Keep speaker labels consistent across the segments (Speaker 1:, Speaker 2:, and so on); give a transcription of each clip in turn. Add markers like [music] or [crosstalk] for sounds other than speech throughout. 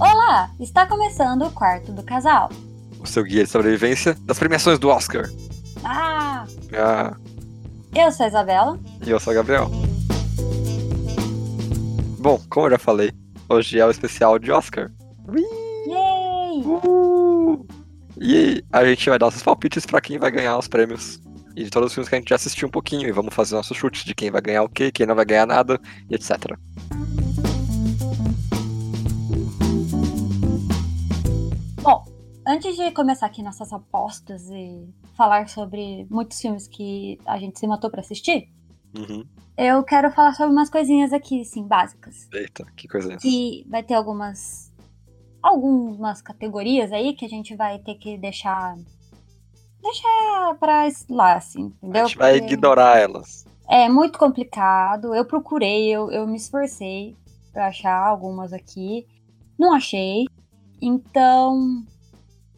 Speaker 1: Olá, Ah, está começando o quarto do casal.
Speaker 2: O seu guia de sobrevivência das premiações do Oscar.
Speaker 1: Ah,
Speaker 2: Ah,
Speaker 1: eu sou a Isabela.
Speaker 2: e eu sou o Gabriel. Bom, como eu já falei, hoje é o especial de Oscar.
Speaker 1: Yay!
Speaker 2: Uh! E a gente vai dar nossos palpites pra quem vai ganhar os prêmios. E de todos os filmes que a gente já assistiu um pouquinho. E vamos fazer nosso chute de quem vai ganhar o quê, quem não vai ganhar nada, e etc.
Speaker 1: Bom, antes de começar aqui nossas apostas e falar sobre muitos filmes que a gente se matou pra assistir,
Speaker 2: Uhum.
Speaker 1: eu quero falar sobre umas coisinhas aqui, assim, básicas.
Speaker 2: Eita, que coisa é essa?
Speaker 1: Que vai ter algumas algumas categorias aí que a gente vai ter que deixar deixar pra lá, assim, entendeu?
Speaker 2: A gente vai
Speaker 1: Porque-
Speaker 2: ignorar elas.
Speaker 1: É muito complicado. Eu procurei, eu, eu me esforcei pra achar algumas aqui. Não achei. Então,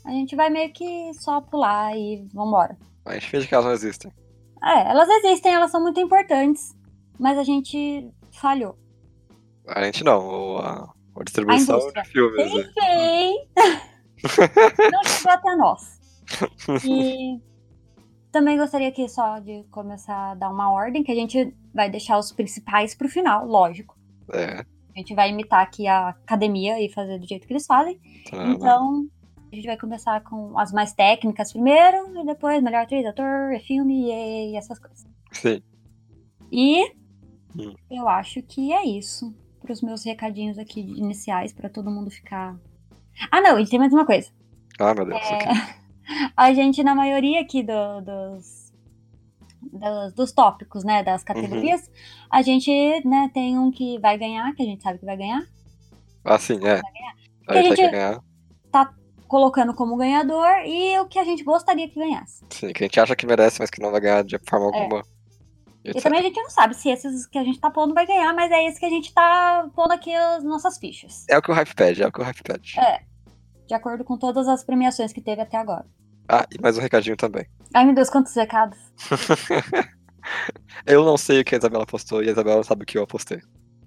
Speaker 1: a gente vai meio que só pular e vambora.
Speaker 2: A gente finge que elas não existem.
Speaker 1: É, elas existem, elas são muito importantes. Mas a gente falhou.
Speaker 2: A gente não, ou a, a distribuição
Speaker 1: indústria.
Speaker 2: de filmes. né?
Speaker 1: Enfim! [laughs] Não chegou até nós. E também gostaria aqui só de começar a dar uma ordem, que a gente vai deixar os principais pro final, lógico.
Speaker 2: É.
Speaker 1: A gente vai imitar aqui a academia e fazer do jeito que eles fazem.
Speaker 2: tá, né?
Speaker 1: Então, a gente vai começar com as mais técnicas primeiro, e depois melhor atriz, ator, e filme e essas coisas.
Speaker 2: Sim.
Speaker 1: E
Speaker 2: Hum.
Speaker 1: eu acho que é isso para os meus recadinhos aqui iniciais, para todo mundo ficar. Ah, não, e tem mais uma coisa.
Speaker 2: Ah, meu Deus. ok.
Speaker 1: A gente, na maioria aqui do- dos, dos, dos tópicos, né, das categorias, a gente né, tem um que vai ganhar, que a gente sabe que vai ganhar.
Speaker 2: Ah, sim, é.
Speaker 1: a
Speaker 2: A gente vai
Speaker 1: gente-
Speaker 2: ganhar.
Speaker 1: colocando como ganhador e o que a gente gostaria que ganhasse.
Speaker 2: Sim, que a gente acha que merece, mas que não vai ganhar de forma alguma.
Speaker 1: É. E
Speaker 2: etc.
Speaker 1: também a gente não sabe se esses que a gente tá pondo vai ganhar, mas é esse que a gente tá pondo aqui as nossas fichas.
Speaker 2: É o que o hype pede, é o que o hype pede.
Speaker 1: É. De acordo com todas as premiações que teve até agora.
Speaker 2: Ah, e mais um recadinho também.
Speaker 1: Ai meu Deus, quantos recados.
Speaker 2: Eu não sei o que a Isabela postou e a Isabela sabe o que eu apostei.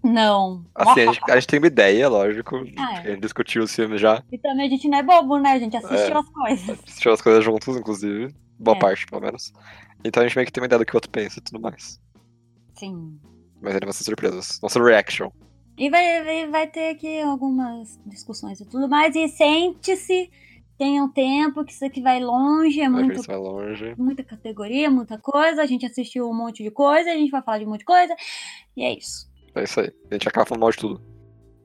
Speaker 1: Não.
Speaker 2: Assim, a gente, a gente tem uma ideia, lógico.
Speaker 1: Ah, é.
Speaker 2: porque A gente discutiu os filmes já,
Speaker 1: E também a gente não é bobo, né? A gente assistiu
Speaker 2: É.
Speaker 1: as coisas.
Speaker 2: assistiu as coisas juntos, inclusive. Boa
Speaker 1: É.
Speaker 2: parte, pelo menos. Então a gente meio que tem uma ideia do que o outro pensa e tudo mais.
Speaker 1: Sim.
Speaker 2: Mas ainda vão ser surpresas. Nosso reaction.
Speaker 1: É E vai, vai, vai ter aqui algumas discussões e tudo mais. E sente-se, tenham tempo, que isso aqui vai longe, é
Speaker 2: Vai ver
Speaker 1: muito
Speaker 2: isso mais longe.
Speaker 1: muita categoria, muita coisa. A gente assistiu um monte de coisa, a gente vai falar de um monte de coisa. E é isso.
Speaker 2: É isso aí. A gente acaba falando mal de tudo.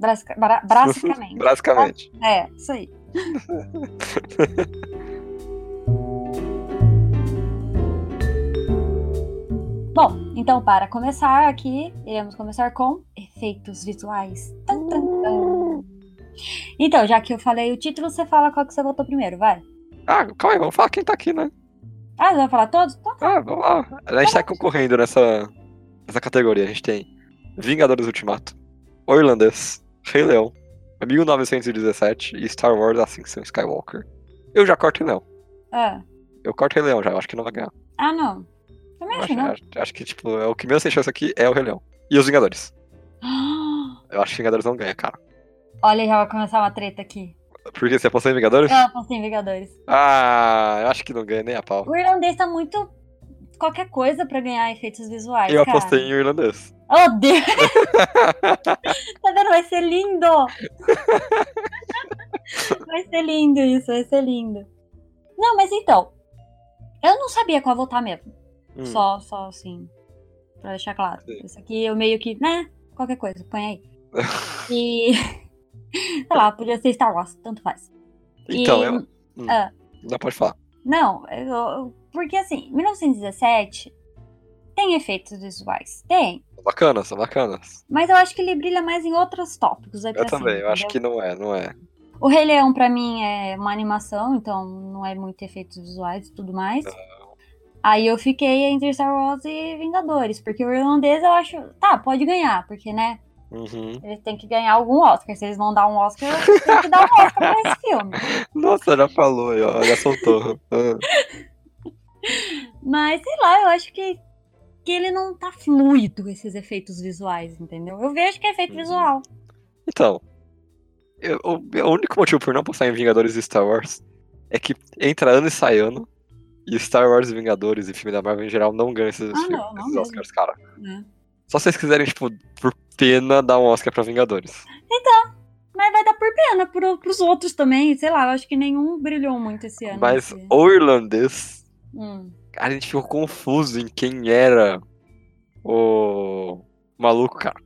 Speaker 1: Brasica- bra-
Speaker 2: [laughs]
Speaker 1: Basicamente.
Speaker 2: Basicamente.
Speaker 1: é, isso aí. [laughs] Bom, então para começar aqui, iremos começar com efeitos visuais. Tan, tan, tan. Então, já que eu falei o título, você fala qual que você votou primeiro, vai.
Speaker 2: Ah, calma aí, vamos falar quem tá aqui, né?
Speaker 1: Ah, você vai falar todos? Então,
Speaker 2: Ah, vamos lá. A gente tá concorrendo nessa, nessa categoria. A gente tem Vingadores Ultimato, O Irlandês, Rei Leão, 1917 e Star Wars Ascensão Skywalker. Eu já corto Rei Leão.
Speaker 1: ah.
Speaker 2: Eu corto Rei Leão já, eu acho que não vai ganhar.
Speaker 1: ah, não. Também
Speaker 2: Eu
Speaker 1: acho que
Speaker 2: acho,
Speaker 1: não.
Speaker 2: acho- acho que, tipo, é o que menos tem chance aqui é o Rei Leão. E os Vingadores. Eu acho que Vingadores não ganha, cara.
Speaker 1: [gasps] Olha, já vai começar uma treta aqui.
Speaker 2: Porque você apostou em Vingadores?
Speaker 1: É, Eu apostei em Vingadores.
Speaker 2: Ah, eu acho que não ganha nem a pau.
Speaker 1: O irlandês tá muito qualquer coisa pra ganhar efeitos visuais,
Speaker 2: Eu
Speaker 1: cara.
Speaker 2: apostei em O Irlandês.
Speaker 1: Oh, Deus! [laughs] tá vendo? Vai ser
Speaker 2: [laughs]
Speaker 1: lindo! vai ser lindo isso, vai ser lindo. Não, mas então, eu não sabia qual votar mesmo.
Speaker 2: Hum,
Speaker 1: Só, só assim, pra deixar claro.
Speaker 2: Sim.
Speaker 1: Isso aqui eu meio que, né, qualquer coisa, põe
Speaker 2: [laughs]
Speaker 1: aí. E, [laughs] sei lá, podia ser Star Wars, tanto faz.
Speaker 2: Então,
Speaker 1: e,
Speaker 2: eu... hum,
Speaker 1: ah.
Speaker 2: Não pode falar.
Speaker 1: Não, eu- eu- porque assim, 1917 tem efeitos visuais, tem.
Speaker 2: São bacanas, são bacanas.
Speaker 1: Mas eu acho que ele brilha mais em outros tópicos. aí
Speaker 2: Eu
Speaker 1: pra cima,
Speaker 2: também, eu acho
Speaker 1: assim, entendeu?
Speaker 2: que não é, não é.
Speaker 1: O Rei Leão, pra mim, é uma animação, então não é muito efeitos visuais e tudo mais. Aí eu fiquei entre Star Wars e Vingadores, porque o irlandês eu acho. Tá, pode ganhar, porque, né?
Speaker 2: Uhum.
Speaker 1: Eles têm que ganhar algum Oscar. Se eles vão dar um Oscar, tem que dar um Oscar pra esse filme.
Speaker 2: Nossa, já falou, aí, ó, já soltou. Ah,
Speaker 1: Mas sei lá, eu acho que, que ele não tá fluido esses efeitos visuais, entendeu? Eu vejo que é efeito
Speaker 2: Uhum.
Speaker 1: visual.
Speaker 2: então, eu- o, o único motivo por não postar em Vingadores e Star Wars é que entra ano e sai ano. E Star Wars e Vingadores e filme da Marvel em geral não ganham esses,
Speaker 1: Ah,
Speaker 2: filmes,
Speaker 1: não, não
Speaker 2: esses
Speaker 1: mesmo.
Speaker 2: Oscars, cara.
Speaker 1: É.
Speaker 2: Só se vocês quiserem, tipo, por pena, dar um Oscar pra Vingadores.
Speaker 1: Mas vai dar por pena pro, pros outros também. Sei lá, eu acho que nenhum brilhou muito esse ano.
Speaker 2: Mas
Speaker 1: esse-
Speaker 2: o irlandês
Speaker 1: Hum.
Speaker 2: a gente ficou confuso em quem era o maluco, cara.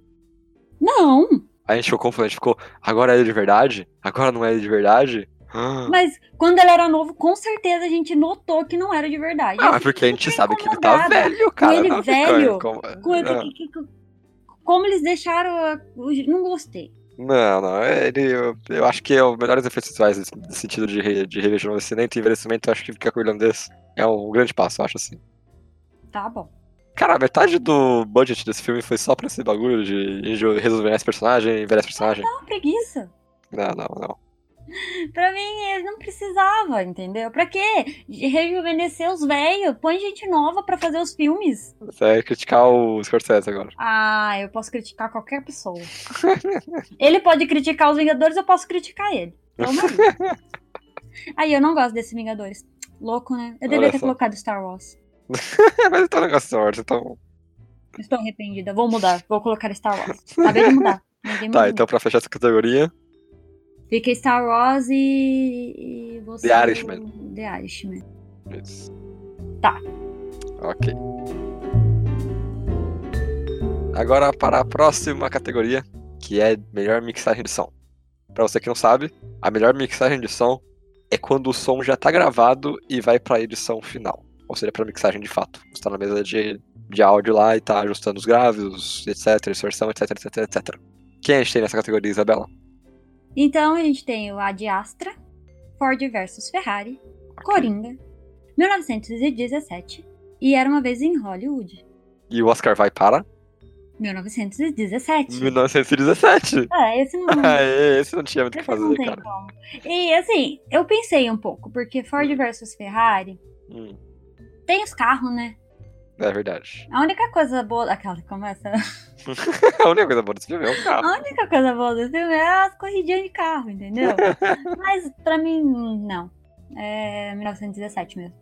Speaker 1: Não,
Speaker 2: A gente ficou confuso, a gente ficou, agora é ele de verdade? Agora não é ele de verdade? Ah,
Speaker 1: mas quando ele era novo, com certeza a gente notou que não era de verdade.
Speaker 2: mas porque a gente
Speaker 1: super
Speaker 2: sabe que ele tá
Speaker 1: incomodada.
Speaker 2: velho, cara.
Speaker 1: ele é
Speaker 2: não
Speaker 1: velho,
Speaker 2: Como... É.
Speaker 1: Como,
Speaker 2: Não,
Speaker 1: que- que- que- como eles deixaram. a- o- Não gostei.
Speaker 2: não, não, ele, eu, eu acho que é o melhores efeitos visuais nesse nesse sentido de, re, de rejuvenescimento e envelhecimento, eu acho que fica com o irlandês. É um grande passo, eu acho assim.
Speaker 1: Tá bom.
Speaker 2: Cara, metade do budget desse filme foi só pra esse bagulho de enjo- resolver esse personagem, envelhece personagem.
Speaker 1: Uma preguiça.
Speaker 2: Não, não, não.
Speaker 1: Pra mim, ele não precisava, entendeu? Pra quê? De Rejuvenescer os velhos. Põe gente nova pra fazer os filmes.
Speaker 2: Você vai criticar o Scorsese agora.
Speaker 1: Ah, eu posso criticar qualquer pessoa. ele pode criticar os Vingadores, eu posso criticar ele. Vamos aí. Aí, eu não gosto desse Vingadores. Louco, né? Eu deveria
Speaker 2: Olha
Speaker 1: ter
Speaker 2: só.
Speaker 1: colocado Star Wars.
Speaker 2: É, mas então é um negócio de sorte, então.
Speaker 1: Estou arrependida. Vou mudar. Vou colocar Star Wars. Acabei de mudar. Ninguém
Speaker 2: Tá,
Speaker 1: mudou.
Speaker 2: então pra fechar essa categoria,
Speaker 1: Fica Star Wars e. e você.
Speaker 2: The Irishman.
Speaker 1: The Irishman.
Speaker 2: isso.
Speaker 1: Tá.
Speaker 2: Ok. Agora para a próxima categoria, que é melhor mixagem de som. Pra você que não sabe, a melhor mixagem de som é quando o som já tá gravado e vai pra edição final. Ou seja, pra mixagem de fato. Você tá na mesa de, de áudio lá e tá ajustando os graves, os etc, distorção, etc, etc, etc. Quem a gente tem nessa categoria, Isabela?
Speaker 1: Então a gente tem o Ad Astra, Ford versus Ferrari, Coringa, 1917 e Era uma Vez em Hollywood,
Speaker 2: E o Oscar vai para
Speaker 1: 1917.
Speaker 2: 1917.
Speaker 1: Ah, esse não.
Speaker 2: Aê, esse não tinha muito o que
Speaker 1: esse não
Speaker 2: [laughs] fazer,
Speaker 1: tem
Speaker 2: cara.
Speaker 1: como. E assim, eu pensei um pouco, porque Ford versus Ferrari
Speaker 2: Hum,
Speaker 1: tem os carros, né?
Speaker 2: é verdade.
Speaker 1: A única coisa boa. Aquela que começa. [laughs]
Speaker 2: A única coisa boa desse filme [laughs] é o carro.
Speaker 1: A única coisa boa do filme é as corridinhas de carro,
Speaker 2: [laughs]
Speaker 1: entendeu? Mas pra mim, não. É 1917 mesmo.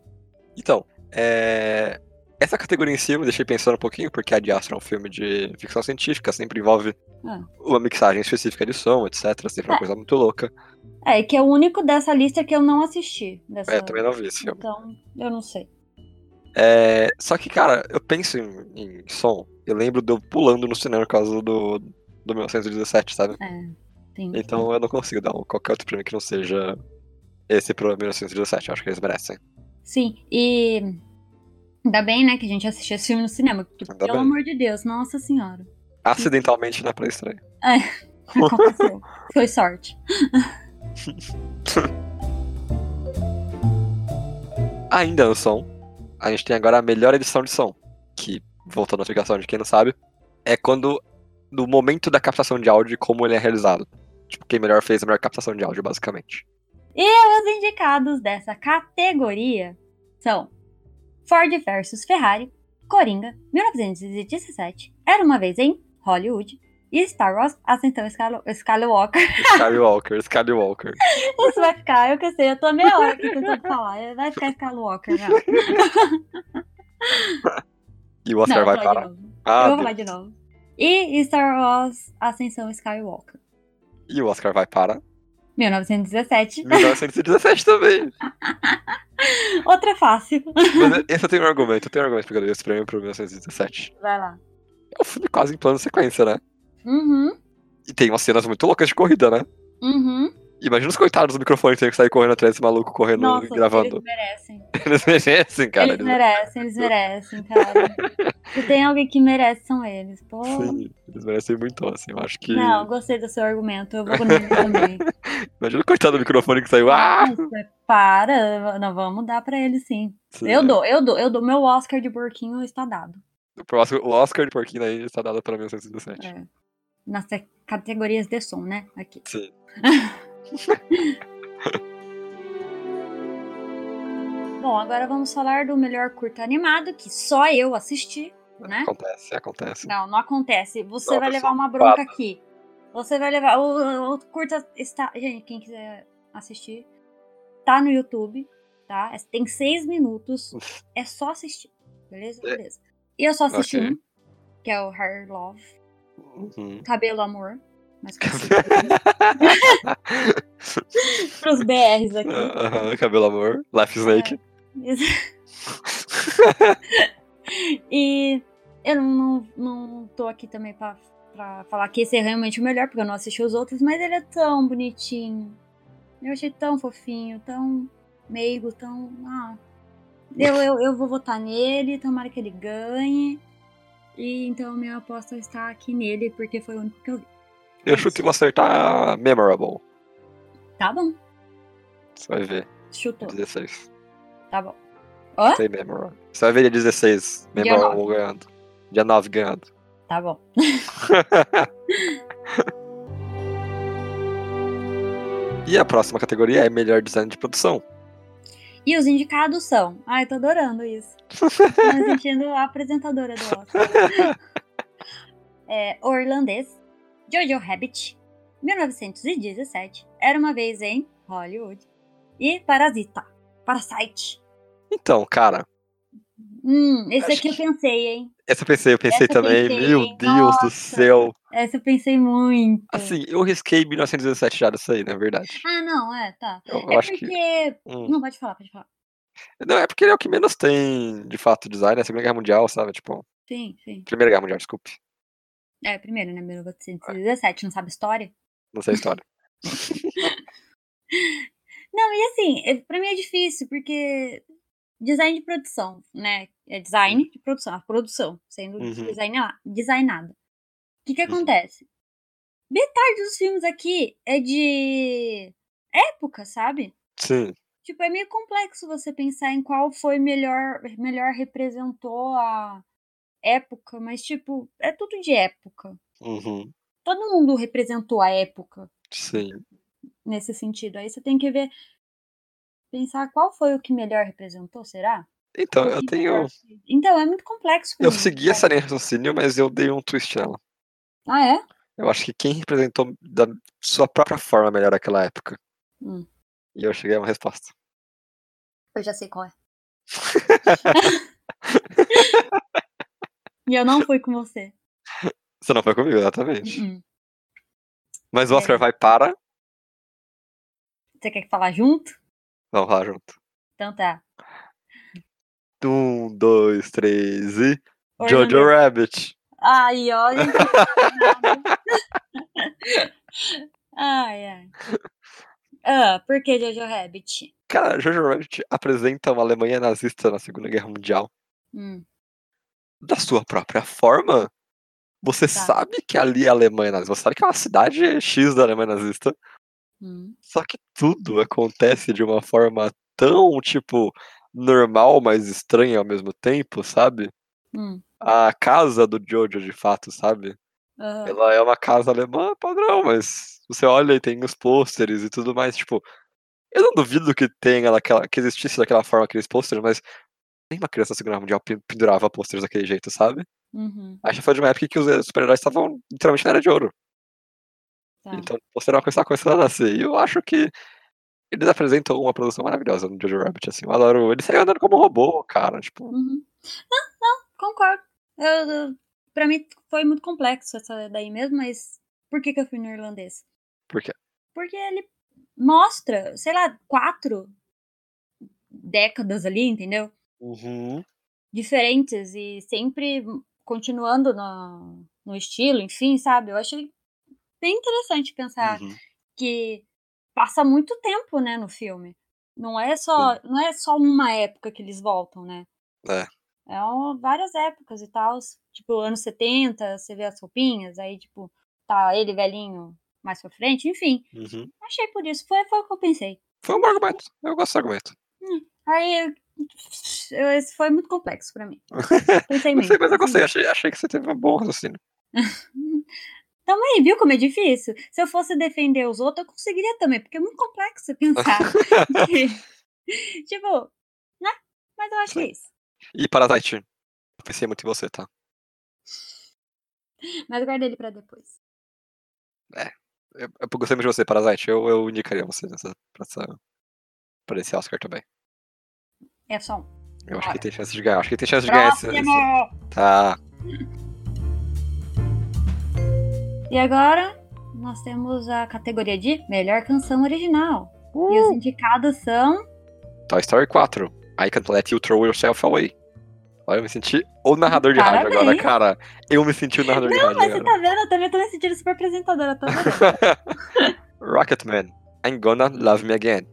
Speaker 2: Então, é, essa categoria em cima eu deixei pensando um pouquinho, porque a Diastro é um filme de ficção científica, sempre envolve
Speaker 1: Ah.
Speaker 2: uma mixagem específica de som, etc. Sempre uma coisa muito louca.
Speaker 1: É, que é o único dessa lista que eu não assisti. Dessa...
Speaker 2: É, também não vi esse filme.
Speaker 1: Então, eu não sei.
Speaker 2: É, só que, cara, eu penso em, em som, eu lembro de eu pulando no cinema por causa do, do 1917, sabe?
Speaker 1: Sim.
Speaker 2: Então eu não consigo dar um- qualquer outro prêmio que não seja esse pro 1917. Eu acho que eles merecem.
Speaker 1: Sim, e ainda bem, né, que a gente assistiu esse filme no cinema. porque,
Speaker 2: Ainda
Speaker 1: pelo
Speaker 2: bem.
Speaker 1: amor de Deus, nossa senhora.
Speaker 2: Acidentalmente na pré-estreia.
Speaker 1: [laughs] Aconteceu. Foi sorte.
Speaker 2: Ainda no som, a gente tem agora a melhor edição de som. Que, voltando à explicação de quem não sabe, é quando. No momento da captação de áudio, como ele é realizado. Tipo, quem melhor fez a melhor captação de áudio, basicamente.
Speaker 1: Os indicados dessa categoria são Ford versus Ferrari, Coringa, 1917, Era Uma Vez em Hollywood e Star Wars, Ascensão Skylo- Skywalker. [laughs]
Speaker 2: Skywalker, [laughs] Skywalker.
Speaker 1: Isso vai ficar, eu que sei, eu tô meia hora aqui tentando falar. é, Vai ficar Skywalker, não.
Speaker 2: E o
Speaker 1: não, eu vou
Speaker 2: Oscar vai
Speaker 1: falar
Speaker 2: para.
Speaker 1: de novo. eu
Speaker 2: Ah,
Speaker 1: vou falar de novo. E Star Wars Ascensão Skywalker.
Speaker 2: e o Oscar vai para
Speaker 1: 1917.
Speaker 2: 1917 também.
Speaker 1: Outra fácil. [laughs]
Speaker 2: Mas esse eu tenho um argumento, eu tenho um argumento pra dar esse prêmio pro 1917.
Speaker 1: Vai lá.
Speaker 2: É um filme quase em plano sequência, né?
Speaker 1: Uhum.
Speaker 2: E tem umas cenas muito loucas de corrida, né?
Speaker 1: Uhum.
Speaker 2: Imagina os coitados do microfone que tem que sair correndo atrás desse maluco correndo
Speaker 1: Nossa,
Speaker 2: e gravando. [laughs]
Speaker 1: eles merecem.
Speaker 2: Eles merecem, cara.
Speaker 1: eles merecem, eles merecem, cara. Se tem alguém que merece, são eles. Pô.
Speaker 2: Sim, eles merecem muito, assim. Eu acho que.
Speaker 1: Não, gostei do seu argumento. Eu vou nele
Speaker 2: [laughs]
Speaker 1: também.
Speaker 2: Imagina o coitado do microfone que saiu. Ah!
Speaker 1: Nossa, para. Não, vamos dar pra ele sim.
Speaker 2: Sim,
Speaker 1: Eu
Speaker 2: é.
Speaker 1: dou, eu dou, eu dou. Meu Oscar de burquinho está dado.
Speaker 2: O próximo- o Oscar de Porquinho ainda está dado para 1917.
Speaker 1: É. Nas te- categorias de som, né? Aqui.
Speaker 2: Sim.
Speaker 1: [laughs] Bom, agora vamos falar do melhor curta animado, que só eu assisti, né?
Speaker 2: Acontece, acontece.
Speaker 1: Não, não acontece. Você
Speaker 2: Não, tá
Speaker 1: vai
Speaker 2: eu
Speaker 1: levar
Speaker 2: sou
Speaker 1: uma bronca
Speaker 2: culpada.
Speaker 1: aqui. Você vai levar. O, o curta está. Gente, quem quiser assistir, tá no YouTube, tá? É- Tem seis minutos. É só assistir. Beleza?
Speaker 2: É.
Speaker 1: Beleza. E eu só assisti
Speaker 2: Ok.
Speaker 1: um, que é o Hair Love.
Speaker 2: Uhum.
Speaker 1: Cabelo Amor.
Speaker 2: [laughs]
Speaker 1: Mas pros BRs aqui.
Speaker 2: Aham, Cabelo amor.
Speaker 1: É,
Speaker 2: Life Snake.
Speaker 1: [laughs] e eu não, não, não tô aqui também pra, pra falar que esse é realmente o melhor, porque eu não assisti os outros, mas ele é tão bonitinho. Eu achei tão fofinho, tão meigo, tão. Ah. Eu, eu, eu vou votar nele, tomara que ele ganhe. E então minha aposta está aqui nele, porque foi o único que eu vi.
Speaker 2: Eu chuto que vou acertar Memorable.
Speaker 1: Tá bom,
Speaker 2: Você vai ver.
Speaker 1: chutou.
Speaker 2: 16.
Speaker 1: Tá bom.
Speaker 2: Tem Memorable. Você vai ver dia 16.
Speaker 1: Dia
Speaker 2: Memorable ganhando. Dia 9 ganhando.
Speaker 1: Tá bom.
Speaker 2: E a próxima categoria é melhor design de produção.
Speaker 1: E os indicados são. Ai, eu tô adorando
Speaker 2: [laughs]
Speaker 1: isso. Tô me sentindo a apresentadora do
Speaker 2: [laughs]
Speaker 1: Oscar. É, o Irlandês, Jojo Rabbit, 1917, Era Uma Vez em Hollywood e Parasita, Parasite.
Speaker 2: Então, cara,
Speaker 1: Hum, esse
Speaker 2: Acho
Speaker 1: aqui eu
Speaker 2: que-
Speaker 1: pensei, hein?
Speaker 2: essa eu pensei, eu
Speaker 1: Essa
Speaker 2: pensei
Speaker 1: eu
Speaker 2: também.
Speaker 1: pensei,
Speaker 2: Meu
Speaker 1: hein?
Speaker 2: Deus
Speaker 1: Nossa. é.
Speaker 2: do céu.
Speaker 1: Essa eu pensei muito.
Speaker 2: Assim, eu risquei 1917 já disso aí, na verdade.
Speaker 1: Ah, não, é, tá.
Speaker 2: Eu, eu
Speaker 1: é
Speaker 2: acho
Speaker 1: porque...
Speaker 2: que. hum.
Speaker 1: Não, pode falar, pode falar.
Speaker 2: Não, é porque ele é o que menos tem, de fato, design. É a Segunda Guerra Mundial, sabe? Tipo,
Speaker 1: Sim, sim.
Speaker 2: Primeira Guerra Mundial, desculpe.
Speaker 1: É, primeiro, né? 1917, não sabe história?
Speaker 2: Não sei a história.
Speaker 1: Não, e assim, é- pra mim é difícil, porque design de produção, né? É design de produção, a produção, sendo
Speaker 2: Uhum.
Speaker 1: designa- designada. O que que
Speaker 2: Uhum.
Speaker 1: acontece? Metade dos filmes aqui é de época, sabe?
Speaker 2: Sim.
Speaker 1: Tipo, é meio complexo você pensar em qual foi melhor, melhor representou a época, mas tipo, é tudo de época.
Speaker 2: Uhum.
Speaker 1: Todo mundo representou a época
Speaker 2: Sim.
Speaker 1: nesse sentido. Aí você tem que ver, pensar qual foi o que melhor representou, será?
Speaker 2: Então,
Speaker 1: O
Speaker 2: eu
Speaker 1: que
Speaker 2: tenho.
Speaker 1: melhor- Então, é muito complexo. pra
Speaker 2: Eu
Speaker 1: mim,
Speaker 2: segui
Speaker 1: sabe?
Speaker 2: essa linha de raciocínio, mas eu dei um twist nela.
Speaker 1: Ah, é?
Speaker 2: Eu acho que quem representou da sua própria forma melhor aquela época.
Speaker 1: Hum.
Speaker 2: E eu cheguei a uma resposta.
Speaker 1: Eu já sei qual é. [laughs] e eu não fui com você.
Speaker 2: Você não foi comigo, exatamente.
Speaker 1: Uh-uh.
Speaker 2: Mas o
Speaker 1: é.
Speaker 2: Oscar vai para.
Speaker 1: Você quer falar junto?
Speaker 2: Vamos lá junto.
Speaker 1: Então tá.
Speaker 2: Um, dois, três e. Jojo
Speaker 1: Orlando-
Speaker 2: Rabbit.
Speaker 1: Ai, olha. [laughs]
Speaker 2: [laughs]
Speaker 1: não tem nada. ai, ai. Ah, por que Jojo Rabbit?
Speaker 2: Cara, Jojo Rabbit apresenta uma Alemanha nazista na Segunda Guerra Mundial.
Speaker 1: Hum,
Speaker 2: Da sua própria forma, você sabe que ali é a Alemanha nazista. Você sabe que é uma cidade X da Alemanha nazista.
Speaker 1: hum.
Speaker 2: Só que tudo acontece de uma forma tão, tipo, normal, mas estranha ao mesmo tempo, sabe?
Speaker 1: Hum.
Speaker 2: A casa do Jojo, de fato, sabe?
Speaker 1: Ah,
Speaker 2: Ela é uma casa alemã padrão, mas você olha e tem os pôsteres e tudo mais, tipo. Eu não duvido que tenha daquela, que existisse daquela forma aqueles pôsteres, mas nenhuma criança da Segunda Guerra Mundial pen- pendurava pôsteres daquele jeito, sabe?
Speaker 1: uhum,
Speaker 2: Acho que foi de uma época que os eh, super-heróis estavam literalmente na era de ouro.
Speaker 1: tá.
Speaker 2: Então, pôster era uma coisa que começando a nascer. E eu acho que eles apresentam uma produção maravilhosa no Jojo Rabbit, assim. Eu adoro. Ele saiu andando como um robô, cara. Tipo,
Speaker 1: Uhum. Não, não, concordo. Eu, eu, pra mim foi muito complexo essa daí mesmo, mas por que, que eu fui no irlandês?
Speaker 2: Por quê?
Speaker 1: Porque ele mostra, sei lá, quatro décadas ali, entendeu?
Speaker 2: uhum.
Speaker 1: Diferentes e sempre continuando no, no estilo, enfim, sabe? Eu achei bem interessante pensar
Speaker 2: uhum.
Speaker 1: que passa muito tempo, né, no filme. Não é só, não é só uma época que eles voltam, né?
Speaker 2: É.
Speaker 1: É um- várias épocas e tal. Tipo, anos 70, você vê as roupinhas, aí, tipo, tá ele velhinho mais pra frente, enfim.
Speaker 2: uhum.
Speaker 1: Achei por isso, foi, foi o que eu pensei.
Speaker 2: Foi um bom argumento. Eu gosto do argumento.
Speaker 1: Aí, eu- esse foi muito complexo pra
Speaker 2: [laughs]
Speaker 1: mim. Pensei
Speaker 2: Não
Speaker 1: muito.
Speaker 2: sei, mas eu
Speaker 1: pensei
Speaker 2: gostei.
Speaker 1: muito.
Speaker 2: Achei, achei que você teve um bom raciocínio.
Speaker 1: Tamo aí, viu como é difícil? Se eu fosse defender os outros, eu conseguiria também, porque é muito complexo você
Speaker 2: [laughs]
Speaker 1: pensar. [laughs] que- tipo, né? Mas eu acho que é isso.
Speaker 2: E Parasite. Eu pensei muito em você, tá?
Speaker 1: Mas guarda ele pra depois.
Speaker 2: Eu, eu gostei muito de você, Parasite. Eu, eu indicaria você nessa, pra, essa- pra esse Oscar também.
Speaker 1: É só um.
Speaker 2: Eu
Speaker 1: Bora.
Speaker 2: acho
Speaker 1: né?
Speaker 2: que tem chance de ganhar. Acho que tem chance de ganhar esse. esse-
Speaker 1: Próximo!
Speaker 2: Tá.
Speaker 1: E agora nós temos a categoria de melhor canção original. E
Speaker 2: Uh!
Speaker 1: os indicados são.
Speaker 2: Toy Story 4. I Can't Let You Throw Yourself Away. Olha, eu me senti o narrador de rádio agora,
Speaker 1: Parabéns.
Speaker 2: cara. Eu me senti o narrador
Speaker 1: Não,
Speaker 2: de
Speaker 1: mas
Speaker 2: rádio
Speaker 1: você
Speaker 2: agora.
Speaker 1: tá vendo? Eu também tô me sentindo super apresentadora. Tô vendo?
Speaker 2: [laughs]
Speaker 1: tá-
Speaker 2: Rocketman. I'm Gonna Love Me Again.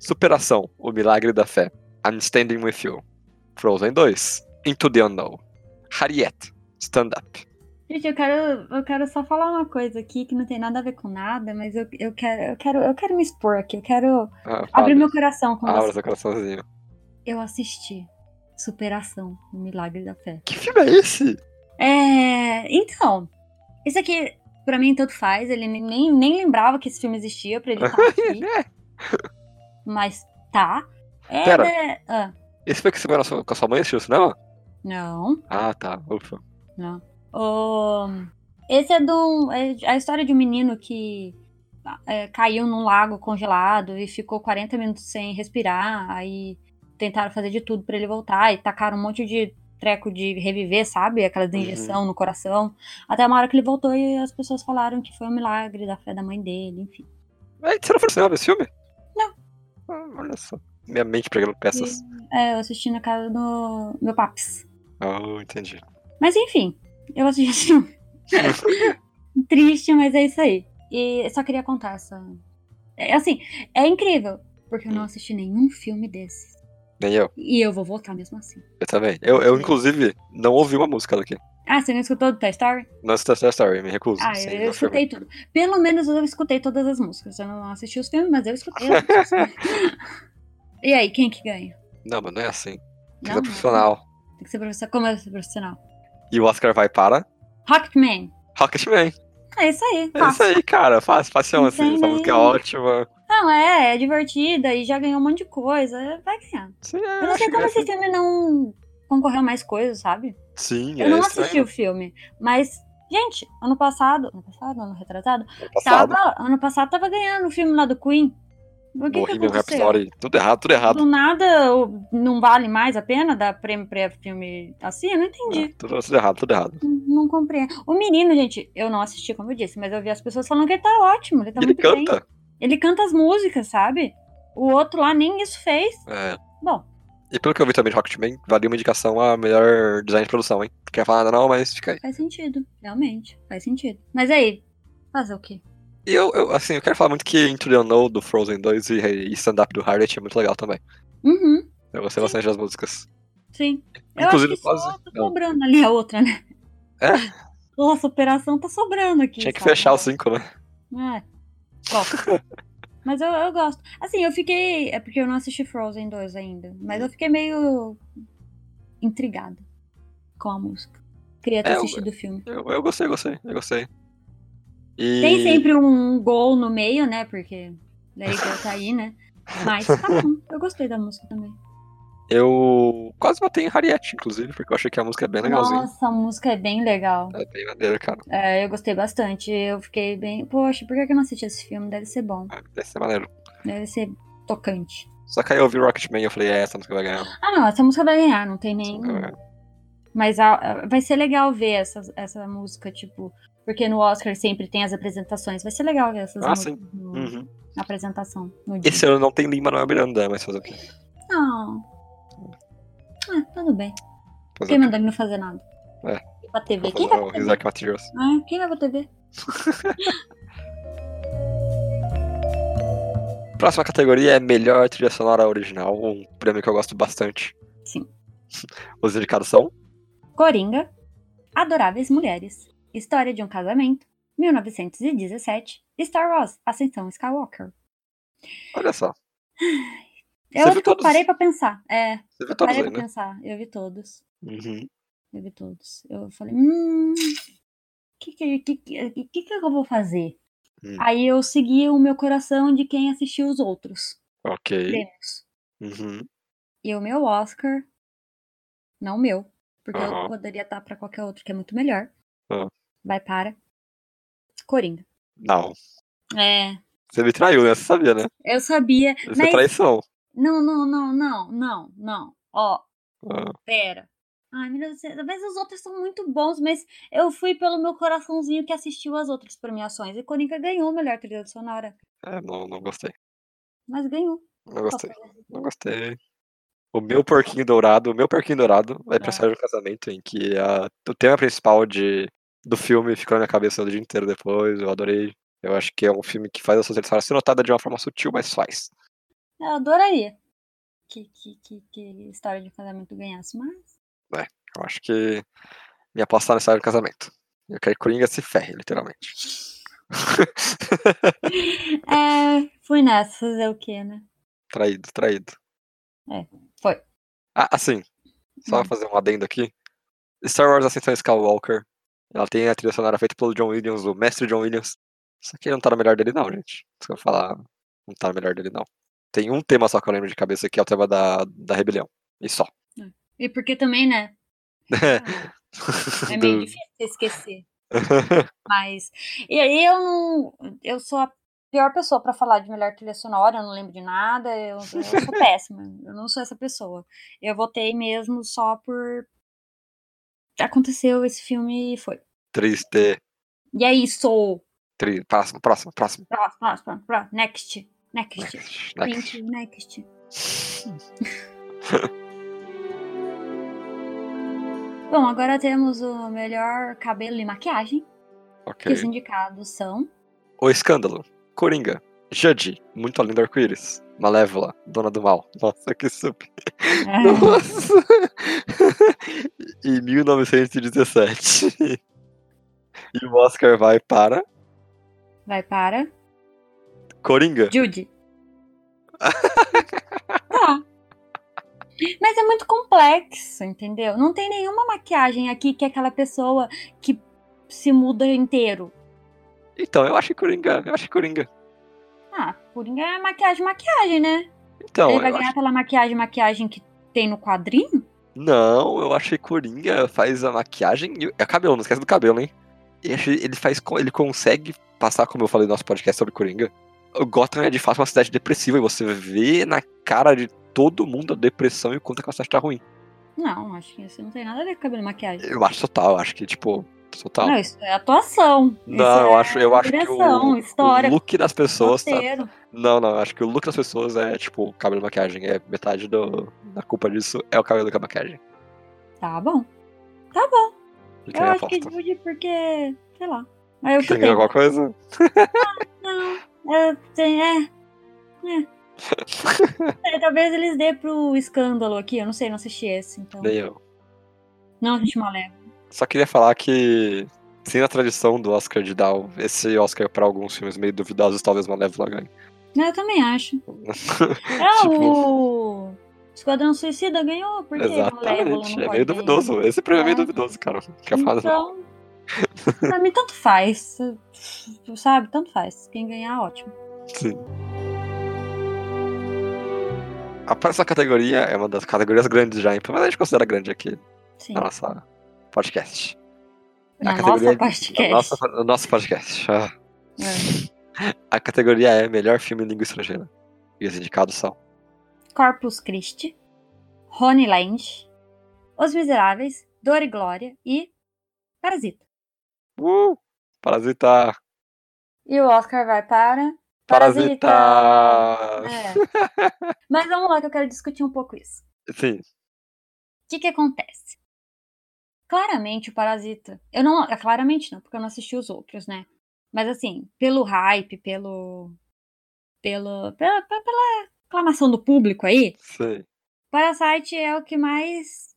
Speaker 2: Superação. O Milagre da Fé. I'm Standing With You. Frozen 2. Into the Unknown. Harriet. Stand Up.
Speaker 1: Gente, eu quero, eu quero só falar uma coisa aqui que não tem nada a ver com nada, mas eu, eu, quero, eu, quero, eu quero me expor aqui. Eu quero
Speaker 2: Ah,
Speaker 1: abrir
Speaker 2: fala.
Speaker 1: meu coração com
Speaker 2: Abra
Speaker 1: você.
Speaker 2: seu coraçãozinho.
Speaker 1: Eu assisti Superação, o Milagre da Fé.
Speaker 2: Que filme é esse?
Speaker 1: É, então, isso aqui pra mim tanto faz, ele nem- nem, nem lembrava que esse filme existia pra ele estar aqui,
Speaker 2: É.
Speaker 1: mas tá. É,
Speaker 2: Pera.
Speaker 1: né, ah,
Speaker 2: Esse foi que você foi na sua- com a sua mãe assistiu no cinema?
Speaker 1: não,
Speaker 2: Ah, tá. Ufa.
Speaker 1: não. O- esse é, de um, é a história de um menino que é, caiu num lago congelado e ficou 40 minutos sem respirar, aí tentaram fazer de tudo pra ele voltar e tacaram um monte de treco de reviver, sabe? Aquelas
Speaker 2: Uhum.
Speaker 1: injeção no coração. Até uma hora que ele voltou e as pessoas falaram que foi um milagre da fé da mãe dele, enfim.
Speaker 2: Mas você não foi no cinema ver esse filme?
Speaker 1: Não.
Speaker 2: Ah, olha só. Minha mente pegando peças.
Speaker 1: É, eu assisti na casa do meu paps.
Speaker 2: Oh, entendi. [laughs]
Speaker 1: Mas enfim, eu assisti esse filme. Triste, mas é isso aí. E eu só queria contar essa. É assim, é incrível, porque eu não assisti nenhum filme desses.
Speaker 2: Nem eu.
Speaker 1: E eu vou voltar mesmo assim.
Speaker 2: Eu também. Eu, eu inclusive, não ouvi uma música daqui.
Speaker 1: Ah, você não escutou do Toy Story?
Speaker 2: Não assisti Toy Story, me recuso.
Speaker 1: Ah,
Speaker 2: Sim,
Speaker 1: eu, eu
Speaker 2: no filme.
Speaker 1: escutei tudo. Pelo menos eu escutei todas as músicas. Eu não assisti os filmes, mas eu escutei
Speaker 2: [laughs]
Speaker 1: as músicas. e aí, quem que ganha?
Speaker 2: Não, mas não é assim. Tem que
Speaker 1: Não,
Speaker 2: ser profissional.
Speaker 1: Tem que ser profissional. Como é ser profissional?
Speaker 2: E o Oscar vai para
Speaker 1: Rocketman.
Speaker 2: Rocketman.
Speaker 1: É isso aí.
Speaker 2: É isso
Speaker 1: fácil.
Speaker 2: aí, cara. Fácil, fácil. Assim.
Speaker 1: Não tem
Speaker 2: Essa
Speaker 1: nem-
Speaker 2: música é ótima.
Speaker 1: Não, é, é divertida e já ganhou um monte de coisa. é, Vai ganhar.
Speaker 2: Sim, é,
Speaker 1: Eu não sei como
Speaker 2: acho que é
Speaker 1: esse
Speaker 2: assim.
Speaker 1: filme não concorreu a mais coisas, sabe?
Speaker 2: Sim, é
Speaker 1: Eu não
Speaker 2: estranho.
Speaker 1: assisti o filme. Mas, gente, ano passado. Ano passado? Ano retrasado?
Speaker 2: Ano Passado.
Speaker 1: Tava, ano passado tava ganhando o filme lá do Queen. O que, que
Speaker 2: Bohemian
Speaker 1: aconteceu?
Speaker 2: Rhapsody. Tudo errado, tudo errado.
Speaker 1: Do nada o- não vale mais a pena dar prêmio pra filme assim? Eu não entendi.
Speaker 2: É, tudo, tudo errado, tudo errado.
Speaker 1: Não, não compreendo. O menino, gente, eu não assisti, como eu disse, mas eu vi as pessoas falando que ele tá ótimo, ele tá
Speaker 2: e ele
Speaker 1: muito bem.
Speaker 2: canta.
Speaker 1: Ele canta as músicas, sabe? O outro lá nem isso fez.
Speaker 2: É.
Speaker 1: Bom.
Speaker 2: E pelo que eu vi também de Rocketman, valia uma indicação a melhor design de produção, hein? Não quer falar nada não, mas fica aí.
Speaker 1: Faz sentido, realmente. Faz sentido. Mas aí, fazer o quê?
Speaker 2: E eu, eu, assim, eu quero falar muito que Into the Unknown do Frozen 2 e, e Stand Up do Harriet é muito legal também.
Speaker 1: Uhum,
Speaker 2: Eu gostei
Speaker 1: Sim.
Speaker 2: bastante das músicas.
Speaker 1: sim. Eu
Speaker 2: Inclusive,
Speaker 1: acho que
Speaker 2: quase-
Speaker 1: só tá
Speaker 2: não.
Speaker 1: sobrando ali a outra, né?
Speaker 2: É.
Speaker 1: [laughs] Nossa, a operação tá sobrando aqui.
Speaker 2: Tinha que
Speaker 1: sabe?
Speaker 2: fechar o 5, né?
Speaker 1: É.
Speaker 2: [laughs]
Speaker 1: Gosto. mas eu, eu gosto. Assim, eu fiquei. É porque eu não assisti Frozen 2 ainda. Mas eu fiquei meio. intrigada com a música. Queria ter
Speaker 2: É, eu-
Speaker 1: assistido o filme.
Speaker 2: Eu, eu gostei, eu gostei, eu gostei. E...
Speaker 1: Tem sempre um gol no meio, né? Porque daí gol tá aí, né? Mas tá bom. Eu gostei da música também.
Speaker 2: Eu quase botei em Harriet, inclusive, porque eu achei que a música é bem legalzinha.
Speaker 1: Nossa, a música é bem legal.
Speaker 2: É bem maneira, cara.
Speaker 1: É, eu gostei bastante. Eu fiquei bem. Poxa, por que que eu não assisti esse filme? Deve ser bom.
Speaker 2: É, Deve ser maneiro.
Speaker 1: Deve ser tocante.
Speaker 2: Só que aí eu vi Rocketman e eu falei, é, essa música vai ganhar.
Speaker 1: Ah, não, essa música vai ganhar, não tem
Speaker 2: essa
Speaker 1: nem.
Speaker 2: música vai ganhar.
Speaker 1: Mas a- a- vai ser legal ver essa, essa música, tipo. Porque no Oscar sempre tem as apresentações. Vai ser legal ver essas
Speaker 2: Ah,
Speaker 1: músicas no-
Speaker 2: Uhum.
Speaker 1: na apresentação. No dia.
Speaker 2: Esse ano não tem Lin-Manuel Miranda, mas fazer o quê?
Speaker 1: Não. Ah, tudo bem. Quem
Speaker 2: Fazer o quê?
Speaker 1: mandou ele não fazer nada?
Speaker 2: É.
Speaker 1: Vai Pra TV. Quem tá vai
Speaker 2: Fazer
Speaker 1: pra
Speaker 2: o
Speaker 1: TV?
Speaker 2: Isaac Matheus.
Speaker 1: Ah, quem vai pra TV?
Speaker 2: Próxima categoria é melhor trilha sonora original, um prêmio que eu gosto bastante.
Speaker 1: Sim.
Speaker 2: [laughs] Os indicados são
Speaker 1: Coringa. Adoráveis Mulheres. História de um Casamento. 1917. Star Wars. Ascensão Skywalker.
Speaker 2: Olha só.
Speaker 1: É
Speaker 2: Você
Speaker 1: outro
Speaker 2: viu
Speaker 1: que eu
Speaker 2: todos?
Speaker 1: parei pra pensar. É,
Speaker 2: Você viu
Speaker 1: eu
Speaker 2: todos
Speaker 1: parei
Speaker 2: aí,
Speaker 1: pra
Speaker 2: né?
Speaker 1: pensar. Eu vi todos.
Speaker 2: Uhum.
Speaker 1: Eu vi todos. Eu falei, hum. O que que, que, que, que que eu vou fazer?
Speaker 2: Hum.
Speaker 1: Aí eu segui o meu coração de quem assistiu os outros
Speaker 2: Ok.
Speaker 1: prêmios.
Speaker 2: Uhum.
Speaker 1: E o meu Oscar, não o meu, porque eu
Speaker 2: Aham.
Speaker 1: poderia estar pra qualquer outro que é muito melhor.
Speaker 2: Ah.
Speaker 1: Vai para Coringa.
Speaker 2: Não.
Speaker 1: É,
Speaker 2: Você me traiu, né? Você sabia, né?
Speaker 1: eu sabia.
Speaker 2: Isso é
Speaker 1: Mas.
Speaker 2: traição.
Speaker 1: Não, não, não, não, não, não. Ó,
Speaker 2: Ah,
Speaker 1: pera. Ai, meu Deus, do céu, talvez os outros são muito bons, mas eu fui pelo meu coraçãozinho que assistiu as outras premiações. E Coringa ganhou a melhor trilha sonora.
Speaker 2: é, não, não gostei.
Speaker 1: Mas ganhou.
Speaker 2: Não gostei. Não gostei. O meu porquinho dourado, o meu porquinho dourado vai pra
Speaker 1: Ah.
Speaker 2: história do casamento, em que a, o tema principal de, do filme ficou na minha cabeça o dia inteiro depois, eu adorei. Eu acho que é um filme que faz a sociedade ser notada de uma forma sutil, mas faz.
Speaker 1: Eu adoraria que, que, que, que história de casamento ganhasse, mas.
Speaker 2: Eu acho que me apostar na história do casamento. Eu quero que Coringa se ferre, literalmente.
Speaker 1: É, fui nessa, fazer o quê, né?
Speaker 2: Traído, traído.
Speaker 1: É, foi.
Speaker 2: Ah, assim, só
Speaker 1: Hum.
Speaker 2: fazer um adendo aqui. Star Wars Ascensão Skywalker, ela tem a trilha sonora feita pelo John Williams, o mestre John Williams. Isso aqui não tá no melhor dele não, gente. Isso que eu vou falar, não tá no melhor dele não. Tem um tema só que eu lembro de cabeça, que é o tema da, da rebelião. E só.
Speaker 1: E porque também, né?
Speaker 2: [laughs]
Speaker 1: É meio
Speaker 2: Do-
Speaker 1: difícil você esquecer. Mas. E aí eu não. Eu sou a pior pessoa pra falar de melhor trilha sonora, eu não lembro de nada, eu, eu sou péssima. Eu não sou essa pessoa. Eu votei mesmo só por. Aconteceu esse filme e foi.
Speaker 2: Triste.
Speaker 1: E é isso!
Speaker 2: Tri... Próximo, próximo, próximo.
Speaker 1: Próximo, próximo, próximo, próximo. Next. Next.
Speaker 2: Next, next.
Speaker 1: Next. Next. Bom, agora temos o melhor cabelo e maquiagem. Que os
Speaker 2: Ok.
Speaker 1: indicados
Speaker 2: [laughs]
Speaker 1: são.
Speaker 2: O Escândalo. Coringa. Judge. Muito além do arco-íris. Malévola. Dona do Mal. Nossa, que sub. Nossa! [laughs] em 1917. E o Oscar vai para
Speaker 1: Vai para.
Speaker 2: Coringa.
Speaker 1: Judy.
Speaker 2: [laughs]
Speaker 1: tá. Mas é muito complexo, entendeu? Não tem nenhuma maquiagem aqui que é aquela pessoa que se muda inteiro.
Speaker 2: Então, eu acho que Coringa. Eu acho que Coringa.
Speaker 1: Ah, Coringa é maquiagem, maquiagem, né?
Speaker 2: Então,
Speaker 1: Ele vai
Speaker 2: eu
Speaker 1: ganhar
Speaker 2: acho...
Speaker 1: pela maquiagem, maquiagem que tem no quadrinho?
Speaker 2: Não, eu acho que Coringa faz a maquiagem. E... o- É o cabelo, não esquece do cabelo, hein? E acho- ele faz. co- Ele consegue passar, como eu falei no nosso podcast sobre Coringa. O Gotham é de fato uma cidade depressiva e você vê na cara de todo mundo a depressão e o quanto aquela cidade tá ruim.
Speaker 1: Não, acho que isso não tem nada a ver com cabelo e maquiagem.
Speaker 2: Eu acho total, eu acho que, tipo, total.
Speaker 1: Não, é isso é atuação.
Speaker 2: Não, eu acho, eu acho que
Speaker 1: direção,
Speaker 2: o,
Speaker 1: história,
Speaker 2: o look das pessoas tá...
Speaker 1: roteiro.
Speaker 2: Não, não, eu acho que o look das pessoas é, tipo, cabelo e maquiagem. É metade do, da culpa disso é o cabelo e a maquiagem.
Speaker 1: Tá bom. Tá bom.
Speaker 2: Fica
Speaker 1: Eu
Speaker 2: aí a
Speaker 1: acho que
Speaker 2: aposta.
Speaker 1: Judy porque, sei lá. É o que
Speaker 2: Você ganhou
Speaker 1: tem.
Speaker 2: alguma coisa?
Speaker 1: Não, é, tem, é. É.
Speaker 2: [laughs]
Speaker 1: É, Talvez eles dê pro escândalo aqui, eu não sei, não assisti esse, então.
Speaker 2: Nem eu.
Speaker 1: Não assisti Malévola.
Speaker 2: Só queria falar que, sem a tradição do Oscar de dar o- esse Oscar é pra alguns filmes meio duvidosos, talvez Malévola ganhe.
Speaker 1: Eu também
Speaker 2: [laughs]
Speaker 1: acho. É
Speaker 2: Tipo-
Speaker 1: o Esquadrão Suicida ganhou, porque Malévola não
Speaker 2: Exatamente, é
Speaker 1: pode
Speaker 2: meio
Speaker 1: ganhar.
Speaker 2: duvidoso. Esse prêmio é meio
Speaker 1: É.
Speaker 2: duvidoso, cara. Não Quer falar não.
Speaker 1: Então, pra mim tanto faz, sabe? Tanto faz. Quem ganhar, ótimo.
Speaker 2: Sim. A próxima categoria é uma das categorias grandes já, hein? mas a gente considera grande aqui
Speaker 1: Sim.
Speaker 2: na nossa podcast. É
Speaker 1: Na
Speaker 2: a categoria
Speaker 1: nossa [laughs] podcast.
Speaker 2: na nossa- no nosso podcast. Ah.
Speaker 1: É.
Speaker 2: A categoria é melhor filme em língua estrangeira. E os indicados são.
Speaker 1: Corpus Christi, Rony Lynch, Os Miseráveis, Dor e Glória e Parasita.
Speaker 2: Uh! Parasita!
Speaker 1: E o Oscar vai para.
Speaker 2: Parasita!
Speaker 1: É. Mas vamos lá que eu quero discutir um pouco isso.
Speaker 2: Sim,
Speaker 1: O que, que acontece? Claramente o Parasita. Eu não. é, Claramente não, porque eu não assisti os outros, né? Mas assim, pelo hype, pelo. pelo pela, pela- pela aclamação do público aí,
Speaker 2: sim.
Speaker 1: Parasite é o que mais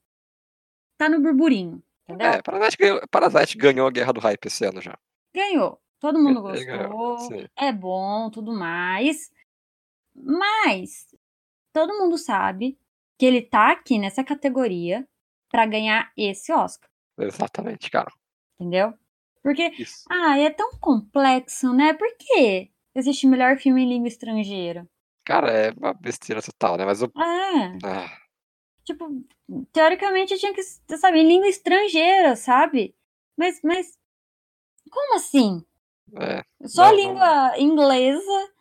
Speaker 1: tá no burburinho. Entendeu?
Speaker 2: É, Parasite ganhou, Parasite ganhou a guerra do hype esse ano já.
Speaker 1: ganhou. Todo mundo
Speaker 2: Ele [laughs] ganhou,
Speaker 1: gostou,
Speaker 2: sim.
Speaker 1: é bom, tudo mais. Mas todo mundo sabe que ele tá aqui nessa categoria pra ganhar esse Oscar,
Speaker 2: Exatamente, cara.
Speaker 1: entendeu? Porque,
Speaker 2: Isso.
Speaker 1: ah, é tão complexo, né? Por que existe melhor filme em língua estrangeira?
Speaker 2: Cara, é uma besteira total, né? Mas o.
Speaker 1: Ah,
Speaker 2: Ah,
Speaker 1: tipo, teoricamente tinha que, sabe, em língua estrangeira, sabe? Mas, mas, como assim?
Speaker 2: É,
Speaker 1: Só a
Speaker 2: Não,
Speaker 1: língua inglesa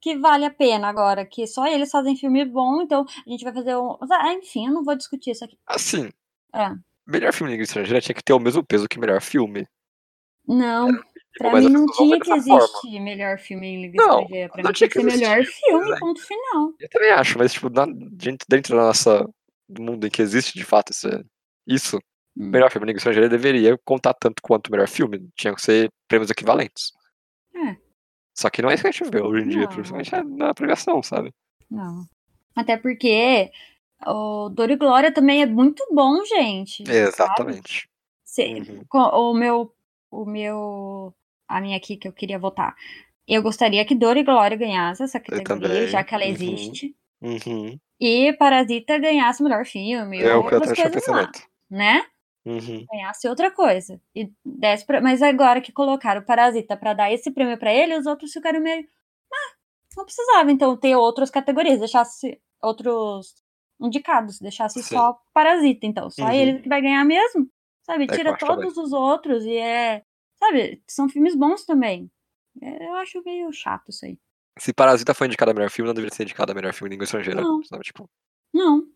Speaker 1: que vale a pena agora, que só eles fazem filme bom, então a gente vai fazer um. Ah, enfim, eu não vou discutir isso aqui.
Speaker 2: assim.
Speaker 1: É.
Speaker 2: Melhor filme de língua estrangeira tinha que ter o mesmo peso que melhor filme.
Speaker 1: Não, pra
Speaker 2: mas
Speaker 1: mim
Speaker 2: as
Speaker 1: não
Speaker 2: pessoas vão
Speaker 1: tinha que
Speaker 2: dessa forma.
Speaker 1: existir melhor filme em língua
Speaker 2: Não,
Speaker 1: estrangeira. Pra
Speaker 2: não
Speaker 1: mim
Speaker 2: tinha
Speaker 1: tinha
Speaker 2: que
Speaker 1: que ser melhor
Speaker 2: existir, né?
Speaker 1: filme, ponto final.
Speaker 2: Eu também acho, mas tipo, na- dentro, dentro da nossa do mundo em que existe de fato esse- isso,
Speaker 1: Hum.
Speaker 2: melhor filme de língua estrangeira deveria contar tanto quanto melhor filme. Tinham que ser prêmios equivalentes.
Speaker 1: É.
Speaker 2: Só que não é isso que a gente vê hoje em dia,
Speaker 1: Não.
Speaker 2: principalmente é na premiação, sabe?
Speaker 1: Não. Até porque o Dor e Glória também é muito bom, gente.
Speaker 2: Exatamente.
Speaker 1: Se-
Speaker 2: Uhum.
Speaker 1: co- o meu o meu a minha aqui que eu queria votar. Eu gostaria que Dor e Glória ganhasse essa categoria,
Speaker 2: também.
Speaker 1: já que ela
Speaker 2: Uhum.
Speaker 1: existe.
Speaker 2: Uhum.
Speaker 1: E Parasita ganhasse o melhor filme,
Speaker 2: É o que eu
Speaker 1: outras
Speaker 2: acho o
Speaker 1: coisas lá,
Speaker 2: pensamento.
Speaker 1: né?
Speaker 2: Uhum.
Speaker 1: Ganhasse outra coisa. E desse pra- Mas agora que colocaram o Parasita pra dar esse prêmio pra ele, os outros ficaram meio. Ah, não precisava então ter outras categorias, deixasse outros indicados, deixasse
Speaker 2: Sim.
Speaker 1: só Parasita, então. Só
Speaker 2: Uhum. É
Speaker 1: ele que vai ganhar mesmo. Sabe?
Speaker 2: que eu
Speaker 1: Tira
Speaker 2: acho também.
Speaker 1: todos os outros e é. Sabe? São filmes bons também. É, Eu acho meio chato isso aí.
Speaker 2: Se Parasita foi indicado a melhor filme, não deveria ser indicado a melhor filme em língua estrangeira.
Speaker 1: Não.
Speaker 2: Sabe? Tipo,
Speaker 1: Não.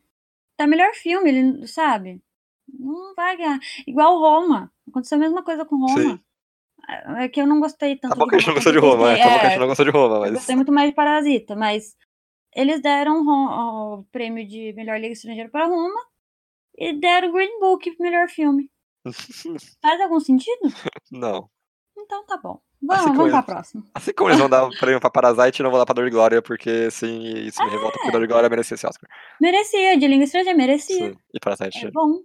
Speaker 1: Tá melhor filme, ele, sabe? Não vai ganhar. Igual Roma. Aconteceu a mesma coisa com Roma. É que eu não gostei tanto
Speaker 2: tá bom que a gente não gostou de
Speaker 1: eu
Speaker 2: Roma, é.
Speaker 1: gostei-
Speaker 2: Tá bom que a
Speaker 1: é,
Speaker 2: gente não gostou de Roma,
Speaker 1: Eu
Speaker 2: mas.
Speaker 1: gostei muito mais de Parasita, mas eles deram Ro- o prêmio de melhor liga estrangeira para Roma e deram Green Book melhor
Speaker 2: [laughs]
Speaker 1: filme. Faz algum sentido?
Speaker 2: Não.
Speaker 1: Então tá bom.
Speaker 2: Assim
Speaker 1: Vamos,
Speaker 2: como
Speaker 1: vamos pra
Speaker 2: eles-
Speaker 1: próxima.
Speaker 2: Assim como eles vão dar o prêmio pra Parasite, não vão dar pra Dor e Glória, porque sim, isso
Speaker 1: É.
Speaker 2: me revolta, porque Dor e Glória merecia esse Oscar.
Speaker 1: Merecia, de língua estrangeira, merecia.
Speaker 2: Sim. E Parasite.
Speaker 1: É bom.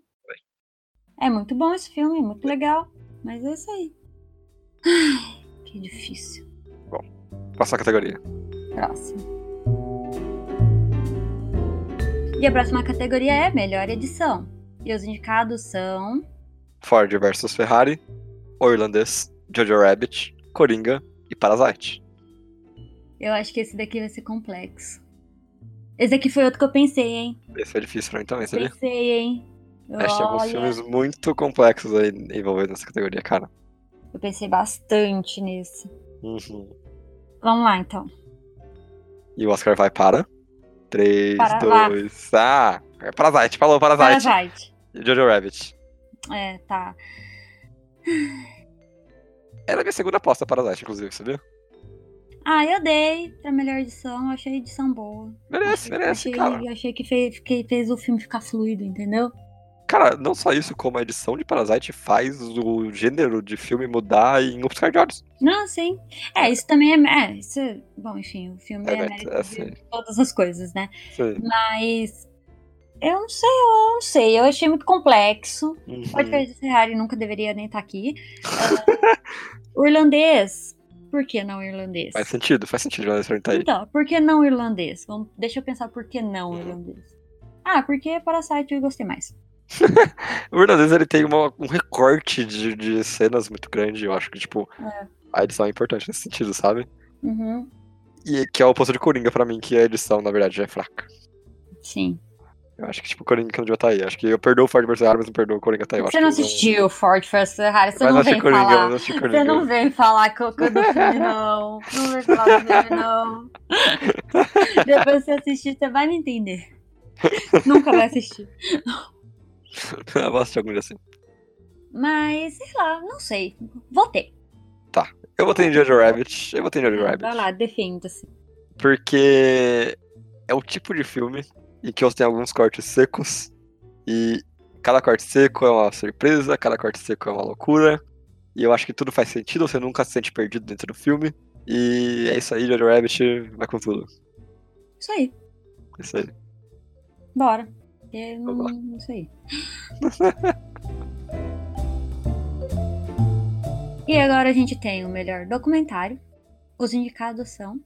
Speaker 1: É muito bom esse filme, é muito legal. Mas é isso aí. Ai, que difícil.
Speaker 2: Passou a categoria.
Speaker 1: Próximo. E a próxima categoria é melhor edição. E os indicados são.
Speaker 2: Ford versus Ferrari, O Irlandês, Jojo Rabbit, Coringa e Parasite.
Speaker 1: Eu acho que esse daqui vai ser complexo. Esse daqui foi outro que eu pensei, hein?
Speaker 2: Esse foi difícil pra mim também, sabia?
Speaker 1: Pensei, hein?
Speaker 2: Acho que tem alguns
Speaker 1: Olha,
Speaker 2: filmes muito complexos aí envolvidos nessa categoria, cara.
Speaker 1: eu pensei bastante nesse.
Speaker 2: Uhum.
Speaker 1: Vamos lá, então.
Speaker 2: E o Oscar vai para? 3,
Speaker 1: Para lá.
Speaker 2: 2, ah! É Parasite, falou Parasite.
Speaker 1: Parasite.
Speaker 2: E Jojo Rabbit.
Speaker 1: É, tá.
Speaker 2: Era a minha segunda aposta, Parasite, inclusive, sabia?
Speaker 1: Ah, eu dei pra melhor edição. Eu achei a edição boa.
Speaker 2: Merece, merece,
Speaker 1: Uhum, achei,
Speaker 2: cara.
Speaker 1: achei que fez, que fez o filme ficar fluido, entendeu?
Speaker 2: Cara, não só isso, como a edição de Parasite faz o gênero de filme mudar em Upscar de Olhos.
Speaker 1: Não, sim. É, isso também é. é isso, bom, enfim, o filme
Speaker 2: É,
Speaker 1: é,
Speaker 2: né,
Speaker 1: mérito
Speaker 2: é
Speaker 1: de
Speaker 2: assim.
Speaker 1: todas as coisas, né?
Speaker 2: Sim.
Speaker 1: Mas. Eu não sei, eu não sei. Eu achei muito complexo. Pode
Speaker 2: Uhum.
Speaker 1: ver de Ferrari nunca deveria nem estar aqui. Ah, [laughs] irlandês. Por que não irlandês?
Speaker 2: Faz sentido, faz sentido o Alessandro tá aí.
Speaker 1: Então, por que não irlandês? Vamos, deixa eu pensar por que não
Speaker 2: Uhum.
Speaker 1: irlandês. Ah, porque Parasite eu gostei mais.
Speaker 2: O irlandês ele tem uma- um recorte de, de cenas muito grande, eu acho que, tipo, a edição é importante nesse sentido, sabe?
Speaker 1: Uhum.
Speaker 2: E que é o oposto de Coringa pra mim, que a edição, na verdade, é fraca.
Speaker 1: Sim.
Speaker 2: Eu acho que, tipo, Coringa que não devia tá aí. Eu Acho que eu perdoo o Ford vs. Ferrari, mas não perdoo o Coringa tá aí. Eu acho
Speaker 1: Você não
Speaker 2: que eles
Speaker 1: assistiu Ford vs Ferrari, você
Speaker 2: Mas
Speaker 1: não
Speaker 2: assisti
Speaker 1: vem
Speaker 2: Coringa,
Speaker 1: falar.
Speaker 2: mas assisti
Speaker 1: Você não
Speaker 2: Coringa.
Speaker 1: vem falar que eu que eu do filme, não. Não vem falar do filme,
Speaker 2: [laughs]
Speaker 1: não. Depois que você assistir, você vai me entender. Nunca vai assistir.
Speaker 2: [laughs] Eu vou assistir algum dia assim.
Speaker 1: Mas, sei lá, não sei. Votei.
Speaker 2: Eu votei em Jojo Rabbit. Eu votei em Jojo Rabbit.
Speaker 1: Ah, Vai lá, assim. defenda-se.
Speaker 2: Porque é o tipo de filme em que você tem alguns cortes secos e cada corte seco é uma surpresa, cada corte seco é uma loucura. E eu acho que tudo faz sentido, você nunca se sente perdido dentro do filme. E é isso aí, Jojo Rabbit, vai com tudo.
Speaker 1: Isso aí.
Speaker 2: É isso aí.
Speaker 1: Bora. É, hum, Eu não,
Speaker 2: Vamos lá.
Speaker 1: não sei.
Speaker 2: [laughs]
Speaker 1: e agora a gente tem o melhor documentário. Os indicados são.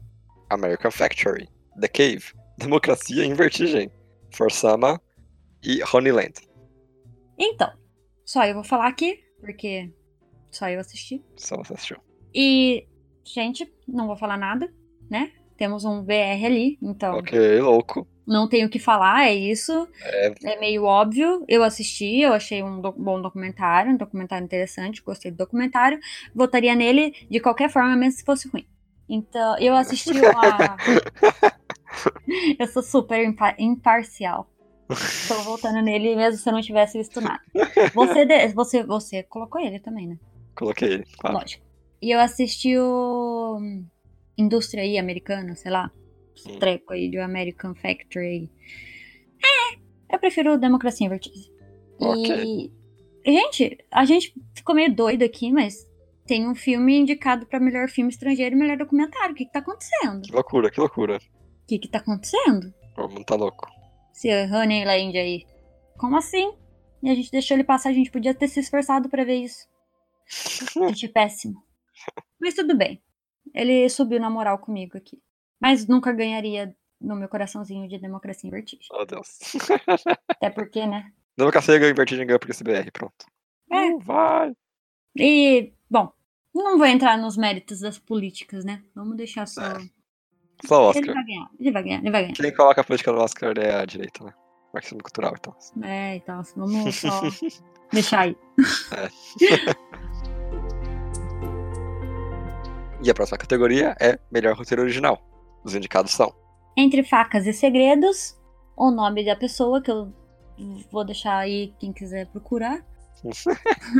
Speaker 2: American Factory, The Cave, [laughs] Democracia em Vertigem, For Sama e Honeyland.
Speaker 1: Então, só eu vou falar aqui, porque só eu assisti.
Speaker 2: Só você assistiu.
Speaker 1: E, gente, não vou falar nada, né? Temos um BR ali, então
Speaker 2: Ok, louco.
Speaker 1: não tenho o que falar, é isso.
Speaker 2: É,
Speaker 1: É meio óbvio. Eu assisti, eu achei um do- bom documentário, um documentário interessante, gostei do documentário. Votaria nele de qualquer forma, mesmo se fosse ruim. Então, eu assisti uma. eu sou super impa- imparcial. Estou voltando nele mesmo se eu não tivesse visto nada. Você, de- você, você colocou ele também, né?
Speaker 2: coloquei Ah, ele, claro.
Speaker 1: Lógico. E eu assisti o. hum, Indústria aí americana, sei lá. Esse
Speaker 2: Sim.
Speaker 1: treco aí do American Factory. aí. É, eu prefiro Democracia em Vertigem.
Speaker 2: Ok.
Speaker 1: E. Gente, a gente ficou meio doido aqui, mas tem um filme indicado pra melhor filme estrangeiro e melhor documentário. O que, que tá acontecendo?
Speaker 2: Que loucura, que loucura.
Speaker 1: O que, que tá acontecendo?
Speaker 2: O mundo tá louco.
Speaker 1: Esse Honeyland aí. Como assim? E a gente deixou ele passar, a gente podia ter se esforçado pra ver isso. A gente é péssimo. Mas tudo bem. Ele subiu na moral comigo aqui. Mas nunca ganharia no meu coraçãozinho de democracia em vertigem.
Speaker 2: Oh, Deus. [laughs]
Speaker 1: Até porque, né?
Speaker 2: Democracia ganha Vertigem ganha por CBR, pronto.
Speaker 1: É.
Speaker 2: Não Vai.
Speaker 1: E, bom, não vou entrar nos méritos das políticas, né? Vamos deixar só.
Speaker 2: Só
Speaker 1: Ele
Speaker 2: Oscar.
Speaker 1: vai ganhar, ele vai ganhar, ele vai ganhar.
Speaker 2: Quem coloca a política no Oscar é a direita, né? Marxismo cultural e tal.
Speaker 1: É, então, vamos só deixar aí.
Speaker 2: E a próxima categoria é melhor roteiro original. Os indicados são
Speaker 1: Entre Facas e Segredos, o nome da pessoa, que eu vou deixar aí quem quiser [laughs] procurar.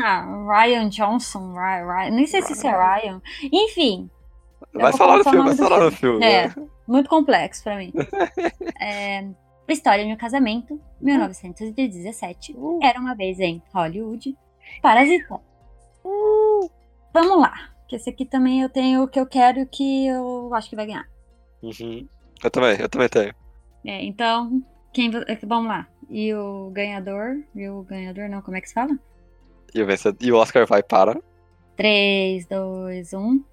Speaker 1: Ah, Ryan Johnson, Ryan, Ryan. Nem sei se isso é Ryan. Enfim, Eu
Speaker 2: Vai
Speaker 1: vou
Speaker 2: falar no
Speaker 1: colocar o
Speaker 2: filme, vai
Speaker 1: nome do
Speaker 2: falar no filme.
Speaker 1: É.
Speaker 2: né?
Speaker 1: muito complexo pra [laughs] mim. É, História de um Casamento, 1917.
Speaker 2: Uh,
Speaker 1: Era uma vez em Hollywood. Parasita. Uh. Vamos lá. Que esse aqui também eu tenho o que eu quero e o que eu acho que vai ganhar.
Speaker 2: uhum. Eu também, eu também tenho.
Speaker 1: É, então, quem. vo- Vamos lá. E o ganhador. E o ganhador, não, como é que se fala?
Speaker 2: E o, vencedor, e o Oscar vai para.
Speaker 1: 3, 2, 1.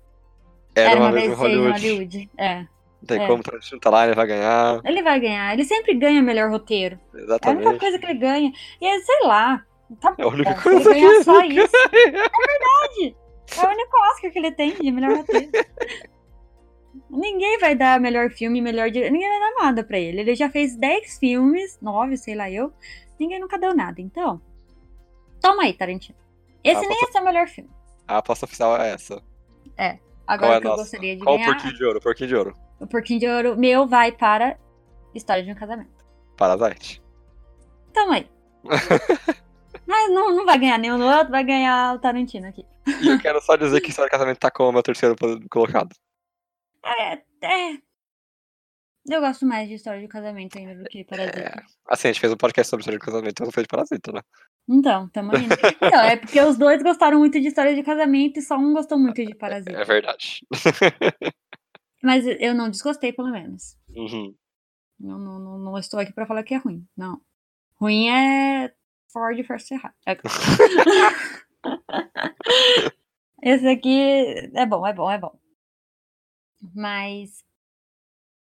Speaker 2: Era, uma, vez em
Speaker 1: em
Speaker 2: Hollywood.
Speaker 1: Hollywood. É.
Speaker 2: Não tem
Speaker 1: É.
Speaker 2: como, tá, tá lá, ele vai ganhar.
Speaker 1: Ele vai ganhar. Ele sempre ganha melhor roteiro. É a única
Speaker 2: Exatamente.
Speaker 1: coisa que ele ganha. E aí, sei lá. Tá
Speaker 2: É a única
Speaker 1: bom, se
Speaker 2: coisa
Speaker 1: ele ganhar
Speaker 2: que
Speaker 1: só
Speaker 2: ele
Speaker 1: isso. É o único Oscar que ele tem de melhor roteiro. Ninguém vai dar melhor filme, melhor dire... Ninguém vai dar nada pra ele. Ele já fez 10 filmes, 9, sei lá eu. Ninguém nunca deu nada. Então, toma aí, Tarantino. Esse
Speaker 2: Ah,
Speaker 1: nem ia ser o melhor filme.
Speaker 2: A aposta oficial é essa. Qual
Speaker 1: Agora
Speaker 2: é a
Speaker 1: que eu
Speaker 2: nossa?
Speaker 1: gostaria de
Speaker 2: Qual o
Speaker 1: ganhar, é
Speaker 2: porquinho de ouro? Porquinho de ouro.
Speaker 1: o Porquinho de Ouro meu vai para História de um Casamento.
Speaker 2: Parasite.
Speaker 1: Toma
Speaker 2: [laughs]
Speaker 1: aí. Mas não, não vai ganhar nenhum do outro, vai ganhar o Tarantino aqui.
Speaker 2: E eu quero só dizer que História de Casamento tá como o meu terceiro colocado.
Speaker 1: É, é. Eu gosto mais de História de um Casamento ainda do que Parasita.
Speaker 2: É. Assim, a gente fez um podcast sobre História de Casamento, então não fez de Parasita, né?
Speaker 1: Então, tamo
Speaker 2: [laughs]
Speaker 1: indo. Então, é porque os dois gostaram muito de história de casamento e só um gostou muito de
Speaker 2: É
Speaker 1: parasita.
Speaker 2: verdade.
Speaker 1: Mas eu não desgostei, pelo menos.
Speaker 2: Uhum.
Speaker 1: Não, não, não, não estou aqui pra falar que é ruim. Não. Ruim é Ford versus Ferrari.
Speaker 2: [laughs]
Speaker 1: É- Esse aqui é bom, é bom, é bom. Mas.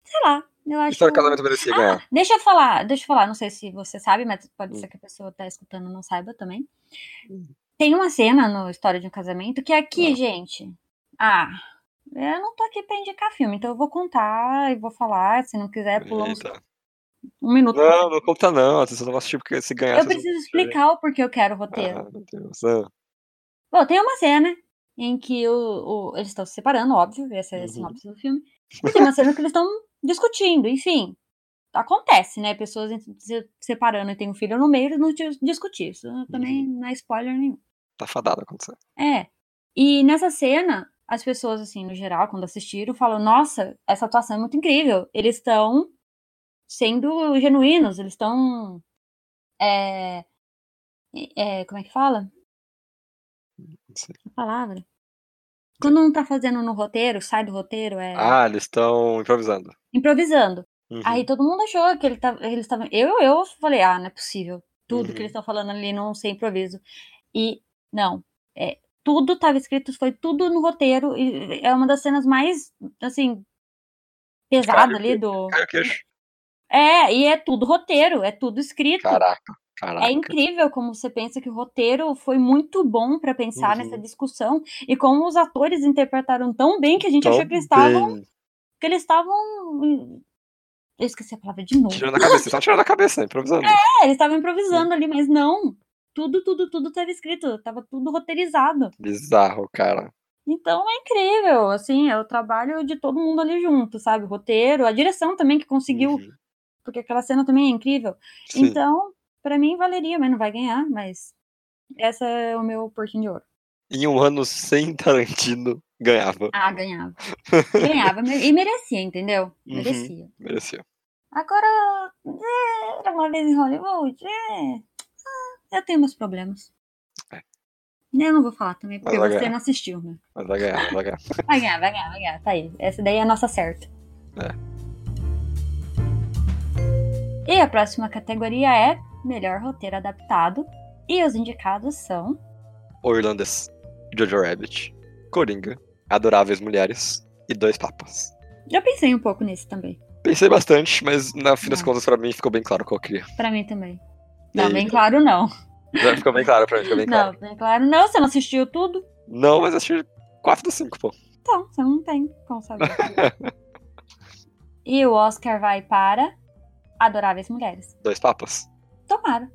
Speaker 1: Sei lá. Eu acho.
Speaker 2: História de Casamento merecia ganhar.
Speaker 1: Deixa eu falar, deixa eu falar, não sei se você sabe, mas pode
Speaker 2: Hum.
Speaker 1: ser que a pessoa tá escutando e não saiba também. Tem uma cena no História de um Casamento que aqui,
Speaker 2: Ah.
Speaker 1: gente. Ah, eu não tô aqui pra indicar filme, então eu vou contar e vou falar. Se não quiser, pula uns-
Speaker 2: Eita.
Speaker 1: um minuto.
Speaker 2: Não, não conta não. Vocês não vão assistir porque se ganhar...
Speaker 1: eu
Speaker 2: vocês vão
Speaker 1: preciso
Speaker 2: assistir.
Speaker 1: explicar o porquê eu quero o roteiro.
Speaker 2: Ah, meu Deus. Ah.
Speaker 1: Bom, tem uma cena em que o, o- eles estão se separando, óbvio, essa é a
Speaker 2: Uhum.
Speaker 1: sinopse do filme. E tem uma cena que eles estão discutindo, enfim. Acontece, né? Pessoas en- se separando e tem um filho no meio, eles não dis- discutir. Isso também não é spoiler nenhum.
Speaker 2: Tá fadado a acontecer.
Speaker 1: É. E nessa cena, as pessoas, assim, no geral, quando assistiram, falam: Nossa, essa atuação é muito incrível. Eles estão sendo genuínos, eles estão. É, é, como é que fala?
Speaker 2: sei.
Speaker 1: A palavra. Quando um tá fazendo no roteiro, sai do roteiro, é
Speaker 2: Ah, eles estão improvisando.
Speaker 1: improvisando.
Speaker 2: Uhum.
Speaker 1: Aí todo mundo achou que ele tá, eles estavam. Eu, eu falei, ah, não é possível. Tudo
Speaker 2: Uhum.
Speaker 1: que eles estão falando ali não ser improviso. E não. É, tudo estava escrito, foi tudo no roteiro. E é uma das cenas mais, assim, pesada
Speaker 2: Caiu o
Speaker 1: ali do.
Speaker 2: Caiu o queixo.
Speaker 1: É, e é tudo roteiro, é tudo escrito.
Speaker 2: Caraca, caraca.
Speaker 1: É incrível como você pensa que o roteiro foi muito bom pra pensar
Speaker 2: Uhum.
Speaker 1: nessa discussão e como os atores interpretaram tão bem que a gente
Speaker 2: Tão
Speaker 1: achou que eles estavam
Speaker 2: bem.
Speaker 1: que eles estavam Eu esqueci a palavra de novo.
Speaker 2: Tirando a cabeça, vocês estão tirando a cabeça, improvisando.
Speaker 1: É, eles estavam improvisando ali, mas não. Tudo, tudo, tudo estava escrito. Tava tudo roteirizado.
Speaker 2: Bizarro, cara.
Speaker 1: Então é incrível, assim, é o trabalho de todo mundo ali junto, sabe? O roteiro, a direção também que conseguiu,
Speaker 2: Uhum.
Speaker 1: porque aquela cena também é incrível.
Speaker 2: Sim.
Speaker 1: Então, pra mim valeria, mas não vai ganhar, mas essa é o meu porquinho de ouro.
Speaker 2: Em um ano sem Tarantino, ganhava.
Speaker 1: Ah, ganhava. ganhava me- e merecia, entendeu?
Speaker 2: Uhum.
Speaker 1: Merecia.
Speaker 2: Merecia.
Speaker 1: Agora, é, era uma vez em Hollywood, é, ah, eu tenho meus problemas. Né,
Speaker 2: É.
Speaker 1: Eu não vou falar também, porque
Speaker 2: Mas vai
Speaker 1: você
Speaker 2: ganhar.
Speaker 1: não assistiu, né?
Speaker 2: Mas vai ganhar, vai ganhar.
Speaker 1: Vai ganhar, vai ganhar, vai ganhar. Tá aí. Essa daí é a nossa certa.
Speaker 2: É.
Speaker 1: E a próxima categoria é Melhor Roteiro Adaptado. E os indicados são.
Speaker 2: O Irlandês, Jojo Rabbit, Coringa, Adoráveis Mulheres e Dois Papas.
Speaker 1: Já pensei um pouco nesse também.
Speaker 2: Pensei bastante, mas na fim das
Speaker 1: Não.
Speaker 2: contas pra mim ficou bem claro qual eu queria.
Speaker 1: Pra mim também.
Speaker 2: E
Speaker 1: Não,
Speaker 2: aí?
Speaker 1: bem claro não.
Speaker 2: Já Ficou bem claro pra mim, ficou Né, então, bem claro.
Speaker 1: Não, bem claro não. Você não assistiu tudo?
Speaker 2: Não, mas achei 4 dos 5, pô.
Speaker 1: Então, você não tem como saber. e o Oscar vai para Adoráveis Mulheres.
Speaker 2: Dois Papas.
Speaker 1: Tomara.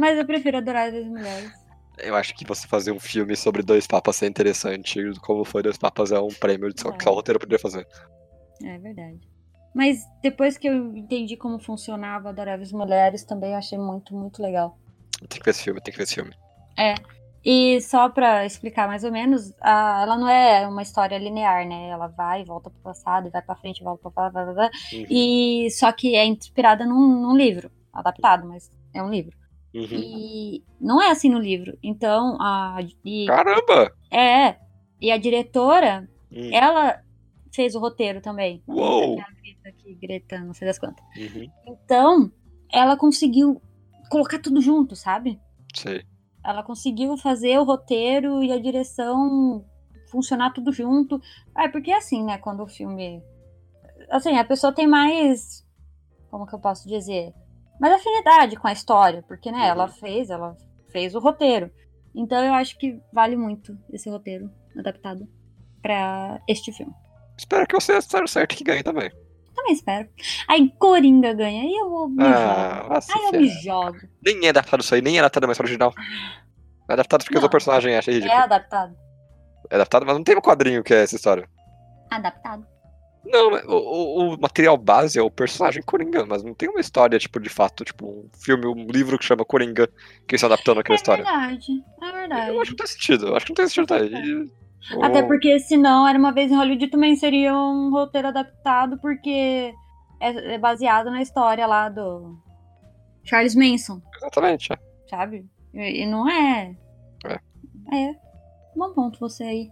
Speaker 1: Mas eu prefiro Adoráveis Mulheres.
Speaker 2: Eu acho que você fazer um filme sobre Dois Papas é interessante. Como foi Dois Papas é um prêmio de só, que só o roteiro poderia fazer.
Speaker 1: É verdade. Mas depois que eu entendi como funcionava Adoráveis Mulheres, também eu achei muito, muito legal.
Speaker 2: Tem que ver esse filme, tem que ver esse filme.
Speaker 1: E só pra explicar mais ou menos, a- ela não é uma história linear, né? Ela vai e volta pro passado, e vai pra frente, e volta pra passado, blá, blá, blá.
Speaker 2: Uhum.
Speaker 1: e só que é inspirada num, num livro, adaptado, mas é um livro.
Speaker 2: Uhum.
Speaker 1: E não é assim no livro. Então, a e-
Speaker 2: Caramba!
Speaker 1: é, é. e a diretora,
Speaker 2: Hum.
Speaker 1: ela fez o roteiro também.
Speaker 2: Uou!
Speaker 1: Minha vida aqui, Greta, não sei das quantas.
Speaker 2: Uhum.
Speaker 1: Então, ela conseguiu colocar tudo junto, sabe?
Speaker 2: Sei.
Speaker 1: Ela conseguiu fazer o roteiro e a direção funcionar tudo junto. Ah, é porque é assim, né? Quando o filme. Assim, a pessoa tem mais. Como que eu posso dizer? Mais afinidade com a história, porque, né?
Speaker 2: Uhum.
Speaker 1: Ela fez, ela fez o roteiro. Então, eu acho que vale muito esse roteiro adaptado pra este filme.
Speaker 2: Espero que você seja certo que ganhe também.
Speaker 1: Também espero. Aí, Coringa ganha. Aí eu vou me jogo.
Speaker 2: Ah, assim,
Speaker 1: Aí eu me jogo.
Speaker 2: Nem é adaptado isso aí, nem é adaptado mais pra original. É adaptado porque
Speaker 1: Não.
Speaker 2: o personagem acha
Speaker 1: É
Speaker 2: ridículo.
Speaker 1: adaptado.
Speaker 2: É adaptado, mas não tem um quadrinho que é essa história.
Speaker 1: Adaptado.
Speaker 2: Não, mas o, o- o material base é o personagem Coringa, mas não tem uma história, tipo, de fato, tipo, um filme, um livro que chama Coringa, que está adaptando aquela
Speaker 1: é
Speaker 2: história.
Speaker 1: verdade. É verdade.
Speaker 2: Eu acho que não tem sentido, eu acho que não tem sentido tá aí. Ou-
Speaker 1: Até porque se não era uma vez em Hollywood também seria um roteiro adaptado porque é é baseado na história lá do Charles Manson,
Speaker 2: Exatamente, é.
Speaker 1: sabe? E e não é. É. Bom ponto você aí.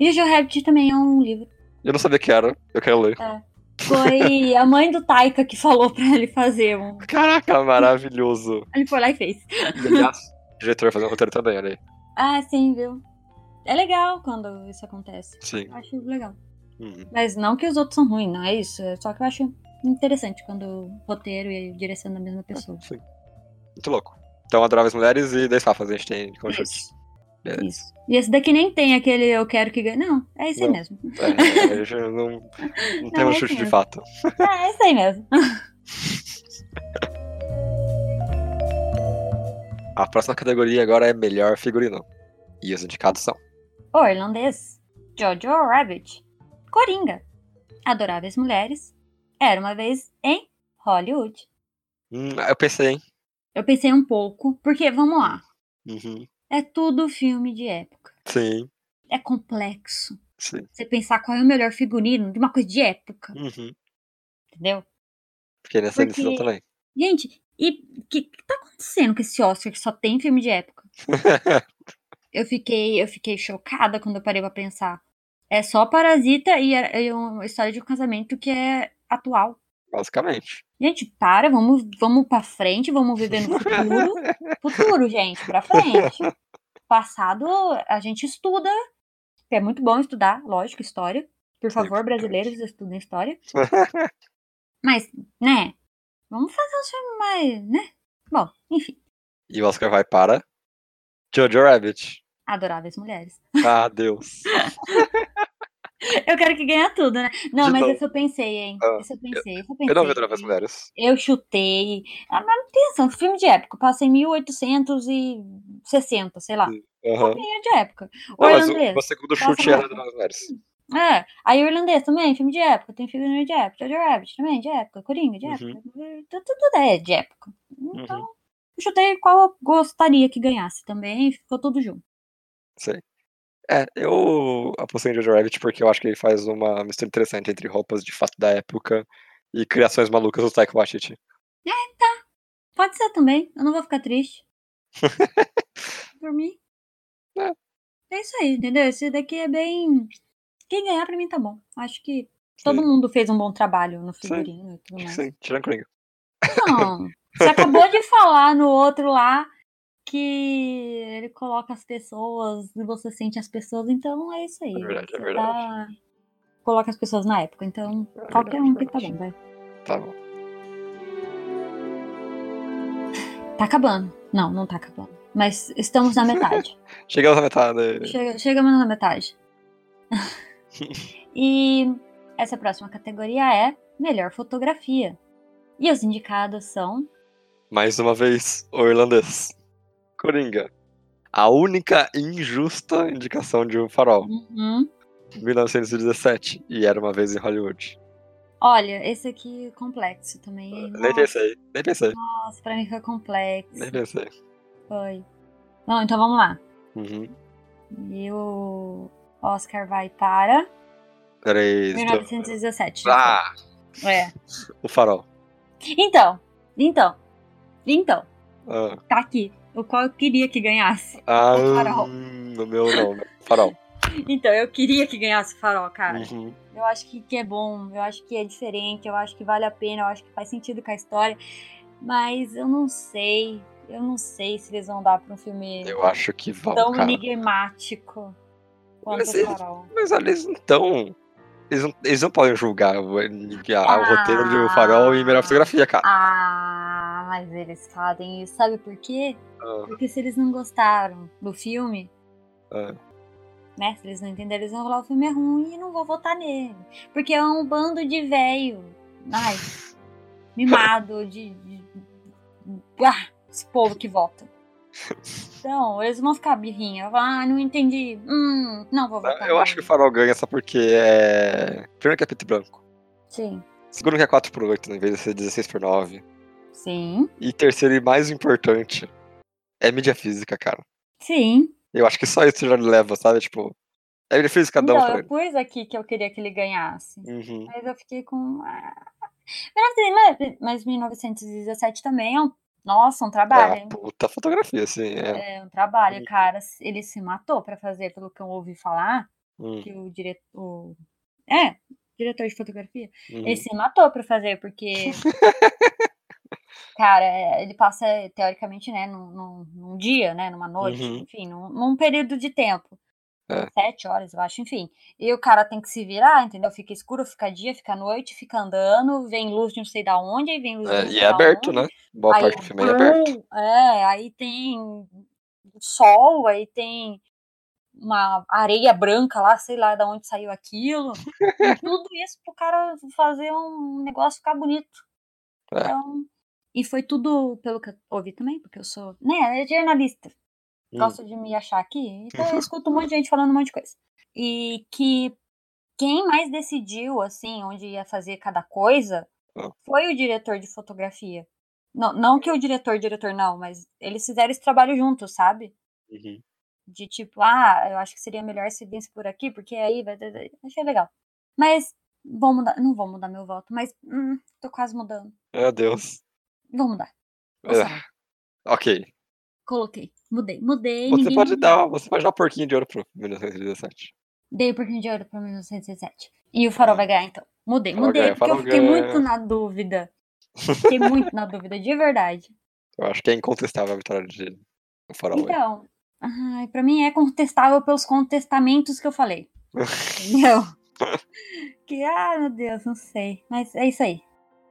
Speaker 1: E o Joe Rabbit também é um livro.
Speaker 2: Eu não sabia que era, eu quero ler.
Speaker 1: Foi a mãe do Taika que falou pra ele fazer um. [laughs]
Speaker 2: Caraca, maravilhoso.
Speaker 1: Ele foi lá e fez.
Speaker 2: E, aliás, o diretor fazendo roteiro também, olha aí.
Speaker 1: Ah, sim, viu? É legal quando isso acontece.
Speaker 2: Sim.
Speaker 1: Eu acho legal.
Speaker 2: Uhum.
Speaker 1: Mas não que os outros são ruins, não é isso. É só que eu acho interessante quando o roteiro e a direção é da mesma pessoa.
Speaker 2: Sim. Muito louco. Então, adoráveis mulheres e 10 papas, a gente tem como chute.
Speaker 1: Isso.
Speaker 2: É.
Speaker 1: Isso. E esse daqui nem tem aquele eu quero que ganhe. Não, é esse aí
Speaker 2: Não.
Speaker 1: mesmo.
Speaker 2: É, eu já não, não, temos
Speaker 1: é
Speaker 2: chute de
Speaker 1: mesmo.
Speaker 2: fato.
Speaker 1: É, é esse aí mesmo.
Speaker 2: A próxima categoria agora é melhor figurino. E os indicados são
Speaker 1: O irlandês. Jojo Rabbit. Coringa. Adoráveis Mulheres. Era uma vez em Hollywood.
Speaker 2: Hum, eu pensei, hein?
Speaker 1: Eu pensei um pouco, porque vamos lá.
Speaker 2: Uhum.
Speaker 1: É tudo filme de época.
Speaker 2: Sim,
Speaker 1: É complexo.
Speaker 2: sim.
Speaker 1: Você pensar qual é o melhor figurino de uma coisa de época,
Speaker 2: Uhum.
Speaker 1: entendeu?
Speaker 2: Fiquei nessa
Speaker 1: Porque-
Speaker 2: decisão também.
Speaker 1: Gente, e o que, que tá acontecendo com esse Oscar que só tem filme de época? Eu fiquei, eu fiquei chocada quando eu parei pra pensar. É só Parasita e, a- e uma história de um casamento que é atual.
Speaker 2: Basicamente.
Speaker 1: Gente, para, vamos, vamos pra frente, vamos viver no futuro. futuro, gente, pra frente. Passado, a gente estuda. que É muito bom estudar, lógico, história. Por favor,
Speaker 2: importante.
Speaker 1: brasileiros, estudem história. Mas, né? Vamos fazer um filme mais, né? Bom, enfim.
Speaker 2: E o Oscar vai para Jojo Rabbit.
Speaker 1: Adoráveis mulheres.
Speaker 2: Ah, Deus.
Speaker 1: Eu quero que ganhe tudo, né? Não,
Speaker 2: De
Speaker 1: mas
Speaker 2: novo.
Speaker 1: esse eu pensei, hein?
Speaker 2: Ah,
Speaker 1: esse eu pensei, esse eu pensei.
Speaker 2: Eu não vi Adoráveis das Mulheres.
Speaker 1: Eu chutei. Ah, mas não tem atenção, filme de época. Passa em 1860, sei lá.
Speaker 2: Sim. Aham.
Speaker 1: Filme de época.
Speaker 2: Hum. Não, mas
Speaker 1: Irlandês.
Speaker 2: o, o segundo
Speaker 1: Passa
Speaker 2: chute era
Speaker 1: rápido.
Speaker 2: Adoráveis das Mulheres.
Speaker 1: É. Aí o irlandês também, filme de época. Tem filme de época. Jojo Rabbit também, de época. Coringa, de
Speaker 2: Uhum.
Speaker 1: época. Tudo, tudo é de época. Então, eu chutei qual eu gostaria que ganhasse também. Ficou tudo junto.
Speaker 2: É, eu apostei em Jojo Rabbit porque eu acho que ele faz uma mistura interessante entre roupas de fato da época e criações malucas do Taika Waititi.
Speaker 1: Pode ser também. Eu não vou ficar
Speaker 2: [laughs]
Speaker 1: triste. Por mim.
Speaker 2: É.
Speaker 1: É isso aí, entendeu? Esse daqui é bem. Quem ganhar pra mim tá bom. Acho que todo
Speaker 2: Sim.
Speaker 1: mundo fez um bom trabalho no figurino e
Speaker 2: [laughs]
Speaker 1: tudo mais.
Speaker 2: Sim, tirando Coringa.
Speaker 1: Não. Você acabou de falar no outro lá que ele coloca as pessoas e você sente as pessoas, então é isso aí.
Speaker 2: É verdade, é
Speaker 1: Você
Speaker 2: verdade.
Speaker 1: tá- Coloca as pessoas na época, então
Speaker 2: É
Speaker 1: qualquer
Speaker 2: verdade,
Speaker 1: um que tá bom,
Speaker 2: verdade.
Speaker 1: vai.
Speaker 2: Tá bom.
Speaker 1: Tá acabando. Não, não tá acabando. Mas estamos na metade.
Speaker 2: Chegamos na metade.
Speaker 1: Chega- Chegamos na metade. e essa próxima categoria é melhor fotografia. E os indicados são.
Speaker 2: Mais uma vez, o irlandês. Coringa. A única injusta indicação de um farol.
Speaker 1: Uhum.
Speaker 2: 1917. E era uma vez em Hollywood.
Speaker 1: Olha, esse aqui é complexo também. hein?
Speaker 2: Nem pensei, nem pensei,
Speaker 1: Nossa, pra mim foi complexo.
Speaker 2: nem pensei.
Speaker 1: Foi. Não, então vamos lá.
Speaker 2: Uhum.
Speaker 1: E o Oscar vai para
Speaker 2: 3, 2.
Speaker 1: 1917.
Speaker 2: Ah!
Speaker 1: É.
Speaker 2: O farol.
Speaker 1: Então, então, então,
Speaker 2: Ah.
Speaker 1: tá aqui. O qual eu queria que ganhasse.
Speaker 2: Ah,
Speaker 1: O farol.
Speaker 2: hum, no meu não, né? farol.
Speaker 1: Então, eu queria que ganhasse o farol, cara.
Speaker 2: Uhum.
Speaker 1: Eu acho que, que é bom, eu acho que é diferente, eu acho que vale a pena, eu acho que faz sentido com a história. Mas eu não sei. Eu não sei se eles vão dar pra um filme
Speaker 2: Eu acho que vão,
Speaker 1: tão
Speaker 2: cara.
Speaker 1: enigmático quanto
Speaker 2: Mas
Speaker 1: o
Speaker 2: eles-
Speaker 1: farol.
Speaker 2: Mas olha, eles não tão- Eles não, eles não podem julgar o, a- o
Speaker 1: Ah.
Speaker 2: roteiro de O Farol e melhor fotografia, cara.
Speaker 1: Ah, mas eles fazem isso, sabe por quê?
Speaker 2: Ah,
Speaker 1: Porque se eles não gostaram do filme,
Speaker 2: Ah.
Speaker 1: né? Se eles não entenderam, eles vão falar o filme é ruim e não vou votar nele. Porque é um bando de velho. Ai, mimado, de. de- Ah, esse povo que vota. Então, eles vão ficar birrinha. Vão falar, Ah, não entendi. Hum, não vou votar.
Speaker 2: eu acho que o
Speaker 1: nele."
Speaker 2: Farol ganha só porque é. Primeiro que é preto e branco.
Speaker 1: Sim.
Speaker 2: Segundo que é 4x8, em vez de ser 16x9.
Speaker 1: Sim.
Speaker 2: E terceiro e mais importante é mídia física, cara.
Speaker 1: Sim.
Speaker 2: Eu acho que só isso já leva, sabe? Tipo, é mídia física, dá um
Speaker 1: Então,
Speaker 2: pra
Speaker 1: eu pus aqui que eu queria que ele ganhasse.
Speaker 2: ele. Uhum.
Speaker 1: Mas eu fiquei com. ah. 1919 Mas 1917 também é um. Nossa, um
Speaker 2: É
Speaker 1: trabalho,
Speaker 2: uma
Speaker 1: hein?
Speaker 2: puta fotografia, assim. É.
Speaker 1: É um trabalho, cara. Ele se matou pra fazer, pelo que eu ouvi falar,
Speaker 2: Hum,
Speaker 1: que o diretor. É, diretor de fotografia.
Speaker 2: uhum.
Speaker 1: Ele se matou pra fazer,
Speaker 2: [laughs]
Speaker 1: porque. Cara, é, ele passa, teoricamente, né, num, num- num dia, né, numa noite,
Speaker 2: Uhum.
Speaker 1: enfim, num, num período de tempo.
Speaker 2: É.
Speaker 1: Sete horas, eu acho, enfim. E o cara tem que se virar, entendeu? Fica escuro, fica dia, fica noite, fica andando, vem luz de não sei da onde, aí vem luz de
Speaker 2: É,
Speaker 1: não sei
Speaker 2: e é
Speaker 1: da
Speaker 2: aberto,
Speaker 1: onde.
Speaker 2: né? Boa
Speaker 1: aí,
Speaker 2: parte do filme é aberto.
Speaker 1: É, aí tem sol, aí tem uma areia branca lá, sei lá de onde saiu aquilo. E
Speaker 2: [laughs]
Speaker 1: tudo isso pro cara fazer um negócio ficar bonito.
Speaker 2: É.
Speaker 1: Então, e foi tudo pelo que eu ouvi também, porque eu sou, né, jornalista.
Speaker 2: Hum.
Speaker 1: Gosto de me achar aqui, então
Speaker 2: [laughs]
Speaker 1: eu escuto um monte de gente falando um monte de coisa. E que quem mais decidiu, assim, onde ia fazer cada coisa
Speaker 2: Ah.
Speaker 1: foi o diretor de fotografia. Não, não que o diretor, diretor não, mas eles fizeram esse trabalho juntos, sabe?
Speaker 2: Uhum.
Speaker 1: de tipo, ah, eu acho que seria melhor se visse por aqui, porque aí vai. vai- vai- Achei legal. Mas vou mudar. Não vou mudar meu voto, mas hum, tô quase mudando.
Speaker 2: Meu Deus.
Speaker 1: Vou mudar. Ou
Speaker 2: Ah,
Speaker 1: seja,
Speaker 2: ok.
Speaker 1: Coloquei. Mudei. Mudei.
Speaker 2: Você
Speaker 1: ninguém
Speaker 2: pode,
Speaker 1: me-
Speaker 2: dar, você pode dar um porquinho de ouro pro 1917.
Speaker 1: Dei o porquinho de ouro pra 1917. E o farol vai ganhar, então. Mudei,
Speaker 2: Hum. Farol
Speaker 1: mudei,
Speaker 2: ganha,
Speaker 1: porque eu
Speaker 2: farol
Speaker 1: fiquei
Speaker 2: ganha.
Speaker 1: muito na dúvida. Fiquei muito na dúvida, de verdade.
Speaker 2: Eu acho que é incontestável a vitória de do Farol. hein?
Speaker 1: Então, ai, pra mim é contestável pelos contestamentos que eu falei.
Speaker 2: [laughs]
Speaker 1: Entendeu? que, ah, meu Deus, não sei. Mas é isso aí.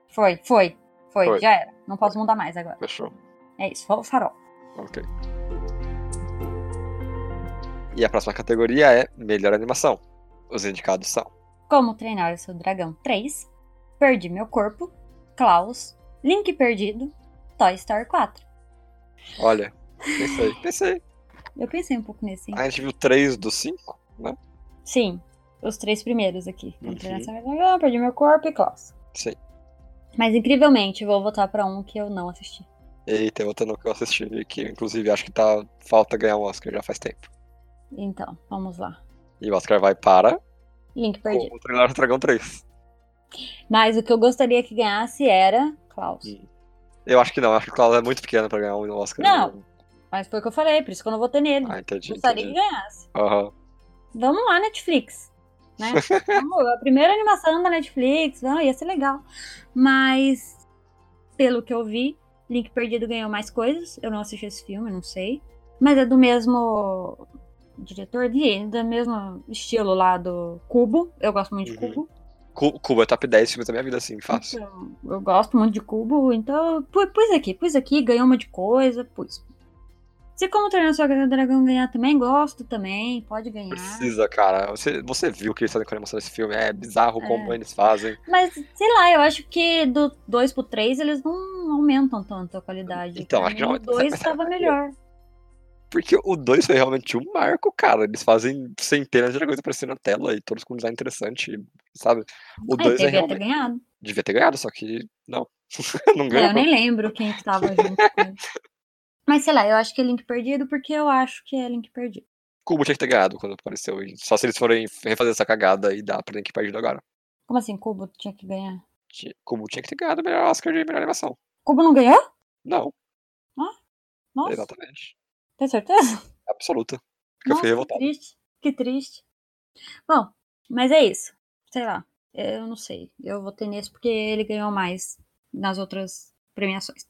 Speaker 1: Foi, foi, foi,
Speaker 2: Foi.
Speaker 1: já era. Não posso mudar mais agora.
Speaker 2: Fechou.
Speaker 1: É isso, foi o farol.
Speaker 2: Ok. E a próxima categoria é melhor animação. Os indicados são
Speaker 1: Como Treinar o Seu Dragão 3, Perdi Meu Corpo, Klaus, Link Perdido, Toy Story 4.
Speaker 2: Olha, pensei, pensei.
Speaker 1: Eu pensei um pouco nesse, hein?
Speaker 2: A gente viu três dos cinco?
Speaker 1: Sim, os três primeiros aqui. Como
Speaker 2: Uhum.
Speaker 1: Treinar o Seu Dragão, Perdi Meu Corpo e Klaus.
Speaker 2: Sim.
Speaker 1: Mas incrivelmente, vou voltar pra um que eu não assisti.
Speaker 2: Eita, voltando ao que eu assisti, que inclusive acho que tá falta ganhar um Oscar já faz tempo.
Speaker 1: Então, vamos lá.
Speaker 2: E o Oscar vai para
Speaker 1: Link Perdido.
Speaker 2: o Treinar o Dragão 3.
Speaker 1: Mas o que eu gostaria que ganhasse era Klaus.
Speaker 2: Hum. Eu acho que não, acho que o Klaus é muito pequeno pra ganhar um Oscar.
Speaker 1: Não. Mas foi o que eu falei, por isso que eu não votei nele.
Speaker 2: Ah, entendi.
Speaker 1: gostaria que
Speaker 2: entendi.
Speaker 1: ganhasse.
Speaker 2: Aham.
Speaker 1: Vamos lá, Netflix.
Speaker 2: [laughs]
Speaker 1: Né? Vamos, a primeira animação da Netflix, ah, ia ser legal. Mas, pelo que eu vi, Link Perdido ganhou mais coisas. Eu não assisti esse filme, não sei. Mas é do mesmo diretor, de- do mesmo estilo lá do Cubo. Eu gosto muito de
Speaker 2: Uhum.
Speaker 1: Cubo.
Speaker 2: Cu- Cuba é top 10 filmes da minha vida, assim, fácil.
Speaker 1: Então, eu gosto muito de Cubo, então eu pu- pus aqui, pus aqui, ganhou uma de coisa, pus. Se como treinar sua Casa do dragão ganhar também, gosto também, pode ganhar.
Speaker 2: Precisa, cara. Você, você viu o que eles fazem com a animação desse filme? É bizarro como eles fazem.
Speaker 1: Mas, sei lá, eu acho que do 2 pro 3 eles não aumentam tanto a qualidade.
Speaker 2: Então,
Speaker 1: Pra
Speaker 2: acho que
Speaker 1: mim,
Speaker 2: não-
Speaker 1: O 2
Speaker 2: mas-
Speaker 1: estava melhor.
Speaker 2: Porque o 2 foi realmente um marco, cara. Eles fazem centenas de dragões aparecendo na tela e todos com um design interessante, sabe? O
Speaker 1: Aí
Speaker 2: 2 é
Speaker 1: devia ter
Speaker 2: realmente.
Speaker 1: ganhado.
Speaker 2: Devia ter ganhado, só que não. [laughs] não
Speaker 1: É,
Speaker 2: ganhou.
Speaker 1: eu nem lembro quem que tava junto com ele. Mas sei lá, eu acho que é Link Perdido porque eu acho que é Link Perdido.
Speaker 2: Cuba tinha que ter ganhado quando apareceu. e Só se eles forem refazer essa cagada e dar pra Link perdido agora.
Speaker 1: Como assim, Cubo tinha que ganhar?
Speaker 2: Ti- Cubo tinha que ter ganhado o melhor Oscar de melhor animação.
Speaker 1: Cubo não ganhou?
Speaker 2: Não,
Speaker 1: Nossa,
Speaker 2: exatamente.
Speaker 1: tem certeza?
Speaker 2: Absoluta. Porque eu
Speaker 1: Nossa,
Speaker 2: fui
Speaker 1: que
Speaker 2: revoltado.
Speaker 1: triste, que triste. Bom, mas é isso. Sei lá, eu não sei. Eu votei nesse porque ele ganhou mais nas outras premiações.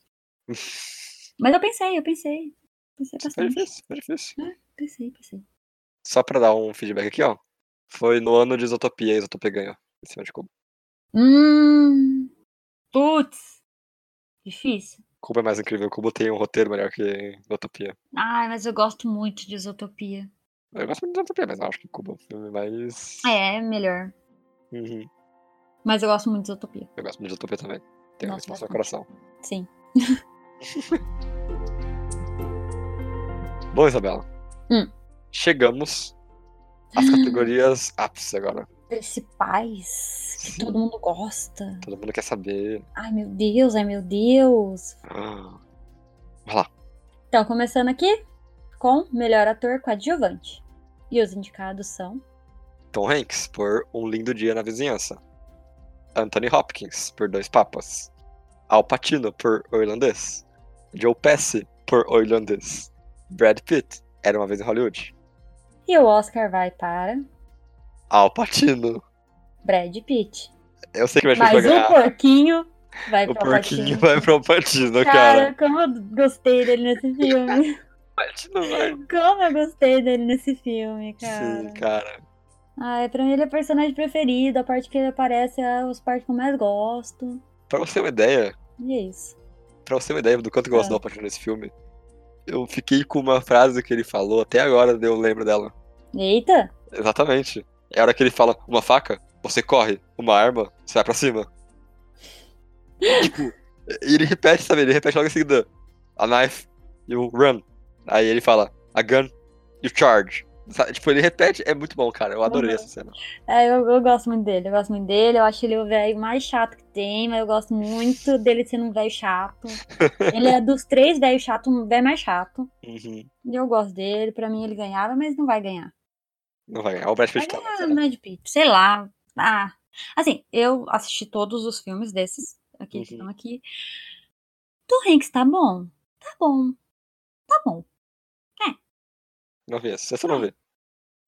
Speaker 1: Mas eu pensei, eu pensei. Pensei
Speaker 2: Foi
Speaker 1: bastante.
Speaker 2: difícil, foi difícil.
Speaker 1: Pensei, pensei.
Speaker 2: Só pra dar um feedback aqui, ó. Foi no ano de Isotopia, a Isotopia ganhou. Em cima de Cuba.
Speaker 1: Hum. Putz. Difícil.
Speaker 2: Cuba é mais incrível. Cuba tem um roteiro melhor que Isotopia.
Speaker 1: Ai, mas eu gosto muito de Isotopia.
Speaker 2: Eu gosto muito de Isotopia, mas não acho que Cuba é um filme mais.
Speaker 1: É, melhor. é.
Speaker 2: Uhum.
Speaker 1: Mas eu gosto muito de Isotopia.
Speaker 2: Eu gosto muito de Isotopia também. Tem um
Speaker 1: Nossa,
Speaker 2: espaço no
Speaker 1: bastante.
Speaker 2: coração.
Speaker 1: Sim.
Speaker 2: [laughs] Bom, Isabela.
Speaker 1: Hum.
Speaker 2: Chegamos
Speaker 1: [gasps]
Speaker 2: às categorias ápice agora.
Speaker 1: Principais que todo mundo gosta.
Speaker 2: Todo mundo quer saber.
Speaker 1: Ai, meu Deus, ai, meu Deus.
Speaker 2: Ah,
Speaker 1: Então, começando aqui com melhor ator coadjuvante. E os indicados são.
Speaker 2: Tom Hanks, por Um Lindo Dia na Vizinhança. Anthony Hopkins, por Dois Papas. Al Pacino, por O Irlandês. Joe Pesci, por O Irlandês. Brad Pitt, Era Uma Vez em Hollywood.
Speaker 1: E o Oscar vai para
Speaker 2: Al Pacino.
Speaker 1: Brad Pitt.
Speaker 2: Ah, Eu sei que vai Pitt vai
Speaker 1: Mas o
Speaker 2: ganhar.
Speaker 1: porquinho vai
Speaker 2: O
Speaker 1: para
Speaker 2: porquinho vai pro Patino, cara.
Speaker 1: Cara, como eu gostei dele nesse filme. [laughs]
Speaker 2: Patino vai.
Speaker 1: Como eu gostei dele nesse filme, cara.
Speaker 2: Sim, cara.
Speaker 1: Ai, pra mim ele é o personagem preferido. A parte que ele aparece é as partes que eu mais gosto.
Speaker 2: Pra você ter uma ideia,
Speaker 1: E é isso.
Speaker 2: pra você ter uma ideia do quanto eu gosto
Speaker 1: Ah.
Speaker 2: do Al Pacino nesse filme, eu fiquei com uma frase que ele falou, até agora eu lembro dela.
Speaker 1: Eita!
Speaker 2: Exatamente. É a hora que ele fala uma faca, você corre, uma arma, você vai pra cima. [laughs] tipo, e ele repete, sabe? Ele repete logo em seguida. A knife, you run. Aí ele fala, a gun, you charge. Sabe? Tipo, ele repete, é muito bom, cara. Eu adorei
Speaker 1: Uhum.
Speaker 2: essa cena.
Speaker 1: É, eu, eu gosto muito dele, eu gosto muito dele. Eu acho ele o velho mais chato que tem, mas eu gosto muito dele sendo um velho chato. Ele é dos três velhos chatos, um velho mais chato.
Speaker 2: Uhum.
Speaker 1: E eu gosto dele, pra mim ele ganhava, mas não vai ganhar.
Speaker 2: Não vai ganhar. O Brad Pitt tá lá,
Speaker 1: Ah,
Speaker 2: cara.
Speaker 1: Brad Pitt, sei lá. Ah. Assim, eu assisti todos os filmes desses aqui que
Speaker 2: Uhum.
Speaker 1: estão aqui. Tom Hanks tá bom? Tá bom. Tá bom,
Speaker 2: Não vi essa. Essa eu não vi.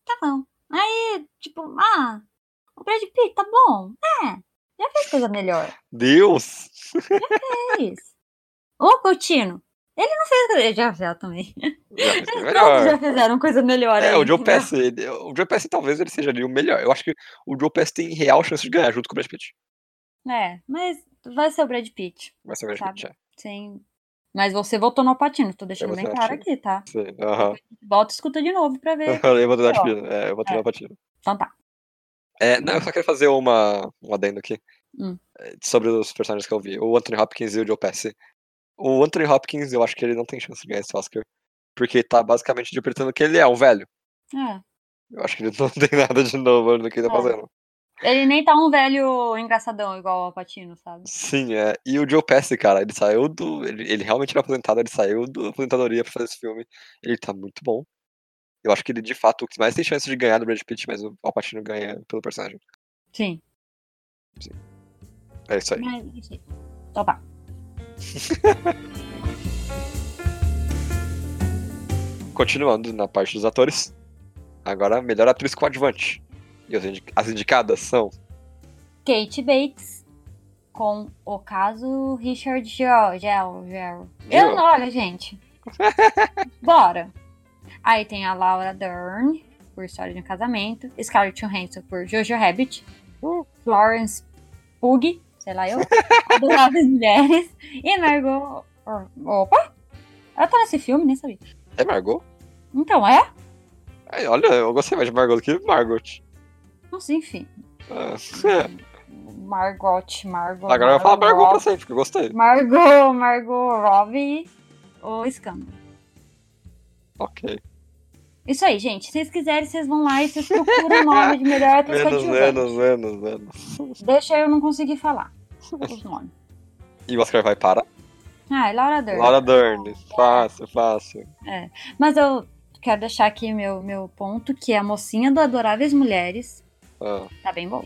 Speaker 1: tá bom. Aí, tipo, ah, o Brad Pitt tá bom? É, já fez coisa melhor.
Speaker 2: Deus!
Speaker 1: É isso. O Coutinho. Ele não fez. Ele já já também.
Speaker 2: Já
Speaker 1: [laughs]
Speaker 2: fez bem
Speaker 1: Todos já né?
Speaker 2: É melhor.
Speaker 1: fizeram coisa melhor.
Speaker 2: É,
Speaker 1: aí,
Speaker 2: o Joe
Speaker 1: entendeu?
Speaker 2: Pesci, ele- o Joe Pesci talvez ele seja ali o melhor. Eu acho que o Joe Pesci tem real chance de ganhar junto com o Brad Pitt.
Speaker 1: É, mas vai ser o Brad Pitt.
Speaker 2: Vai ser o Brad
Speaker 1: Sabe.
Speaker 2: Pitt, é.
Speaker 1: Sem... Mas você votou no Alpatino, tô deixando
Speaker 2: votei
Speaker 1: bem
Speaker 2: no
Speaker 1: claro
Speaker 2: Alpatino.
Speaker 1: aqui, tá?
Speaker 2: Sim, aham.
Speaker 1: Volta e escuta de novo pra ver.
Speaker 2: [laughs] Eu vou ter
Speaker 1: Ó.
Speaker 2: na É, eu vou ter
Speaker 1: É.
Speaker 2: na batida.
Speaker 1: Então tá.
Speaker 2: É, não, eu só quero fazer uma, um adendo aqui.
Speaker 1: Hum.
Speaker 2: É, Sobre os personagens que eu vi. O Anthony Hopkins e o Joe Pesci. O Anthony Hopkins, eu acho que ele não tem chance de ganhar esse Oscar. Porque tá basicamente interpretando que ele é um velho.
Speaker 1: É.
Speaker 2: Eu acho que ele [laughs] não tem nada de novo no que ele tá
Speaker 1: É.
Speaker 2: fazendo.
Speaker 1: Ele nem tá um velho engraçadão igual o Alpatino, sabe?
Speaker 2: Sim, é. E o Joe Pesci, cara, ele saiu do... Ele, ele realmente era aposentado, ele saiu do da aposentadoria pra fazer esse filme. Ele tá muito bom. Eu acho que ele, de fato, o que mais tem chance de ganhar é do Brad Pitt, mas o Alpatino ganha pelo personagem.
Speaker 1: Sim.
Speaker 2: É isso aí.
Speaker 1: Mas, enfim. Então tá.
Speaker 2: Continuando na parte dos atores, agora melhor atriz coadjuvante. E os indi- as indicadas são
Speaker 1: Kate Bates com o caso Richard Gel. Gel, Gel.
Speaker 2: Gel.
Speaker 1: Eu não, olha,
Speaker 2: [laughs]
Speaker 1: gente. Bora. Aí tem a Laura Dern por História de um Casamento, Scarlett Johansson por Jojo Rabbit,
Speaker 2: Uh.
Speaker 1: Florence Pug, sei lá
Speaker 2: [laughs]
Speaker 1: eu, adorava as mulheres, e Margot... Opa! Ela tá nesse filme, nem sabia.
Speaker 2: é Margot.
Speaker 1: Então, é?
Speaker 2: Ai, olha, eu gostei mais de Margot do que Margot.
Speaker 1: Nossa, enfim.
Speaker 2: Ah,
Speaker 1: Margot, Margot.
Speaker 2: agora eu vou falar Margot pra
Speaker 1: Margot,
Speaker 2: sempre, porque eu gostei.
Speaker 1: Margot, Margot Robbie ou Escândalo.
Speaker 2: Ok.
Speaker 1: Isso aí, gente. Se vocês quiserem, vocês vão lá e vocês procuram o nome de melhor atriz
Speaker 2: Menos,
Speaker 1: coadjuvante.
Speaker 2: menos, menos, menos.
Speaker 1: Deixa eu não conseguir falar os nomes.
Speaker 2: E o Oscar vai para
Speaker 1: Ah, é Laura Dern.
Speaker 2: Laura Dern. Fácil, fácil.
Speaker 1: Mas eu quero deixar aqui meu, meu ponto, que é a mocinha do Adoráveis Mulheres
Speaker 2: Ah,
Speaker 1: tá bem boa.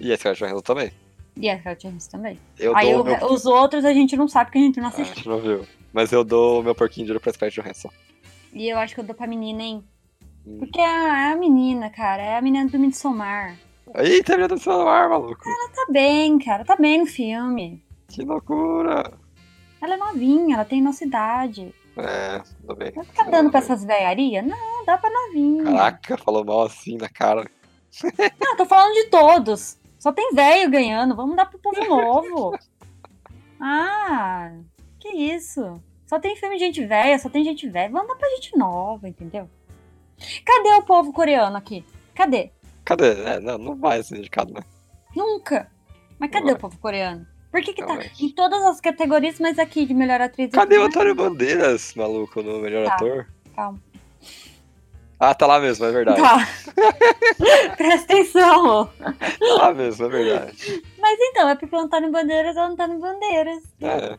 Speaker 2: E a Scarlett Johansson também.
Speaker 1: E a Scarlett Johansson também.
Speaker 2: Eu
Speaker 1: aí
Speaker 2: dou
Speaker 1: o-
Speaker 2: o meu...
Speaker 1: os outros a gente não sabe, porque a gente não
Speaker 2: Ah, a
Speaker 1: assistiu.
Speaker 2: gente não viu. Mas eu dou o meu porquinho de ouro pra Scarlett Johansson.
Speaker 1: E eu acho que eu dou pra menina, hein?
Speaker 2: Ah. Hum.
Speaker 1: Porque é a, é a menina, cara. É a menina do Midsommar.
Speaker 2: Aí terminou do seu ar, maluco.
Speaker 1: Tá bem, cara. Tá bem no filme.
Speaker 2: Que loucura.
Speaker 1: Ela é novinha, ela tem nossa idade.
Speaker 2: É, tudo bem.
Speaker 1: Vai ficar dando pra essas velharias? Não, dá pra novinha.
Speaker 2: é. Caraca, falou mal assim na cara.
Speaker 1: Não, Ah, tô falando de todos. Só tem velho ganhando. Vamos dar pro povo novo. ah, que isso. Só tem filme de gente velha, só tem gente velha. Vamos dar pra gente nova, entendeu? Cadê o povo coreano aqui? Cadê?
Speaker 2: Cadê? É, não, não vai ser indicado, né?
Speaker 1: Nunca. Mas cadê o povo coreano? Por que que tá
Speaker 2: Realmente.
Speaker 1: em todas as categorias, mas aqui de melhor atriz...
Speaker 2: Cadê
Speaker 1: aqui,
Speaker 2: o
Speaker 1: né?
Speaker 2: Antônio Bandeiras, maluco, no melhor
Speaker 1: Tá,
Speaker 2: ator?
Speaker 1: calma.
Speaker 2: Ah, tá lá mesmo, é verdade. Tá,
Speaker 1: Tá. [laughs] Presta atenção.
Speaker 2: lá mesmo, é verdade.
Speaker 1: Mas então, é porque o Antônio Bandeiras é o Antônio Bandeiras.
Speaker 2: É,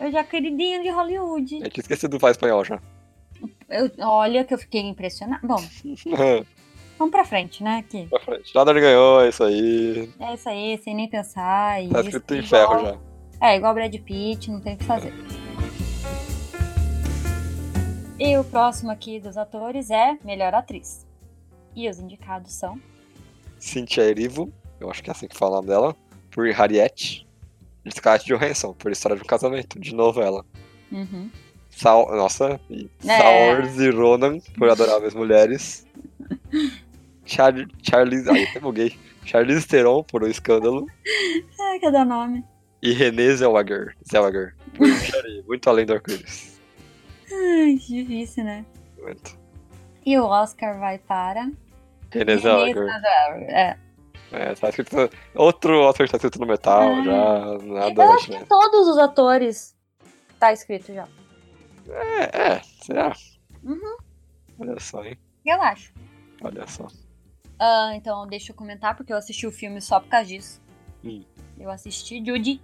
Speaker 1: Eu já queridinho de Hollywood.
Speaker 2: eu tinha esquecido do Vai Espanhol já. [laughs]
Speaker 1: Eu- olha que eu fiquei impressionada. Bom, vamos pra frente, né? Que
Speaker 2: pra frente. Nada ele ganhou, é isso aí.
Speaker 1: é isso aí, sem nem pensar. e
Speaker 2: Tá
Speaker 1: isso,
Speaker 2: escrito em
Speaker 1: igual-
Speaker 2: ferro já.
Speaker 1: É, igual Brad Pitt, não tem o que fazer. E o próximo aqui dos atores é melhor atriz. E os indicados são
Speaker 2: Cynthia Erivo, eu acho que é assim que fala o nome dela. Por Harriet. E Scarlett Johansson, por História de um Casamento. De novo ela.
Speaker 1: uhum.
Speaker 2: Sal, nossa, e
Speaker 1: É.
Speaker 2: Saoirse Ronan, por Adoráveis Mulheres. Char, Charlize, aí até buguei. Charlize Theron, por O Escândalo.
Speaker 1: Ai, cadê o nome?
Speaker 2: E Renée Zellweger, Zellweger
Speaker 1: [laughs]
Speaker 2: por Journey, Muito Além do Arco-Íris.
Speaker 1: Ai, que difícil, né?
Speaker 2: Muito.
Speaker 1: E o Oscar vai para.
Speaker 2: Renée Zellweger.
Speaker 1: É.
Speaker 2: É, tá escrito... Outro autor tá escrito no metal,
Speaker 1: Ah.
Speaker 2: já... Nada...
Speaker 1: Eu acho que todos os atores tá escrito já.
Speaker 2: É, é, será?
Speaker 1: Uhum.
Speaker 2: Olha só, hein?
Speaker 1: Eu acho.
Speaker 2: Olha só.
Speaker 1: Ah, então deixa eu comentar, porque eu assisti o filme só por causa disso.
Speaker 2: Hum.
Speaker 1: Eu assisti Judy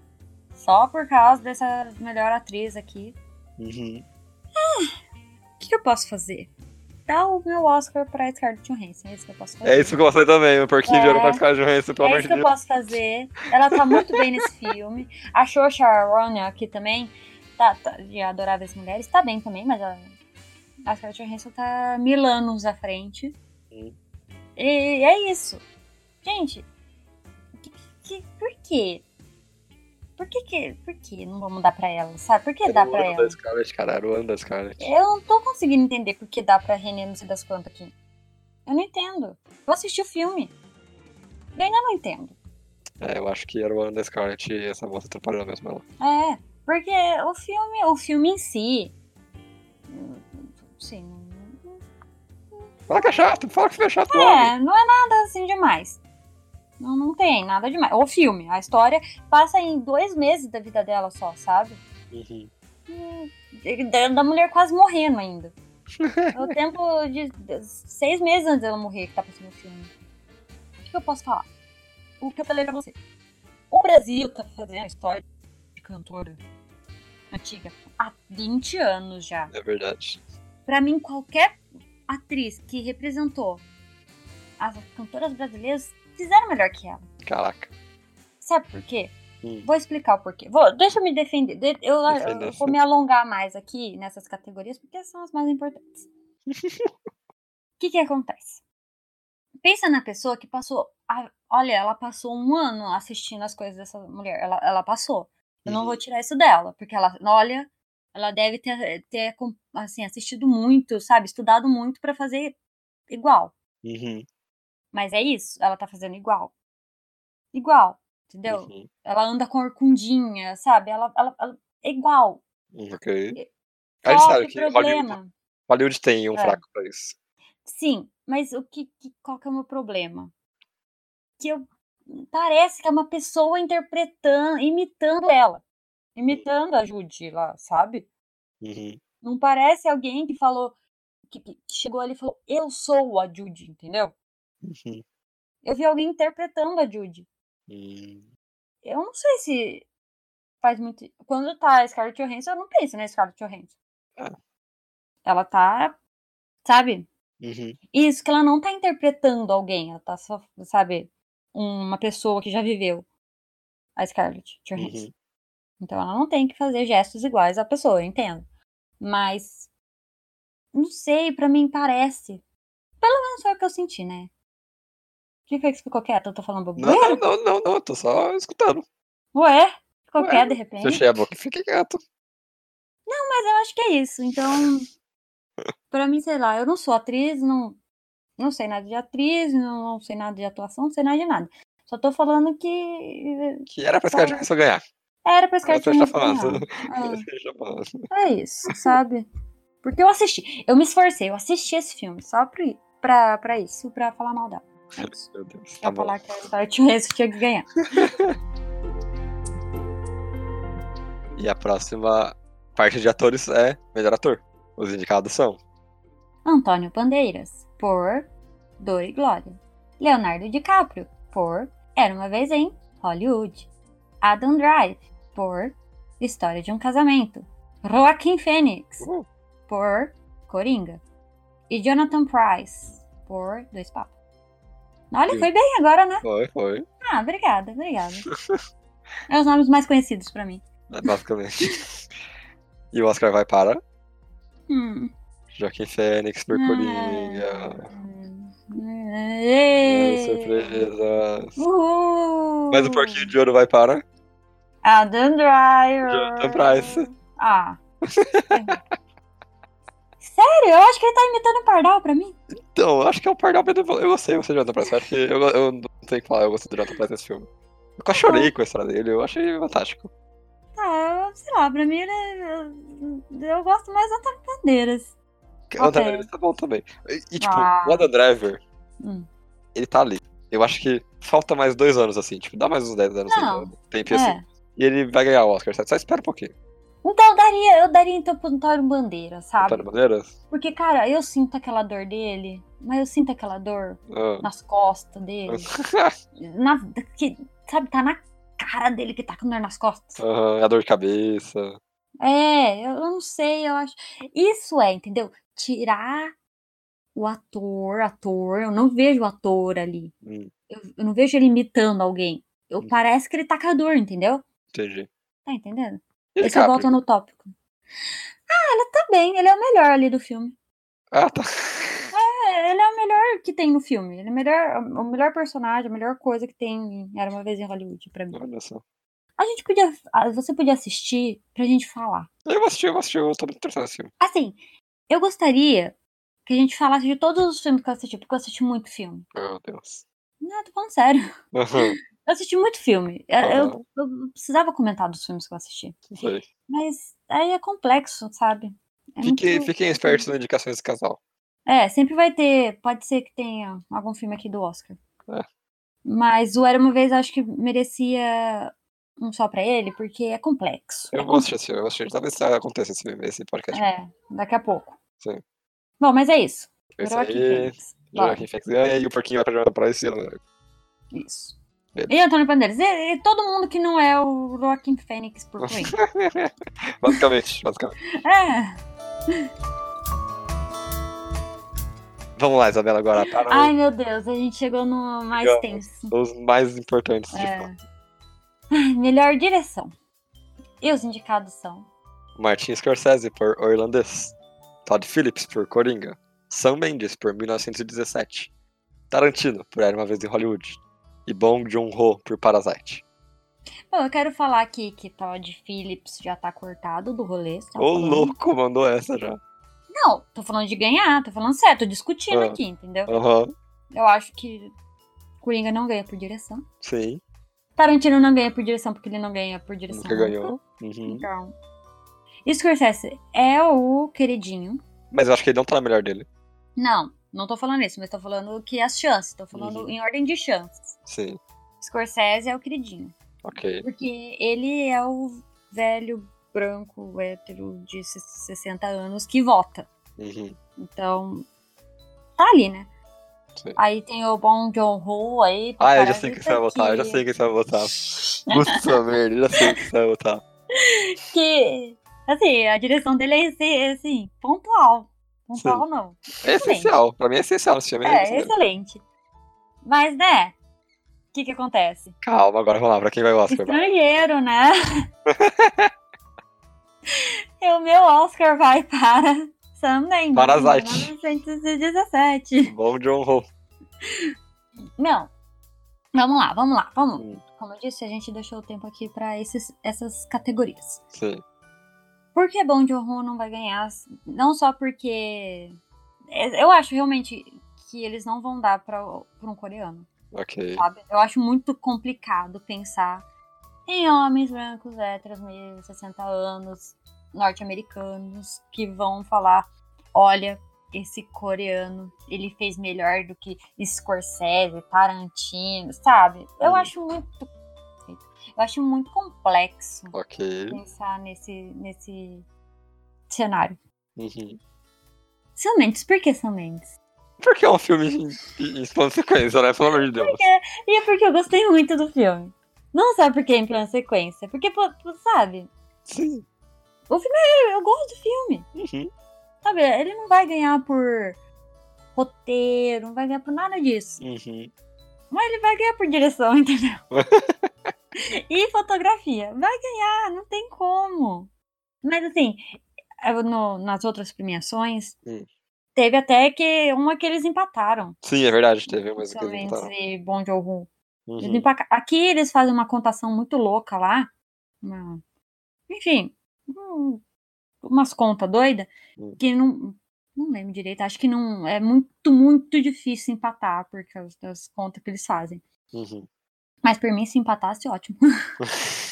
Speaker 1: só por causa dessa melhor atriz aqui.
Speaker 2: Uhum.
Speaker 1: O que, que eu posso fazer? Dar o meu Oscar pra Scarlett Johansson, é isso que eu posso fazer.
Speaker 2: É isso que eu gostei também, o porquinho de ouro
Speaker 1: É.
Speaker 2: pra ficar Johansson, pelo
Speaker 1: É
Speaker 2: amor
Speaker 1: isso
Speaker 2: de
Speaker 1: que eu
Speaker 2: Deus.
Speaker 1: posso fazer. Ela tá muito bem
Speaker 2: [laughs]
Speaker 1: nesse filme. A Saoirse Ronan aqui também, tá, tá, de Adoráveis Mulheres, tá bem também, mas a, a Scarlett Johansson tá mil anos à frente.
Speaker 2: Sim.
Speaker 1: E é isso. Gente, que- que- por quê? Por que que, por que não vamos dar pra ela, sabe? Por que dá
Speaker 2: Era o
Speaker 1: pra
Speaker 2: ano da
Speaker 1: ela?
Speaker 2: Scarlett, cara, era o ano da Scarlett.
Speaker 1: Eu não tô conseguindo entender por que dá pra René não sei das quantas aqui. Eu não entendo. Eu assisti o filme. Eu ainda não entendo.
Speaker 2: É, eu acho que era o ano da Scarlett e essa moça atrapalhou mesmo ela.
Speaker 1: É, porque o filme, o filme em si. hum, Sim.
Speaker 2: Fala que é chato, fala que foi chato, logo.
Speaker 1: É, não é nada assim demais. Não, não tem nada demais. O filme, a história passa em dois meses da vida dela só, sabe?
Speaker 2: Uhum.
Speaker 1: Hum, da- Da mulher quase morrendo ainda. É o tempo de de seis meses antes dela morrer que tá passando o filme. O que eu posso falar? O que eu falei pra você? O Brasil tá fazendo a história de cantora antiga há 20 anos já.
Speaker 2: É verdade.
Speaker 1: Pra mim, qualquer atriz que representou as cantoras brasileiras fizeram melhor que ela.
Speaker 2: Caraca.
Speaker 1: Sabe por quê?
Speaker 2: Hum.
Speaker 1: Vou explicar o porquê. Vou, deixa eu me defender. De- eu, eu-
Speaker 2: Defenda,
Speaker 1: eu
Speaker 2: sim.
Speaker 1: vou me alongar mais aqui nessas categorias, porque são as mais importantes. O que, que acontece? Pensa na pessoa que passou. a- olha, ela passou um ano assistindo as coisas dessa mulher. Ela, ela passou. Eu não
Speaker 2: Uhum.
Speaker 1: vou tirar isso dela, porque ela, olha, ela deve ter, ter com- assim, assistido muito, sabe? Estudado muito pra fazer igual.
Speaker 2: Uhum.
Speaker 1: Mas é isso, ela tá fazendo igual. Igual, entendeu?
Speaker 2: Uhum.
Speaker 1: Ela anda com orcundinha, sabe? Ela, ela, ela- é igual.
Speaker 2: Uhum, Ok. A gente
Speaker 1: Qual é
Speaker 2: sabe
Speaker 1: o
Speaker 2: que Hollywood,
Speaker 1: problema?
Speaker 2: Hollywood tem um
Speaker 1: É.
Speaker 2: fraco pra isso.
Speaker 1: Sim, mas o que, que- qual que é o meu problema? Que eu, parece que é uma pessoa interpretando, imitando ela. Imitando a Judy lá, sabe?
Speaker 2: Uhum.
Speaker 1: Não parece alguém que falou, que, que chegou ali e falou, eu sou a Judy, entendeu?
Speaker 2: Uhum.
Speaker 1: Eu vi alguém interpretando a Judy.
Speaker 2: Hum.
Speaker 1: Eu não sei se faz muito. Quando tá a Scarlett Johansson, eu não penso na Scarlett Johansson.
Speaker 2: Ah.
Speaker 1: Ela tá. Sabe?
Speaker 2: Uhum.
Speaker 1: Isso, que ela não tá interpretando alguém. Ela tá só, sabe? Uma pessoa que já viveu a Scarlett Johansson.
Speaker 2: Uhum.
Speaker 1: Então ela não tem que fazer gestos iguais à pessoa, eu entendo. Mas. Não sei, pra mim parece. Pelo menos foi o que eu senti, né? O que foi que você ficou quieto? Eu tô falando
Speaker 2: Não,
Speaker 1: bobeira?
Speaker 2: não, não, não, não, eu tô só escutando.
Speaker 1: Ué? Ficou
Speaker 2: Ué,
Speaker 1: quieto de repente?
Speaker 2: Fechei a boca e fiquei quieto.
Speaker 1: Mas eu acho que é isso. Então, pra mim, sei lá, eu não sou atriz, não, não sei nada de atriz, não, não sei nada de atuação, não sei nada de nada. Só tô falando que eh,
Speaker 2: Que era pra Scarlett
Speaker 1: Tá. Ah.
Speaker 2: Johansson ganhar.
Speaker 1: era pra
Speaker 2: Era
Speaker 1: Scarlett
Speaker 2: pra já
Speaker 1: Johansson
Speaker 2: falar.
Speaker 1: ganhar.
Speaker 2: [laughs] Já falando.
Speaker 1: É, é isso, sabe? Porque eu assisti, eu me esforcei, eu assisti esse filme só pra, pra, pra isso, pra falar mal dela. É isso.
Speaker 2: Meu Deus.
Speaker 1: Pra
Speaker 2: Tá bom.
Speaker 1: falar que a Scarlett Johansson tinha que ganhar.
Speaker 2: E a próxima parte de atores é melhor ator. Os indicados são.
Speaker 1: Antônio Bandeiras, por Dor e Glória. Leonardo DiCaprio, por Era uma Vez em Hollywood. Adam Drive, por História de um Casamento. Joaquim Phoenix,
Speaker 2: Uh,
Speaker 1: por Coringa. E Jonathan Price, por Dois Papos. Olha,
Speaker 2: Sim.
Speaker 1: foi bem agora, né?
Speaker 2: Foi, foi.
Speaker 1: Ah, obrigada,
Speaker 2: [laughs]
Speaker 1: obrigada. é os nomes mais conhecidos pra mim.
Speaker 2: né, Basicamente. [laughs] e o Oscar vai para
Speaker 1: Hum.
Speaker 2: Joaquim Fênix por
Speaker 1: Ah.
Speaker 2: Coringa.
Speaker 1: Ê!
Speaker 2: Ai,
Speaker 1: É.
Speaker 2: Surpresas.
Speaker 1: Uhul!
Speaker 2: É, né, Mas o porquinho de ouro vai para.
Speaker 1: Adam Driver.
Speaker 2: Jonathan Price.
Speaker 1: Ah. [laughs] Sério? Eu acho que ele tá imitando o Pardal pra mim.
Speaker 2: Então, eu acho que é o Pardal Pedro. Eu gostei, eu gostei de Jonathan Price. Eu acho que eu, eu não tenho o que falar, eu gostei de Jonathan Price nesse filme. Eu quase chorei com a história dele, eu achei fantástico.
Speaker 1: Ah, eu- sei lá, pra mim ele é- eu, eu gosto mais do Antônio Bandeiras.
Speaker 2: O Adam
Speaker 1: Ok.
Speaker 2: Driver tá bom também. E, e, tipo,
Speaker 1: Ah.
Speaker 2: o Adam Driver,
Speaker 1: Hum.
Speaker 2: ele tá ali. Eu acho que falta mais dois anos, assim, tipo, dá mais uns 10 anos,
Speaker 1: Não,
Speaker 2: assim, tempo assim.
Speaker 1: É.
Speaker 2: E ele vai ganhar o Oscar, sabe? Só espera um pouquinho.
Speaker 1: Então eu daria, eu daria então pro Antônio Bandeiras,
Speaker 2: Antônio
Speaker 1: sabe?
Speaker 2: Bandeiras?
Speaker 1: Porque, cara, eu sinto aquela dor dele, mas eu sinto aquela dor
Speaker 2: Ah.
Speaker 1: nas costas dele.
Speaker 2: [laughs]
Speaker 1: na, que, sabe, tá na cara dele que tá com dor nas costas.
Speaker 2: Aham, a dor de cabeça.
Speaker 1: É, eu não sei, eu acho. Isso é, entendeu? Tirar o ator, ator, eu não vejo o ator ali.
Speaker 2: Hum,
Speaker 1: Eu, eu não vejo ele imitando alguém. Eu,
Speaker 2: Uhum.
Speaker 1: Parece que ele tá com a dor, entendeu?
Speaker 2: entendi.
Speaker 1: Tá entendendo?
Speaker 2: E
Speaker 1: Esse eu
Speaker 2: DiCaprio?
Speaker 1: volto no tópico. Ah, ele tá bem, ele é o melhor ali do filme.
Speaker 2: Ah, tá.
Speaker 1: É, ele é o melhor que tem no filme. Ele é o melhor, o melhor personagem, a melhor coisa que tem. em Era uma vez em Hollywood, pra mim.
Speaker 2: Olha só.
Speaker 1: A gente podia. ah, Você podia assistir pra gente falar.
Speaker 2: Eu vou assistir, eu vou assistir, eu tô muito interessado nesse filme.
Speaker 1: Assim, eu gostaria que a gente falasse de todos os filmes que eu assisti, porque eu assisti muito filme.
Speaker 2: Meu Deus.
Speaker 1: Não, tô falando sério. [laughs]
Speaker 2: Aham,
Speaker 1: Eu assisti muito filme. Eu, eu-
Speaker 2: Aham.
Speaker 1: eu precisava comentar dos filmes que eu assisti.
Speaker 2: não sei.
Speaker 1: Mas aí é complexo, sabe? É,
Speaker 2: Fiquem,
Speaker 1: muito-
Speaker 2: fiquem espertos nas indicações do casal.
Speaker 1: é, sempre vai ter. Pode ser que tenha algum filme aqui do Oscar.
Speaker 2: É.
Speaker 1: Mas o Era Uma Vez acho que merecia um só pra ele, porque é complexo.
Speaker 2: Eu vou assistir, esse filme, eu vou assistir. Talvez aconteça esse, esse podcast.
Speaker 1: É, daqui a pouco.
Speaker 2: Sim.
Speaker 1: Bom, mas é isso.
Speaker 2: Esse
Speaker 1: Virou aqui,
Speaker 2: aí,
Speaker 1: Fênix. é Bora.
Speaker 2: Joaquim Fênix ganha e o porquinho vai pra Jornada pra esse ano. né?
Speaker 1: Isso.
Speaker 2: Beleza.
Speaker 1: E Antônio Bandeiras. E, e todo mundo que não é o Joaquim Fênix por Queen.
Speaker 2: basicamente, [laughs] basicamente.
Speaker 1: [laughs] é.
Speaker 2: Vamos lá, Isabela, agora tá para o-
Speaker 1: Ai, meu Deus, a gente chegou no mais
Speaker 2: Legal.
Speaker 1: tenso. [laughs]
Speaker 2: os mais importantes de
Speaker 1: É.
Speaker 2: fato.
Speaker 1: Ai, melhor direção. E os indicados são.
Speaker 2: Martin Scorsese por O Irlandês, Todd Phillips por Coringa, Sam Mendes por 1917, Tarantino por Era Uma Vez em Hollywood e Bong Joon-ho por Parasite.
Speaker 1: Bom, eu quero falar aqui que Todd Phillips já tá cortado do rolê. você tá
Speaker 2: Ô
Speaker 1: falando?
Speaker 2: louco, mandou essa já.
Speaker 1: Não, tô falando de ganhar, tô falando certo, tô discutindo
Speaker 2: Ah.
Speaker 1: aqui, entendeu?
Speaker 2: Aham,
Speaker 1: Eu acho que Coringa não ganha por direção.
Speaker 2: sim,
Speaker 1: Tarantino não ganha por direção porque ele não ganha por direção.
Speaker 2: nunca ganhou. Uhum.
Speaker 1: Então. E Scorsese é o queridinho.
Speaker 2: Mas eu acho que ele não tá na melhor dele.
Speaker 1: Não, não tô falando isso, mas tô falando que as chances, tô falando
Speaker 2: Uhum.
Speaker 1: em ordem de chances.
Speaker 2: Sim,
Speaker 1: Scorsese é o queridinho.
Speaker 2: ok.
Speaker 1: Porque ele é o velho branco hétero de 60 anos que vota.
Speaker 2: Uhum.
Speaker 1: Então, tá ali, né?
Speaker 2: Sim.
Speaker 1: Aí tem o bom John Ho aí.
Speaker 2: Ah, eu já
Speaker 1: parasita
Speaker 2: sei quem você vai votar, eu já
Speaker 1: que-
Speaker 2: sei quem você
Speaker 1: [laughs]
Speaker 2: vai votar. Puta merda, eu já sei quem você vai votar.
Speaker 1: Que, assim, a direção dele é, assim, assim, pontual. Pontual não.
Speaker 2: É essencial, pra mim é essencial esse filme.
Speaker 1: É,
Speaker 2: isso mesmo.
Speaker 1: excelente. Mas, né, o que que acontece?
Speaker 2: Calma, agora vamos lá, pra quem vai o Oscar? vai.
Speaker 1: Estrangeiro, né? [laughs] e o meu Oscar vai para Sam Mendes.
Speaker 2: Parasite.
Speaker 1: 1917.
Speaker 2: Bong Joon-ho.
Speaker 1: Não. Vamos lá, vamos lá, vamos.
Speaker 2: Hum.
Speaker 1: Como eu disse, a gente deixou o tempo aqui pra esses, essas categorias.
Speaker 2: Sim.
Speaker 1: Por que Bom de Honro não vai ganhar? Não só porque. é, Eu acho realmente que eles não vão dar pra, pra um coreano,
Speaker 2: Ok.
Speaker 1: sabe? Eu acho muito complicado pensar em homens brancos, héteros, meio 60 anos, norte-americanos, que vão falar: olha, esse coreano, ele fez melhor do que Scorsese, Tarantino, sabe? Eu
Speaker 2: Hum.
Speaker 1: acho muito. Eu acho muito complexo
Speaker 2: Ok.
Speaker 1: pensar nesse, nesse cenário.
Speaker 2: Uhum.
Speaker 1: Sam Mendes, por que Sam Mendes?
Speaker 2: Porque é um filme em, em- em plano sequência, né? Pelo amor de Deus.
Speaker 1: E é porque eu gostei muito do filme. Não só porque é em plano sequência, porque, pô, pô, sabe,
Speaker 2: Sim.
Speaker 1: eu, eu gosto do filme.
Speaker 2: Uhum.
Speaker 1: Sabe, ele não vai ganhar por roteiro, não vai ganhar por nada disso.
Speaker 2: Uhum.
Speaker 1: Mas ele vai ganhar por direção, [laughs] entendeu? e fotografia. Vai ganhar, não tem como. Mas assim, eu- no- nas outras premiações,
Speaker 2: Hum.
Speaker 1: teve até que uma que eles empataram.
Speaker 2: Sim, é verdade, teve, mas o que eles
Speaker 1: Somente
Speaker 2: botaram.
Speaker 1: e Bom Joon-ho. Eles
Speaker 2: Uhum.
Speaker 1: limpam a ca- Aqui eles fazem uma contação muito louca lá. uma- Enfim, um- umas contas doidas
Speaker 2: Hum.
Speaker 1: que não. Não lembro direito, acho que não. É muito, muito difícil empatar por causa das contas que eles fazem.
Speaker 2: Uhum.
Speaker 1: Mas por mim, se empatasse,
Speaker 2: [laughs]
Speaker 1: ótimo. [laughs]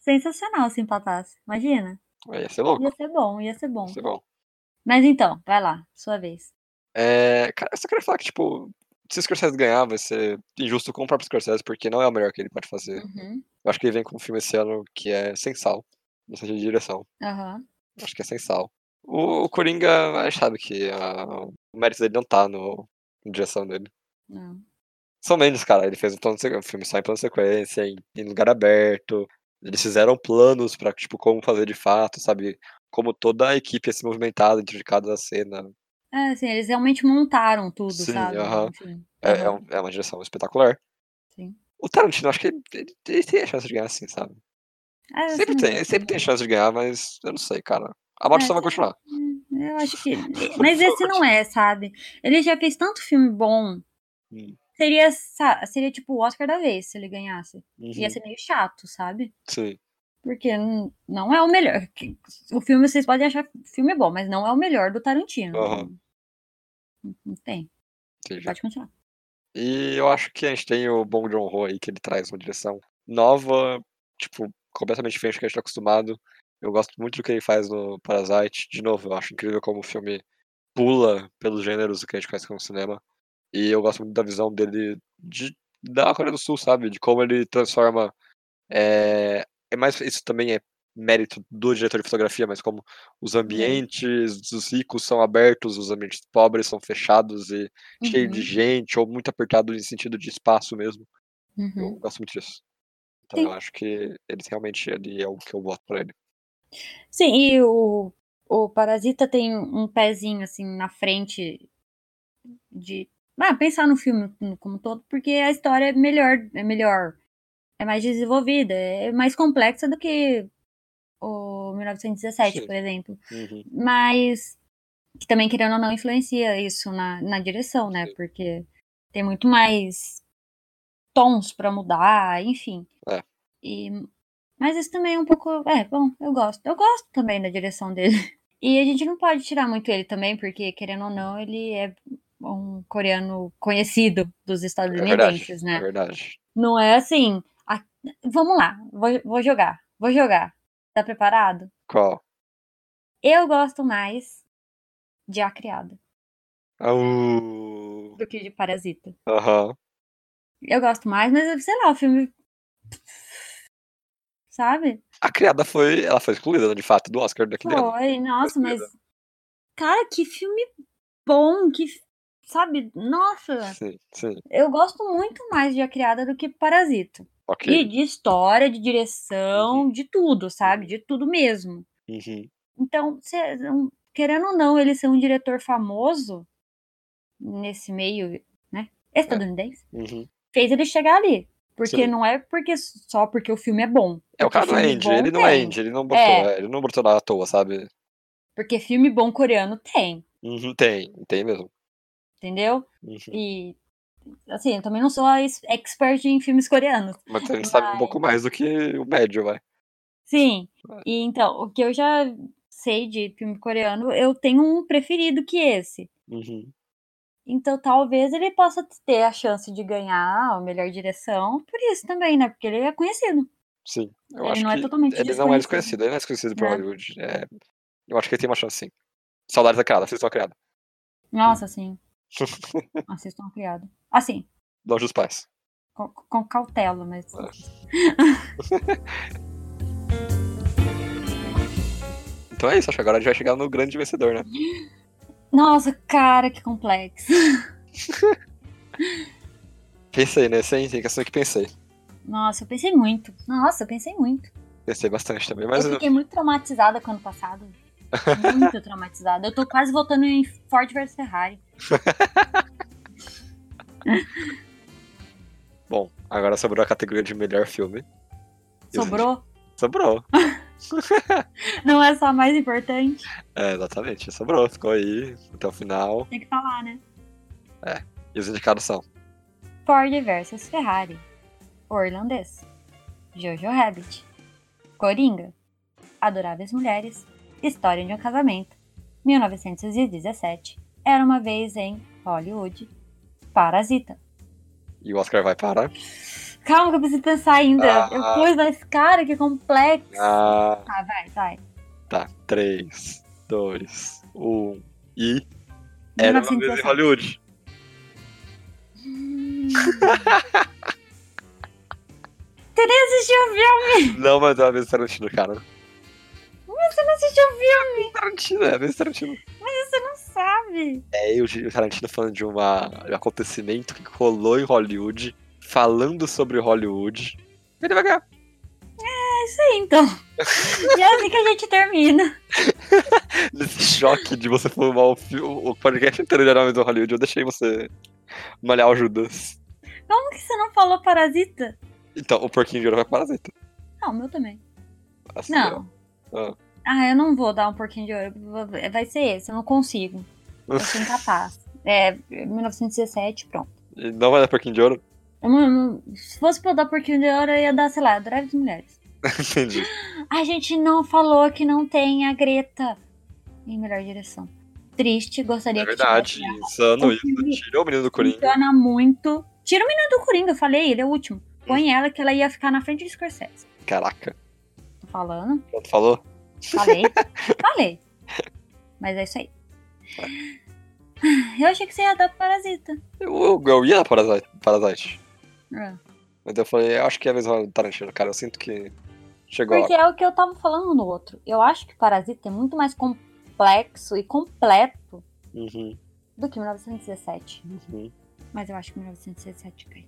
Speaker 1: Sensacional se empatasse. Imagina.
Speaker 2: Aí Ia ser louco.
Speaker 1: Ia ser bom, ia ser bom.
Speaker 2: Ia ser bom.
Speaker 1: Mas então, vai lá, sua vez.
Speaker 2: É, cara, eu só queria falar que, tipo, se o Scorsese ganhar, vai ser injusto com o próprio Scorsese, porque não é o melhor que ele pode fazer.
Speaker 1: Uhum.
Speaker 2: Eu acho que ele vem com um filme esse ano que é sem sal, no sentido de direção.
Speaker 1: Aham.
Speaker 2: Acho que é sem sal. O, o Coringa, a gente sabe que ah, o mérito dele não tá no, na direção dele.
Speaker 1: Não.
Speaker 2: São Mendes, cara, ele fez um plano de sequ- um filme só em plano de sequência, em, em lugar aberto. Eles fizeram planos pra, tipo, como fazer de fato, sabe? Como toda a equipe ia se movimentar dentro de cada cena.
Speaker 1: É, assim, eles realmente montaram tudo,
Speaker 2: Sim,
Speaker 1: sabe?
Speaker 2: aham.
Speaker 1: Enfim.
Speaker 2: É, é
Speaker 1: Aham.
Speaker 2: um- é uma direção espetacular.
Speaker 1: Sim.
Speaker 2: O Tarantino, acho que ele, ele- ele tem a chance de ganhar, assim, sabe?
Speaker 1: É, assim,
Speaker 2: Sempre tem, ele sempre tem chance de ganhar, mas eu não sei, cara. A
Speaker 1: É,
Speaker 2: maldição vai continuar.
Speaker 1: Hum, Eu acho
Speaker 2: [laughs]
Speaker 1: que. Mas esse não é, sabe? Ele já fez tanto filme bom.
Speaker 2: Hum.
Speaker 1: Seria, sa- seria tipo o Oscar da vez se ele ganhasse. Ia
Speaker 2: Uhum,
Speaker 1: ser meio chato, sabe?
Speaker 2: Sim.
Speaker 1: Porque n- não é o melhor. que- O filme vocês podem achar filme bom, mas não é o melhor do Tarantino.
Speaker 2: Aham.
Speaker 1: Não- Não tem.
Speaker 2: entendi.
Speaker 1: Pode continuar.
Speaker 2: E eu acho que a gente tem o Bong Joon-ho aí, que ele traz uma direção nova, tipo, completamente diferente do que a gente tá acostumado. Eu gosto muito do que ele faz no Parasite. De novo, eu acho incrível como o filme pula pelos gêneros do que a gente conhece como cinema. E eu gosto muito da visão dele de da Coreia do Sul, sabe? De como ele transforma. É, é mais isso também é mérito do diretor de fotografia, mas como os ambientes dos ricos são abertos, os ambientes pobres são fechados e
Speaker 1: Uhum.
Speaker 2: cheios de gente, ou muito apertado em sentido de espaço mesmo. Eu
Speaker 1: Uhum.
Speaker 2: gosto muito disso. Então
Speaker 1: Sim.
Speaker 2: eu acho que ele realmente ele é o que eu voto pra ele.
Speaker 1: Sim, e o, o Parasita tem um pezinho assim na frente de. Ah, pensar no filme como um todo, porque a história é melhor, é melhor, é mais desenvolvida, é mais complexa do que o 1917,
Speaker 2: Sim.
Speaker 1: por exemplo.
Speaker 2: Uhum.
Speaker 1: Mas que também, querendo ou não, influencia isso na, na direção, né?
Speaker 2: Sim.
Speaker 1: Porque tem muito mais tons pra mudar, enfim.
Speaker 2: É.
Speaker 1: E, mas isso também é um pouco. É, bom, eu gosto. Eu gosto também da direção dele. [laughs] E a gente não pode tirar muito ele também, porque, querendo ou não, ele é um coreano conhecido dos
Speaker 2: É verdade.
Speaker 1: estadunidenses, né?
Speaker 2: É verdade.
Speaker 1: Não é assim. a- Vamos lá, vou, vou jogar. Vou jogar. Tá preparado?
Speaker 2: Qual?
Speaker 1: Eu gosto mais de A Criada
Speaker 2: Ah, o-
Speaker 1: do que de Parasita.
Speaker 2: Aham.
Speaker 1: Eu gosto mais, mas sei lá, o filme. Sabe?
Speaker 2: A criada foi. Ela foi excluída, né, de fato, do Oscar daquele ano.
Speaker 1: Foi, nossa, mas. Cara, que filme bom, que. f- Sabe? Nossa!
Speaker 2: Sim, sim.
Speaker 1: Eu gosto muito mais de A Criada do que Parasita.
Speaker 2: Ok.
Speaker 1: E de história, de direção, de tudo, sabe? De tudo mesmo.
Speaker 2: Uhum.
Speaker 1: Então, cê- um- querendo ou não, ele ser um diretor famoso nesse meio, né? Estadunidense,
Speaker 2: Uhum.
Speaker 1: fez ele chegar ali. Porque
Speaker 2: Sim.
Speaker 1: não é porque só porque o filme é bom.
Speaker 2: É, o
Speaker 1: Porque
Speaker 2: cara não é
Speaker 1: filme
Speaker 2: indie,
Speaker 1: bom
Speaker 2: ele não é
Speaker 1: tem,
Speaker 2: indie, ele não botou,
Speaker 1: É.
Speaker 2: é, ele não botou lá à toa, sabe?
Speaker 1: Porque filme bom coreano tem,
Speaker 2: Uhum, tem, tem mesmo.
Speaker 1: entendeu?
Speaker 2: Uhum.
Speaker 1: E assim, eu também não sou a ex- expert em filmes coreanos.
Speaker 2: Mas a gente sabe um pouco mais do que o médio, vai.
Speaker 1: Sim.
Speaker 2: Vai.
Speaker 1: E então, o que eu já sei de filme coreano, eu tenho um preferido que esse.
Speaker 2: Uhum.
Speaker 1: Então talvez ele possa ter a chance de ganhar a melhor direção por isso também, né? Porque ele é conhecido.
Speaker 2: Sim. Eu
Speaker 1: Ele
Speaker 2: acho
Speaker 1: não é
Speaker 2: que
Speaker 1: totalmente
Speaker 2: ele não é
Speaker 1: desconhecido.
Speaker 2: desconhecido, ele não é desconhecido por
Speaker 1: Né?
Speaker 2: Hollywood. é, eu acho que ele tem uma chance, sim. Saudades da criada, vocês estão criada.
Speaker 1: Nossa,
Speaker 2: [laughs]
Speaker 1: assim, assistam a criado. Assim,
Speaker 2: Longe dos pais.
Speaker 1: com, com cautela, mas.
Speaker 2: Então é isso, acho que agora a gente vai chegar no grande vencedor, né?
Speaker 1: Nossa, cara, que complexo.
Speaker 2: Pensei, né? Sem indicação que pensei.
Speaker 1: Nossa, eu pensei muito. Nossa, eu pensei muito.
Speaker 2: Pensei bastante também, mas
Speaker 1: eu fiquei muito traumatizada com o ano passado. Muito traumatizada. Eu tô quase voltando em Ford vs Ferrari.
Speaker 2: bom, agora sobrou a categoria de melhor filme. Isso,
Speaker 1: Sobrou.
Speaker 2: Sobrou.
Speaker 1: Não é só a mais importante.
Speaker 2: É, exatamente, sobrou. Ficou aí até o final.
Speaker 1: Tem que falar, né?
Speaker 2: E os indicados são
Speaker 1: Ford vs Ferrari, O Irlandês, Jojo Rabbit, Coringa, Adoráveis Mulheres, História de um Casamento, 1917, Era uma Vez em Hollywood, Parasita.
Speaker 2: E o Oscar vai parar.
Speaker 1: Calma que eu preciso pensar ainda,
Speaker 2: Ah.
Speaker 1: eu pus mais cara, que complexo.
Speaker 2: Ah,
Speaker 1: Ah, vai, vai.
Speaker 2: tá. 3, 2, 1 e.
Speaker 1: é
Speaker 2: Era uma vez em Hollywood.
Speaker 1: Hum. [laughs] Tereza assistiu o filme,
Speaker 2: Não, mas é uma vez em Tarantino, cara.
Speaker 1: Hum, você não assistiu o filme,
Speaker 2: Tarantino, é uma vez em Tarantino.
Speaker 1: você não sabe.
Speaker 2: É, e o Gil- o Tarantino falando de uma, de um acontecimento que rolou em Hollywood, falando sobre Hollywood. Ele vai ganhar.
Speaker 1: É isso aí,
Speaker 2: [laughs]
Speaker 1: então. E é assim que a gente termina.
Speaker 2: Nesse choque de você formar o, fi- o podcast inteiro de Era uma vez em Hollywood, eu deixei você malhar o Judas.
Speaker 1: Como que você não falou parasita?
Speaker 2: Então, o porquinho de ouro vai para parasita.
Speaker 1: Não, o meu também.
Speaker 2: Assim, ó.
Speaker 1: Não.
Speaker 2: Ah.
Speaker 1: Ah, eu não vou dar um porquinho de ouro. Vai ser esse, eu não consigo. Eu sou incapaz. É, 1917, pronto.
Speaker 2: E Não vai dar porquinho de ouro? [laughs]
Speaker 1: Eu não- eu não- se fosse pra eu dar porquinho de ouro, eu ia dar, sei lá, Adoráveis Mulheres.
Speaker 2: Entendi.
Speaker 1: A gente não falou que não tem a Greta em melhor direção. Triste, gostaria
Speaker 2: É
Speaker 1: que
Speaker 2: verdade,
Speaker 1: tivesse.
Speaker 2: insano
Speaker 1: O
Speaker 2: isso.
Speaker 1: filme
Speaker 2: Tirou o menino do Coringa.
Speaker 1: Funciona muito. Tira o menino do Coringa, eu falei, ele é o último. Põe ela que ela ia ficar na frente de Scorsese.
Speaker 2: Caraca,
Speaker 1: Tô falando.
Speaker 2: pronto, falou? [laughs]
Speaker 1: Falei. Falei. Mas é isso aí. Eu achei que você ia dar pro parasita.
Speaker 2: Eu, eu, eu ia na Parasite. Parasite.
Speaker 1: Ah.
Speaker 2: Mas eu falei, eu acho que é a mesma do Tarantino, cara. Eu sinto que chegou a
Speaker 1: Porque é o que eu tava falando no outro. Eu acho que Parasita é muito mais complexo e completo
Speaker 2: hora. Uhum,
Speaker 1: do que 1917.
Speaker 2: uhum.
Speaker 1: Mas eu acho que 1917 cai.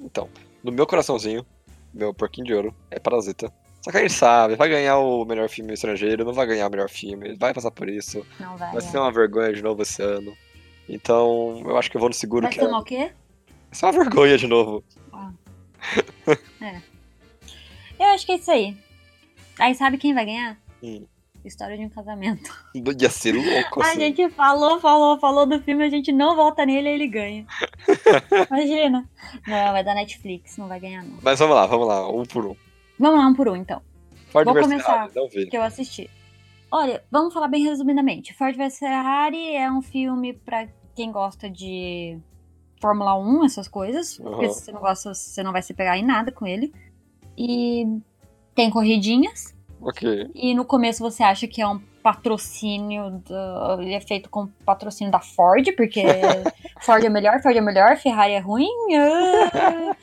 Speaker 2: Então, no meu coraçãozinho, meu porquinho de ouro é Parasita. Só que a gente sabe, vai ganhar o melhor filme estrangeiro, não vai ganhar o melhor filme, vai passar por isso.
Speaker 1: Não vai.
Speaker 2: Vai
Speaker 1: é.
Speaker 2: ser uma vergonha de novo esse ano. Então, eu acho que eu vou no seguro
Speaker 1: Vai
Speaker 2: que
Speaker 1: ser uma o quê?
Speaker 2: é só uma vergonha de novo.
Speaker 1: Eu acho que é isso aí. Aí sabe quem vai ganhar?
Speaker 2: Hum.
Speaker 1: História de um casamento.
Speaker 2: Ia ser louco
Speaker 1: A
Speaker 2: assim.
Speaker 1: gente falou, falou, falou do filme, a gente não volta nele aí ele
Speaker 2: [laughs]
Speaker 1: ganha. Imagina. Não, vai da Netflix, não vai ganhar não.
Speaker 2: Mas vamos lá, vamos lá, um por um.
Speaker 1: Vamos lá, um por um então,
Speaker 2: Ford
Speaker 1: Vou
Speaker 2: versus
Speaker 1: começar.
Speaker 2: Ferrari, não vi.
Speaker 1: que eu assisti. Olha, vamos falar bem resumidamente. Ford vs Ferrari é um filme pra quem gosta de Fórmula 1, essas coisas. Porque
Speaker 2: Aham.
Speaker 1: se você não gosta, você não vai se pegar em nada com ele. E tem corridinhas.
Speaker 2: Ok.
Speaker 1: E no começo você acha que é um patrocínio, do- ele é feito com patrocínio da Ford, porque Ford é melhor, Ford é melhor, Ferrari é ruim. ah,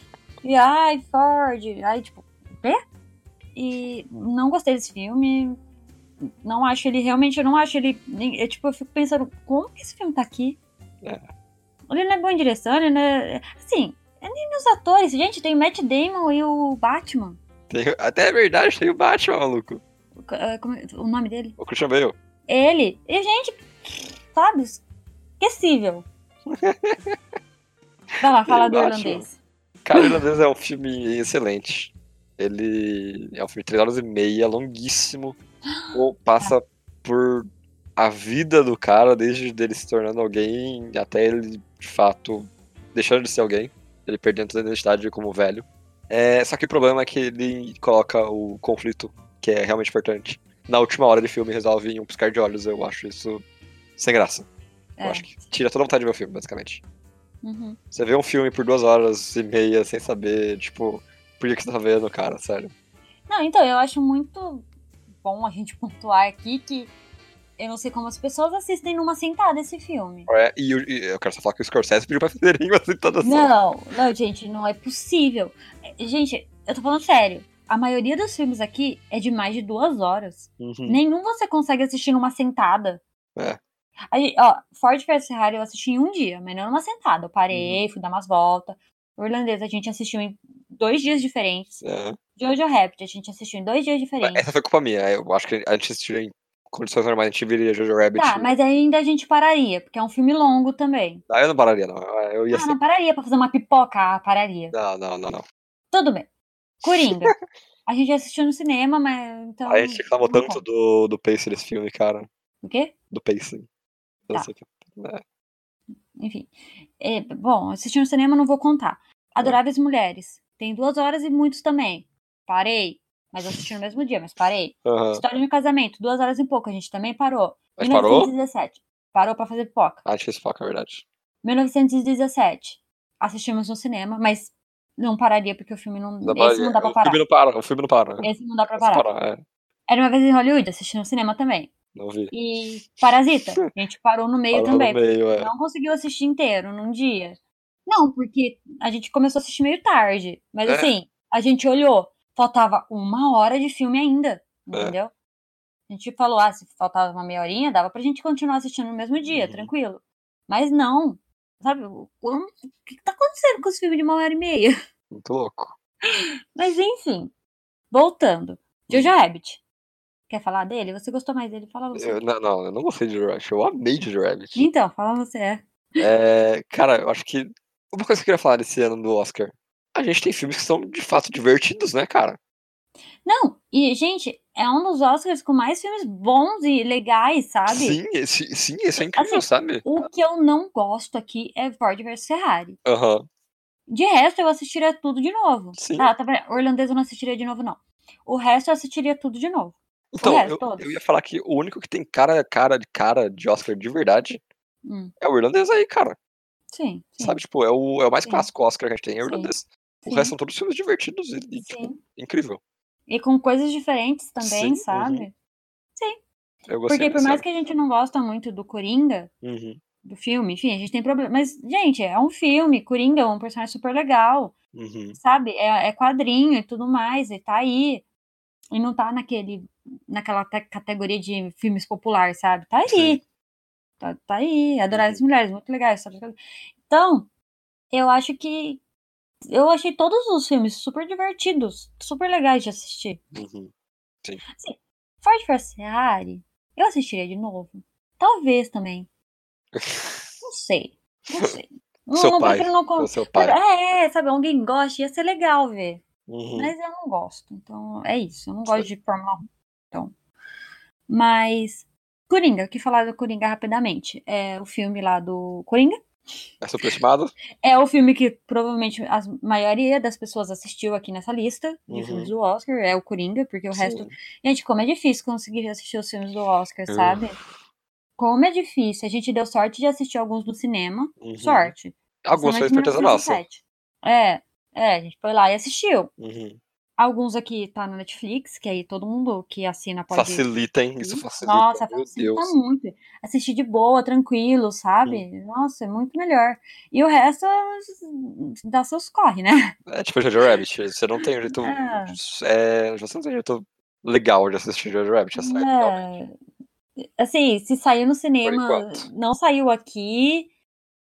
Speaker 1: e ai, Ford. Aí, tipo, quê? E não gostei desse filme. Não acho ele, realmente, eu não acho ele. nem- Eu, tipo, eu fico pensando, como que esse filme tá aqui?
Speaker 2: É.
Speaker 1: Ele não é bom em direção, ele não é. Assim, é nem meus atores. Gente, tem o Matt Damon e o Batman.
Speaker 2: Tem- até é verdade, tem o Batman, maluco.
Speaker 1: O ca- ah, como é- o nome dele?
Speaker 2: O Christian Bale.
Speaker 1: ele. E, gente, sabe? Esquecível. Vai lá, fala do
Speaker 2: Ótimo.
Speaker 1: holandês.
Speaker 2: Cara, o Irlandês é um filme excelente. Ele é um filme de 3 horas e meia, longuíssimo. Ou passa por a vida do cara, desde ele se tornando alguém até ele, de fato, deixando de ser alguém. Ele perdendo sua identidade como velho. É, só que o problema é que ele coloca o conflito, que é realmente importante. Na última hora do filme, resolve em um piscar de olhos. Eu acho isso sem graça.
Speaker 1: É.
Speaker 2: Eu acho que tira toda a vontade de ver o filme, basicamente.
Speaker 1: Uhum.
Speaker 2: Você vê um filme por duas horas e meia sem saber, tipo, por que, que você tá vendo, cara, sério.
Speaker 1: Não, então, eu acho muito bom a gente [laughs] pontuar aqui que eu não sei como as pessoas assistem numa sentada esse filme.
Speaker 2: É, e, eu- e eu quero só falar que o Scorsese pediu pra Federinho assim toda só.
Speaker 1: Não, não, gente, não é possível. Gente, eu tô falando sério. A maioria dos filmes aqui é de mais de duas horas.
Speaker 2: Uhum.
Speaker 1: Nenhum você consegue assistir numa sentada.
Speaker 2: É.
Speaker 1: A gen- ó, Ford vs Ferrari eu assisti em um dia, mas não numa sentada. Eu
Speaker 2: Uhum.
Speaker 1: parei, fui dar umas voltas. O irlandês a gente assistiu em dois dias diferentes.
Speaker 2: É.
Speaker 1: Jojo Rabbit a gente assistiu em dois dias
Speaker 2: Mas
Speaker 1: diferentes.
Speaker 2: Essa foi culpa minha. Eu acho que a gente assistiu em condições normais, a gente viria Jojo Rabbit.
Speaker 1: Tá, mas ainda a gente pararia, porque é um filme longo também.
Speaker 2: Ah, eu não pararia, não. Eu ia
Speaker 1: Ah,
Speaker 2: ser.
Speaker 1: não pararia pra fazer uma pipoca, ah, pararia.
Speaker 2: Não, não, não, não.
Speaker 1: Tudo bem.
Speaker 2: [laughs]
Speaker 1: Coringa. a gente assistiu no cinema, mas então.
Speaker 2: Aí a gente reclamou
Speaker 1: não
Speaker 2: tanto
Speaker 1: conta.
Speaker 2: do, do pacing desse filme, cara.
Speaker 1: O quê?
Speaker 2: Do pacing. Eu
Speaker 1: Tá.
Speaker 2: sei que- é.
Speaker 1: Enfim. É, bom, assistir no cinema não vou contar. Adoráveis Mulheres. Tem duas horas e muitos também. Parei. Mas eu assisti no mesmo dia, mas parei.
Speaker 2: Aham.
Speaker 1: História de um casamento, duas horas e pouco, a gente também parou.
Speaker 2: A gente parou?
Speaker 1: 1917. Parou pra fazer pipoca.
Speaker 2: Ah, a gente fez foco, é verdade.
Speaker 1: 1917. Assistimos no cinema, mas não pararia porque o filme não. esse não dá pra
Speaker 2: o filme
Speaker 1: parar.
Speaker 2: não para, o filme não para.
Speaker 1: Esse não dá pra
Speaker 2: Não para,
Speaker 1: parar.
Speaker 2: é.
Speaker 1: Era uma vez em Hollywood, assisti no cinema também.
Speaker 2: Não vi.
Speaker 1: E Parasita, a gente parou no meio
Speaker 2: Parou
Speaker 1: também.
Speaker 2: no meio, é.
Speaker 1: não conseguiu assistir inteiro num dia. Não, porque a gente começou a assistir meio tarde. Mas
Speaker 2: É.
Speaker 1: assim, a gente olhou, faltava uma hora de filme ainda,
Speaker 2: É.
Speaker 1: entendeu? A gente falou, ah, se faltava uma meia horinha, dava pra gente continuar assistindo no mesmo dia,
Speaker 2: Uhum.
Speaker 1: tranquilo. Mas não, sabe? O o- o que que tá acontecendo com os filmes de uma hora e meia? [laughs]
Speaker 2: Muito louco.
Speaker 1: Mas enfim, voltando.
Speaker 2: Uhum.
Speaker 1: Jojo Rabbit. Quer falar dele? Você gostou mais dele? Fala você.
Speaker 2: Eu- não, não, eu não gostei de Jojo Rabbit. Eu amei Jojo Rabbit.
Speaker 1: Então, fala você. é.
Speaker 2: É, cara, eu acho que. Uma coisa que eu queria falar desse ano do Oscar. A gente tem filmes que são de fato divertidos, né, cara?
Speaker 1: Não, e, gente, é um dos Oscars com mais filmes bons e legais, sabe?
Speaker 2: Sim, esse, sim, isso é incrível,
Speaker 1: Assim,
Speaker 2: sabe?
Speaker 1: O que eu não gosto aqui é Ford vs Ferrari.
Speaker 2: Aham.
Speaker 1: De resto, eu assistiria tudo de novo.
Speaker 2: Sim.
Speaker 1: Tá, tá, vendo? Orlandês eu não assistiria de novo, não. O resto eu assistiria tudo de novo.
Speaker 2: Então,
Speaker 1: resto,
Speaker 2: eu,
Speaker 1: todos.
Speaker 2: eu ia falar que o único que tem cara, cara, de cara de Oscar de verdade
Speaker 1: Hum.
Speaker 2: é o irlandês aí, cara.
Speaker 1: Sim, sim.
Speaker 2: Sabe? Tipo, é o, é o mais
Speaker 1: Sim.
Speaker 2: clássico Oscar que a gente tem, é o
Speaker 1: Sim.
Speaker 2: irlandês. O
Speaker 1: sim,
Speaker 2: resto são todos filmes divertidos e, e, tipo,
Speaker 1: sim.
Speaker 2: incrível.
Speaker 1: E com coisas diferentes também,
Speaker 2: Sim,
Speaker 1: sabe?
Speaker 2: Eu gostei
Speaker 1: Porque por
Speaker 2: desse
Speaker 1: mais
Speaker 2: ano.
Speaker 1: que a gente não gosta muito do Coringa,
Speaker 2: Uhum.
Speaker 1: do filme, enfim, a gente tem problema. Mas, gente, é um filme. Coringa é um personagem super legal.
Speaker 2: Uhum.
Speaker 1: sabe? É, é quadrinho e tudo mais, e tá aí. E não tá naquele, naquela te- categoria de filmes popular, sabe? Tá aí.
Speaker 2: Sim.
Speaker 1: Tá, tá aí. Adorar as mulheres, muito legal. sabe? Então, eu acho que. Eu achei todos os filmes super divertidos, super legais de assistir.
Speaker 2: Uhum.
Speaker 1: Ford vs Ferrari, eu assistiria de novo? Talvez também. Não sei. Não sei. Não,
Speaker 2: [laughs] Seu
Speaker 1: não
Speaker 2: pai.
Speaker 1: prefiro não
Speaker 2: É
Speaker 1: com...
Speaker 2: o seu pai.
Speaker 1: É, é, sabe, alguém gosta, ia ser legal ver.
Speaker 2: Uhum.
Speaker 1: Mas eu não gosto. Então, é isso. Eu não gosto de Fórmula 1. Então. Mas. Coringa, o que falar do Coringa rapidamente? É o filme lá do Coringa.
Speaker 2: É superestimado?
Speaker 1: É o filme que provavelmente a maioria das pessoas assistiu aqui nessa lista de
Speaker 2: Uhum.
Speaker 1: filmes do Oscar. É o Coringa, porque o resto.
Speaker 2: Sim.
Speaker 1: Gente, como é difícil conseguir assistir os filmes do Oscar,
Speaker 2: Eu-
Speaker 1: sabe? Como é difícil. A gente deu sorte de assistir alguns no cinema.
Speaker 2: Uhum.
Speaker 1: Sorte.
Speaker 2: Alguns são
Speaker 1: Principalmente
Speaker 2: esperteza nossa.
Speaker 1: 1917. É, é, a gente foi lá e assistiu.
Speaker 2: Uhum.
Speaker 1: Alguns aqui tá na Netflix, que aí todo mundo que assina pode.
Speaker 2: Facilitem, isso facilita.
Speaker 1: Nossa,
Speaker 2: Meu
Speaker 1: facilita
Speaker 2: Deus.
Speaker 1: muito. Assistir de boa, tranquilo, sabe? Nossa, é muito melhor. E o resto é- dá seus corre, né?
Speaker 2: É tipo Jojo Rabbit, você não tem um jeito.
Speaker 1: Ah.
Speaker 2: É, você não tem um jeito legal de assistir Jojo Rabbit, essa é legal.
Speaker 1: É, Assim, se saiu no cinema,
Speaker 2: enquanto. É.
Speaker 1: não saiu aqui,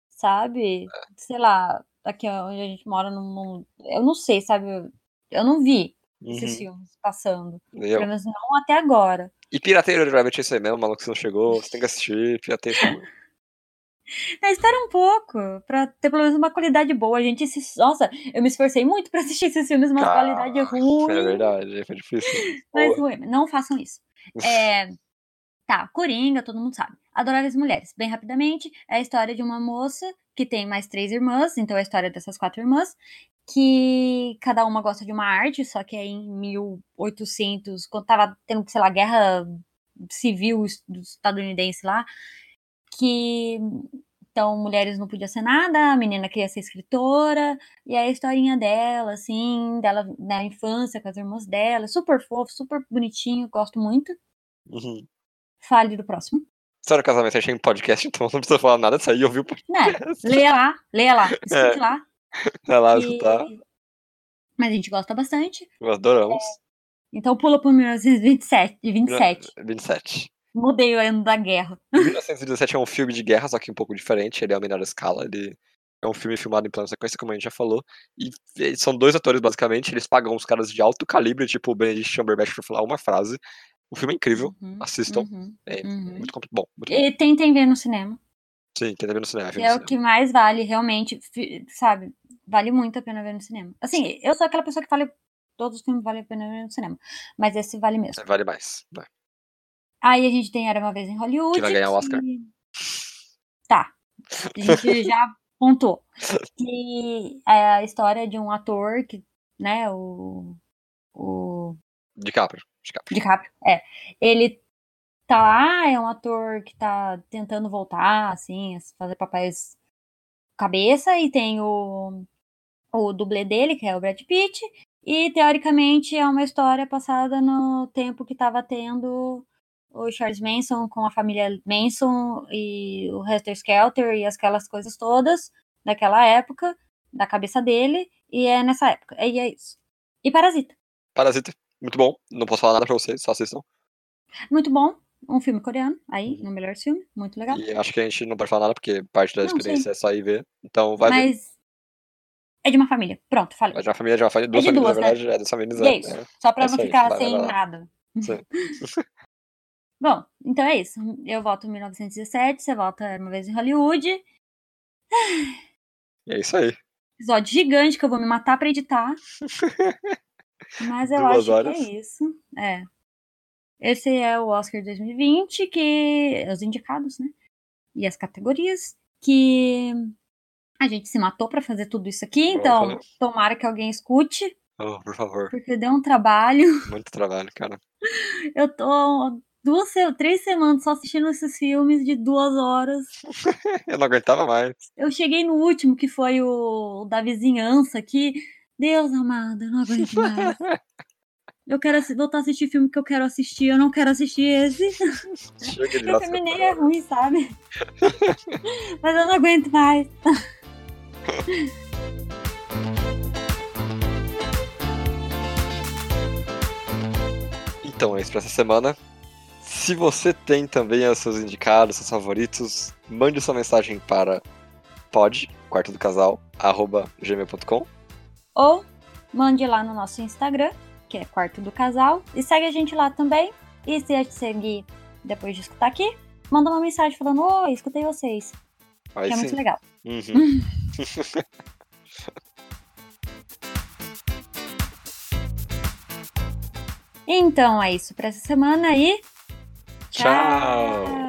Speaker 1: sabe? Sei lá, aqui é onde a gente mora, não, não- eu não sei, sabe? Eu- Eu não vi esses
Speaker 2: Uhum.
Speaker 1: filmes passando.
Speaker 2: entendeu?
Speaker 1: Pelo menos não até agora.
Speaker 2: E pirateia Jojo Rabbit é isso aí mesmo, maluco, você não chegou, você tem que assistir, pirateia esse bagulho.
Speaker 1: Mas espera um pouco, pra ter pelo menos uma qualidade boa. A gente se. Nossa, eu me esforcei muito pra assistir esses filmes, uma qualidade
Speaker 2: Caraca, É
Speaker 1: ruim.
Speaker 2: verdade, foi difícil.
Speaker 1: Mas
Speaker 2: Porra.
Speaker 1: ruim. Não façam isso. É, Tá, Coringa, todo mundo sabe. Adoráveis Mulheres, bem rapidamente, é a história de uma moça que tem mais três irmãs, então é a história dessas quatro irmãs, que cada uma gosta de uma arte, só que aí em 1800, quando tava tendo, sei lá, guerra civil es- estadunidense lá, que então mulheres não podiam ser nada, a menina queria ser escritora, e aí a historinha dela, assim, dela na infância com as irmãs dela, super fofo, super bonitinho, gosto muito.
Speaker 2: [laughs] Uhum.
Speaker 1: Fale do próximo.
Speaker 2: História do casamento, a gente tem um podcast, [laughs] então não precisa falar nada disso aí, ouviu o
Speaker 1: Né?
Speaker 2: podcast.
Speaker 1: Leia lá, leia lá, escute
Speaker 2: [laughs] É, tá.
Speaker 1: lá.
Speaker 2: Vai lá
Speaker 1: e-
Speaker 2: escutar,
Speaker 1: Mas a gente gosta bastante.
Speaker 2: nós adoramos.
Speaker 1: Então pula pro 1927. e 27.
Speaker 2: 27.
Speaker 1: Mudei o ano da guerra.
Speaker 2: 1917 é um filme de guerra, só que um pouco diferente, ele é a menor escala, ele é um filme filmado em plano sequência, como a gente já falou, e eh, são dois atores, basicamente, eles pagam uns caras de alto calibre, tipo o Benedict Cumberbatch, pra falar uma frase. O filme é incrível,
Speaker 1: Uhum,
Speaker 2: assistam,
Speaker 1: uhum,
Speaker 2: é
Speaker 1: uhum.
Speaker 2: muito compl- bom, muito bom.
Speaker 1: E tentem ver no cinema.
Speaker 2: Sim, quem tá vendo no cinema,
Speaker 1: Que
Speaker 2: filme
Speaker 1: é
Speaker 2: no
Speaker 1: o
Speaker 2: cinema.
Speaker 1: que mais vale, realmente, fi- sabe? Vale muito a pena ver no cinema. Assim, eu sou aquela pessoa que fala todos os filmes vale a pena ver no cinema. Mas esse vale mesmo.
Speaker 2: É, Vale mais, vai.
Speaker 1: Aí a gente tem Era Uma Vez em Hollywood.
Speaker 2: Que vai ganhar o Oscar.
Speaker 1: que- Tá. A
Speaker 2: [laughs]
Speaker 1: gente já pontuou. Que é a história de um ator que, né, o. O.
Speaker 2: DiCaprio, DiCaprio.
Speaker 1: DiCaprio, é. Ele tá lá, é um ator que tá tentando voltar, assim, a fazer papéis cabeça, e tem o. O dublê dele, que é o Brad Pitt, e teoricamente é uma história passada no tempo que tava tendo o Charles Manson com a família Manson e o Hester Skelter e aquelas coisas todas daquela época, da cabeça dele, e é nessa época. E é isso. E Parasita.
Speaker 2: Parasita, muito bom, não posso falar nada pra vocês, só assistam.
Speaker 1: Muito bom. Um filme coreano, aí,
Speaker 2: Uhum.
Speaker 1: no melhor filme, muito legal.
Speaker 2: E acho que a gente não pode falar nada, porque parte da
Speaker 1: Não, sim.
Speaker 2: experiência é só ir ver. Então vai ver.
Speaker 1: Mas é de uma família. Pronto, falei.
Speaker 2: Vai de uma família, de uma família, duas
Speaker 1: É de
Speaker 2: famílias,
Speaker 1: duas,
Speaker 2: na
Speaker 1: né?
Speaker 2: verdade, é duas famílias.
Speaker 1: E é isso. Só pra
Speaker 2: é
Speaker 1: não
Speaker 2: isso aí,
Speaker 1: ficar
Speaker 2: vai, vai,
Speaker 1: sem
Speaker 2: vai lá.
Speaker 1: nada.
Speaker 2: Sim.
Speaker 1: [laughs] Bom, então é isso. Eu voto em 1917, você volta uma vez em Hollywood.
Speaker 2: É isso aí.
Speaker 1: Episódio gigante que eu vou me matar pra
Speaker 2: [laughs]
Speaker 1: editar. Mas eu
Speaker 2: Duas
Speaker 1: acho
Speaker 2: horas.
Speaker 1: que é isso. É. Esse é o Oscar 2020, que. Os indicados, né? E as categorias. Que a gente se matou pra fazer tudo isso aqui.
Speaker 2: Bom,
Speaker 1: Então,
Speaker 2: valeu.
Speaker 1: tomara que alguém escute,
Speaker 2: Oh, por favor.
Speaker 1: porque deu um trabalho. [laughs]
Speaker 2: Muito trabalho, cara.
Speaker 1: Eu tô duas, se- três semanas só assistindo esses filmes de duas horas.
Speaker 2: Eu não
Speaker 1: [laughs]
Speaker 2: aguentava mais.
Speaker 1: Eu cheguei no último, que foi o da vizinhança aqui. Deus amado, eu não aguento
Speaker 2: [laughs]
Speaker 1: mais. Eu quero assi- voltar a assistir filme que eu quero assistir. Eu não quero assistir esse.
Speaker 2: Chega de
Speaker 1: Porque o
Speaker 2: dar
Speaker 1: filme nem é
Speaker 2: essa-
Speaker 1: ruim, sabe? [laughs] Mas eu não aguento mais.
Speaker 2: Então é isso pra essa semana. Se você tem também os seus indicados, seus favoritos, mande sua mensagem para pod, quarto do casal, arroba gmail.com.
Speaker 1: Ou mande lá no nosso Instagram, que é Quarto do Casal, e segue a gente lá também. E se a gente seguir depois de escutar aqui, manda uma mensagem falando: Oi, escutei vocês,
Speaker 2: Aí
Speaker 1: que é muito
Speaker 2: sim.
Speaker 1: legal.
Speaker 2: Uhum.
Speaker 1: Então é isso pra essa semana e.
Speaker 2: Tchau.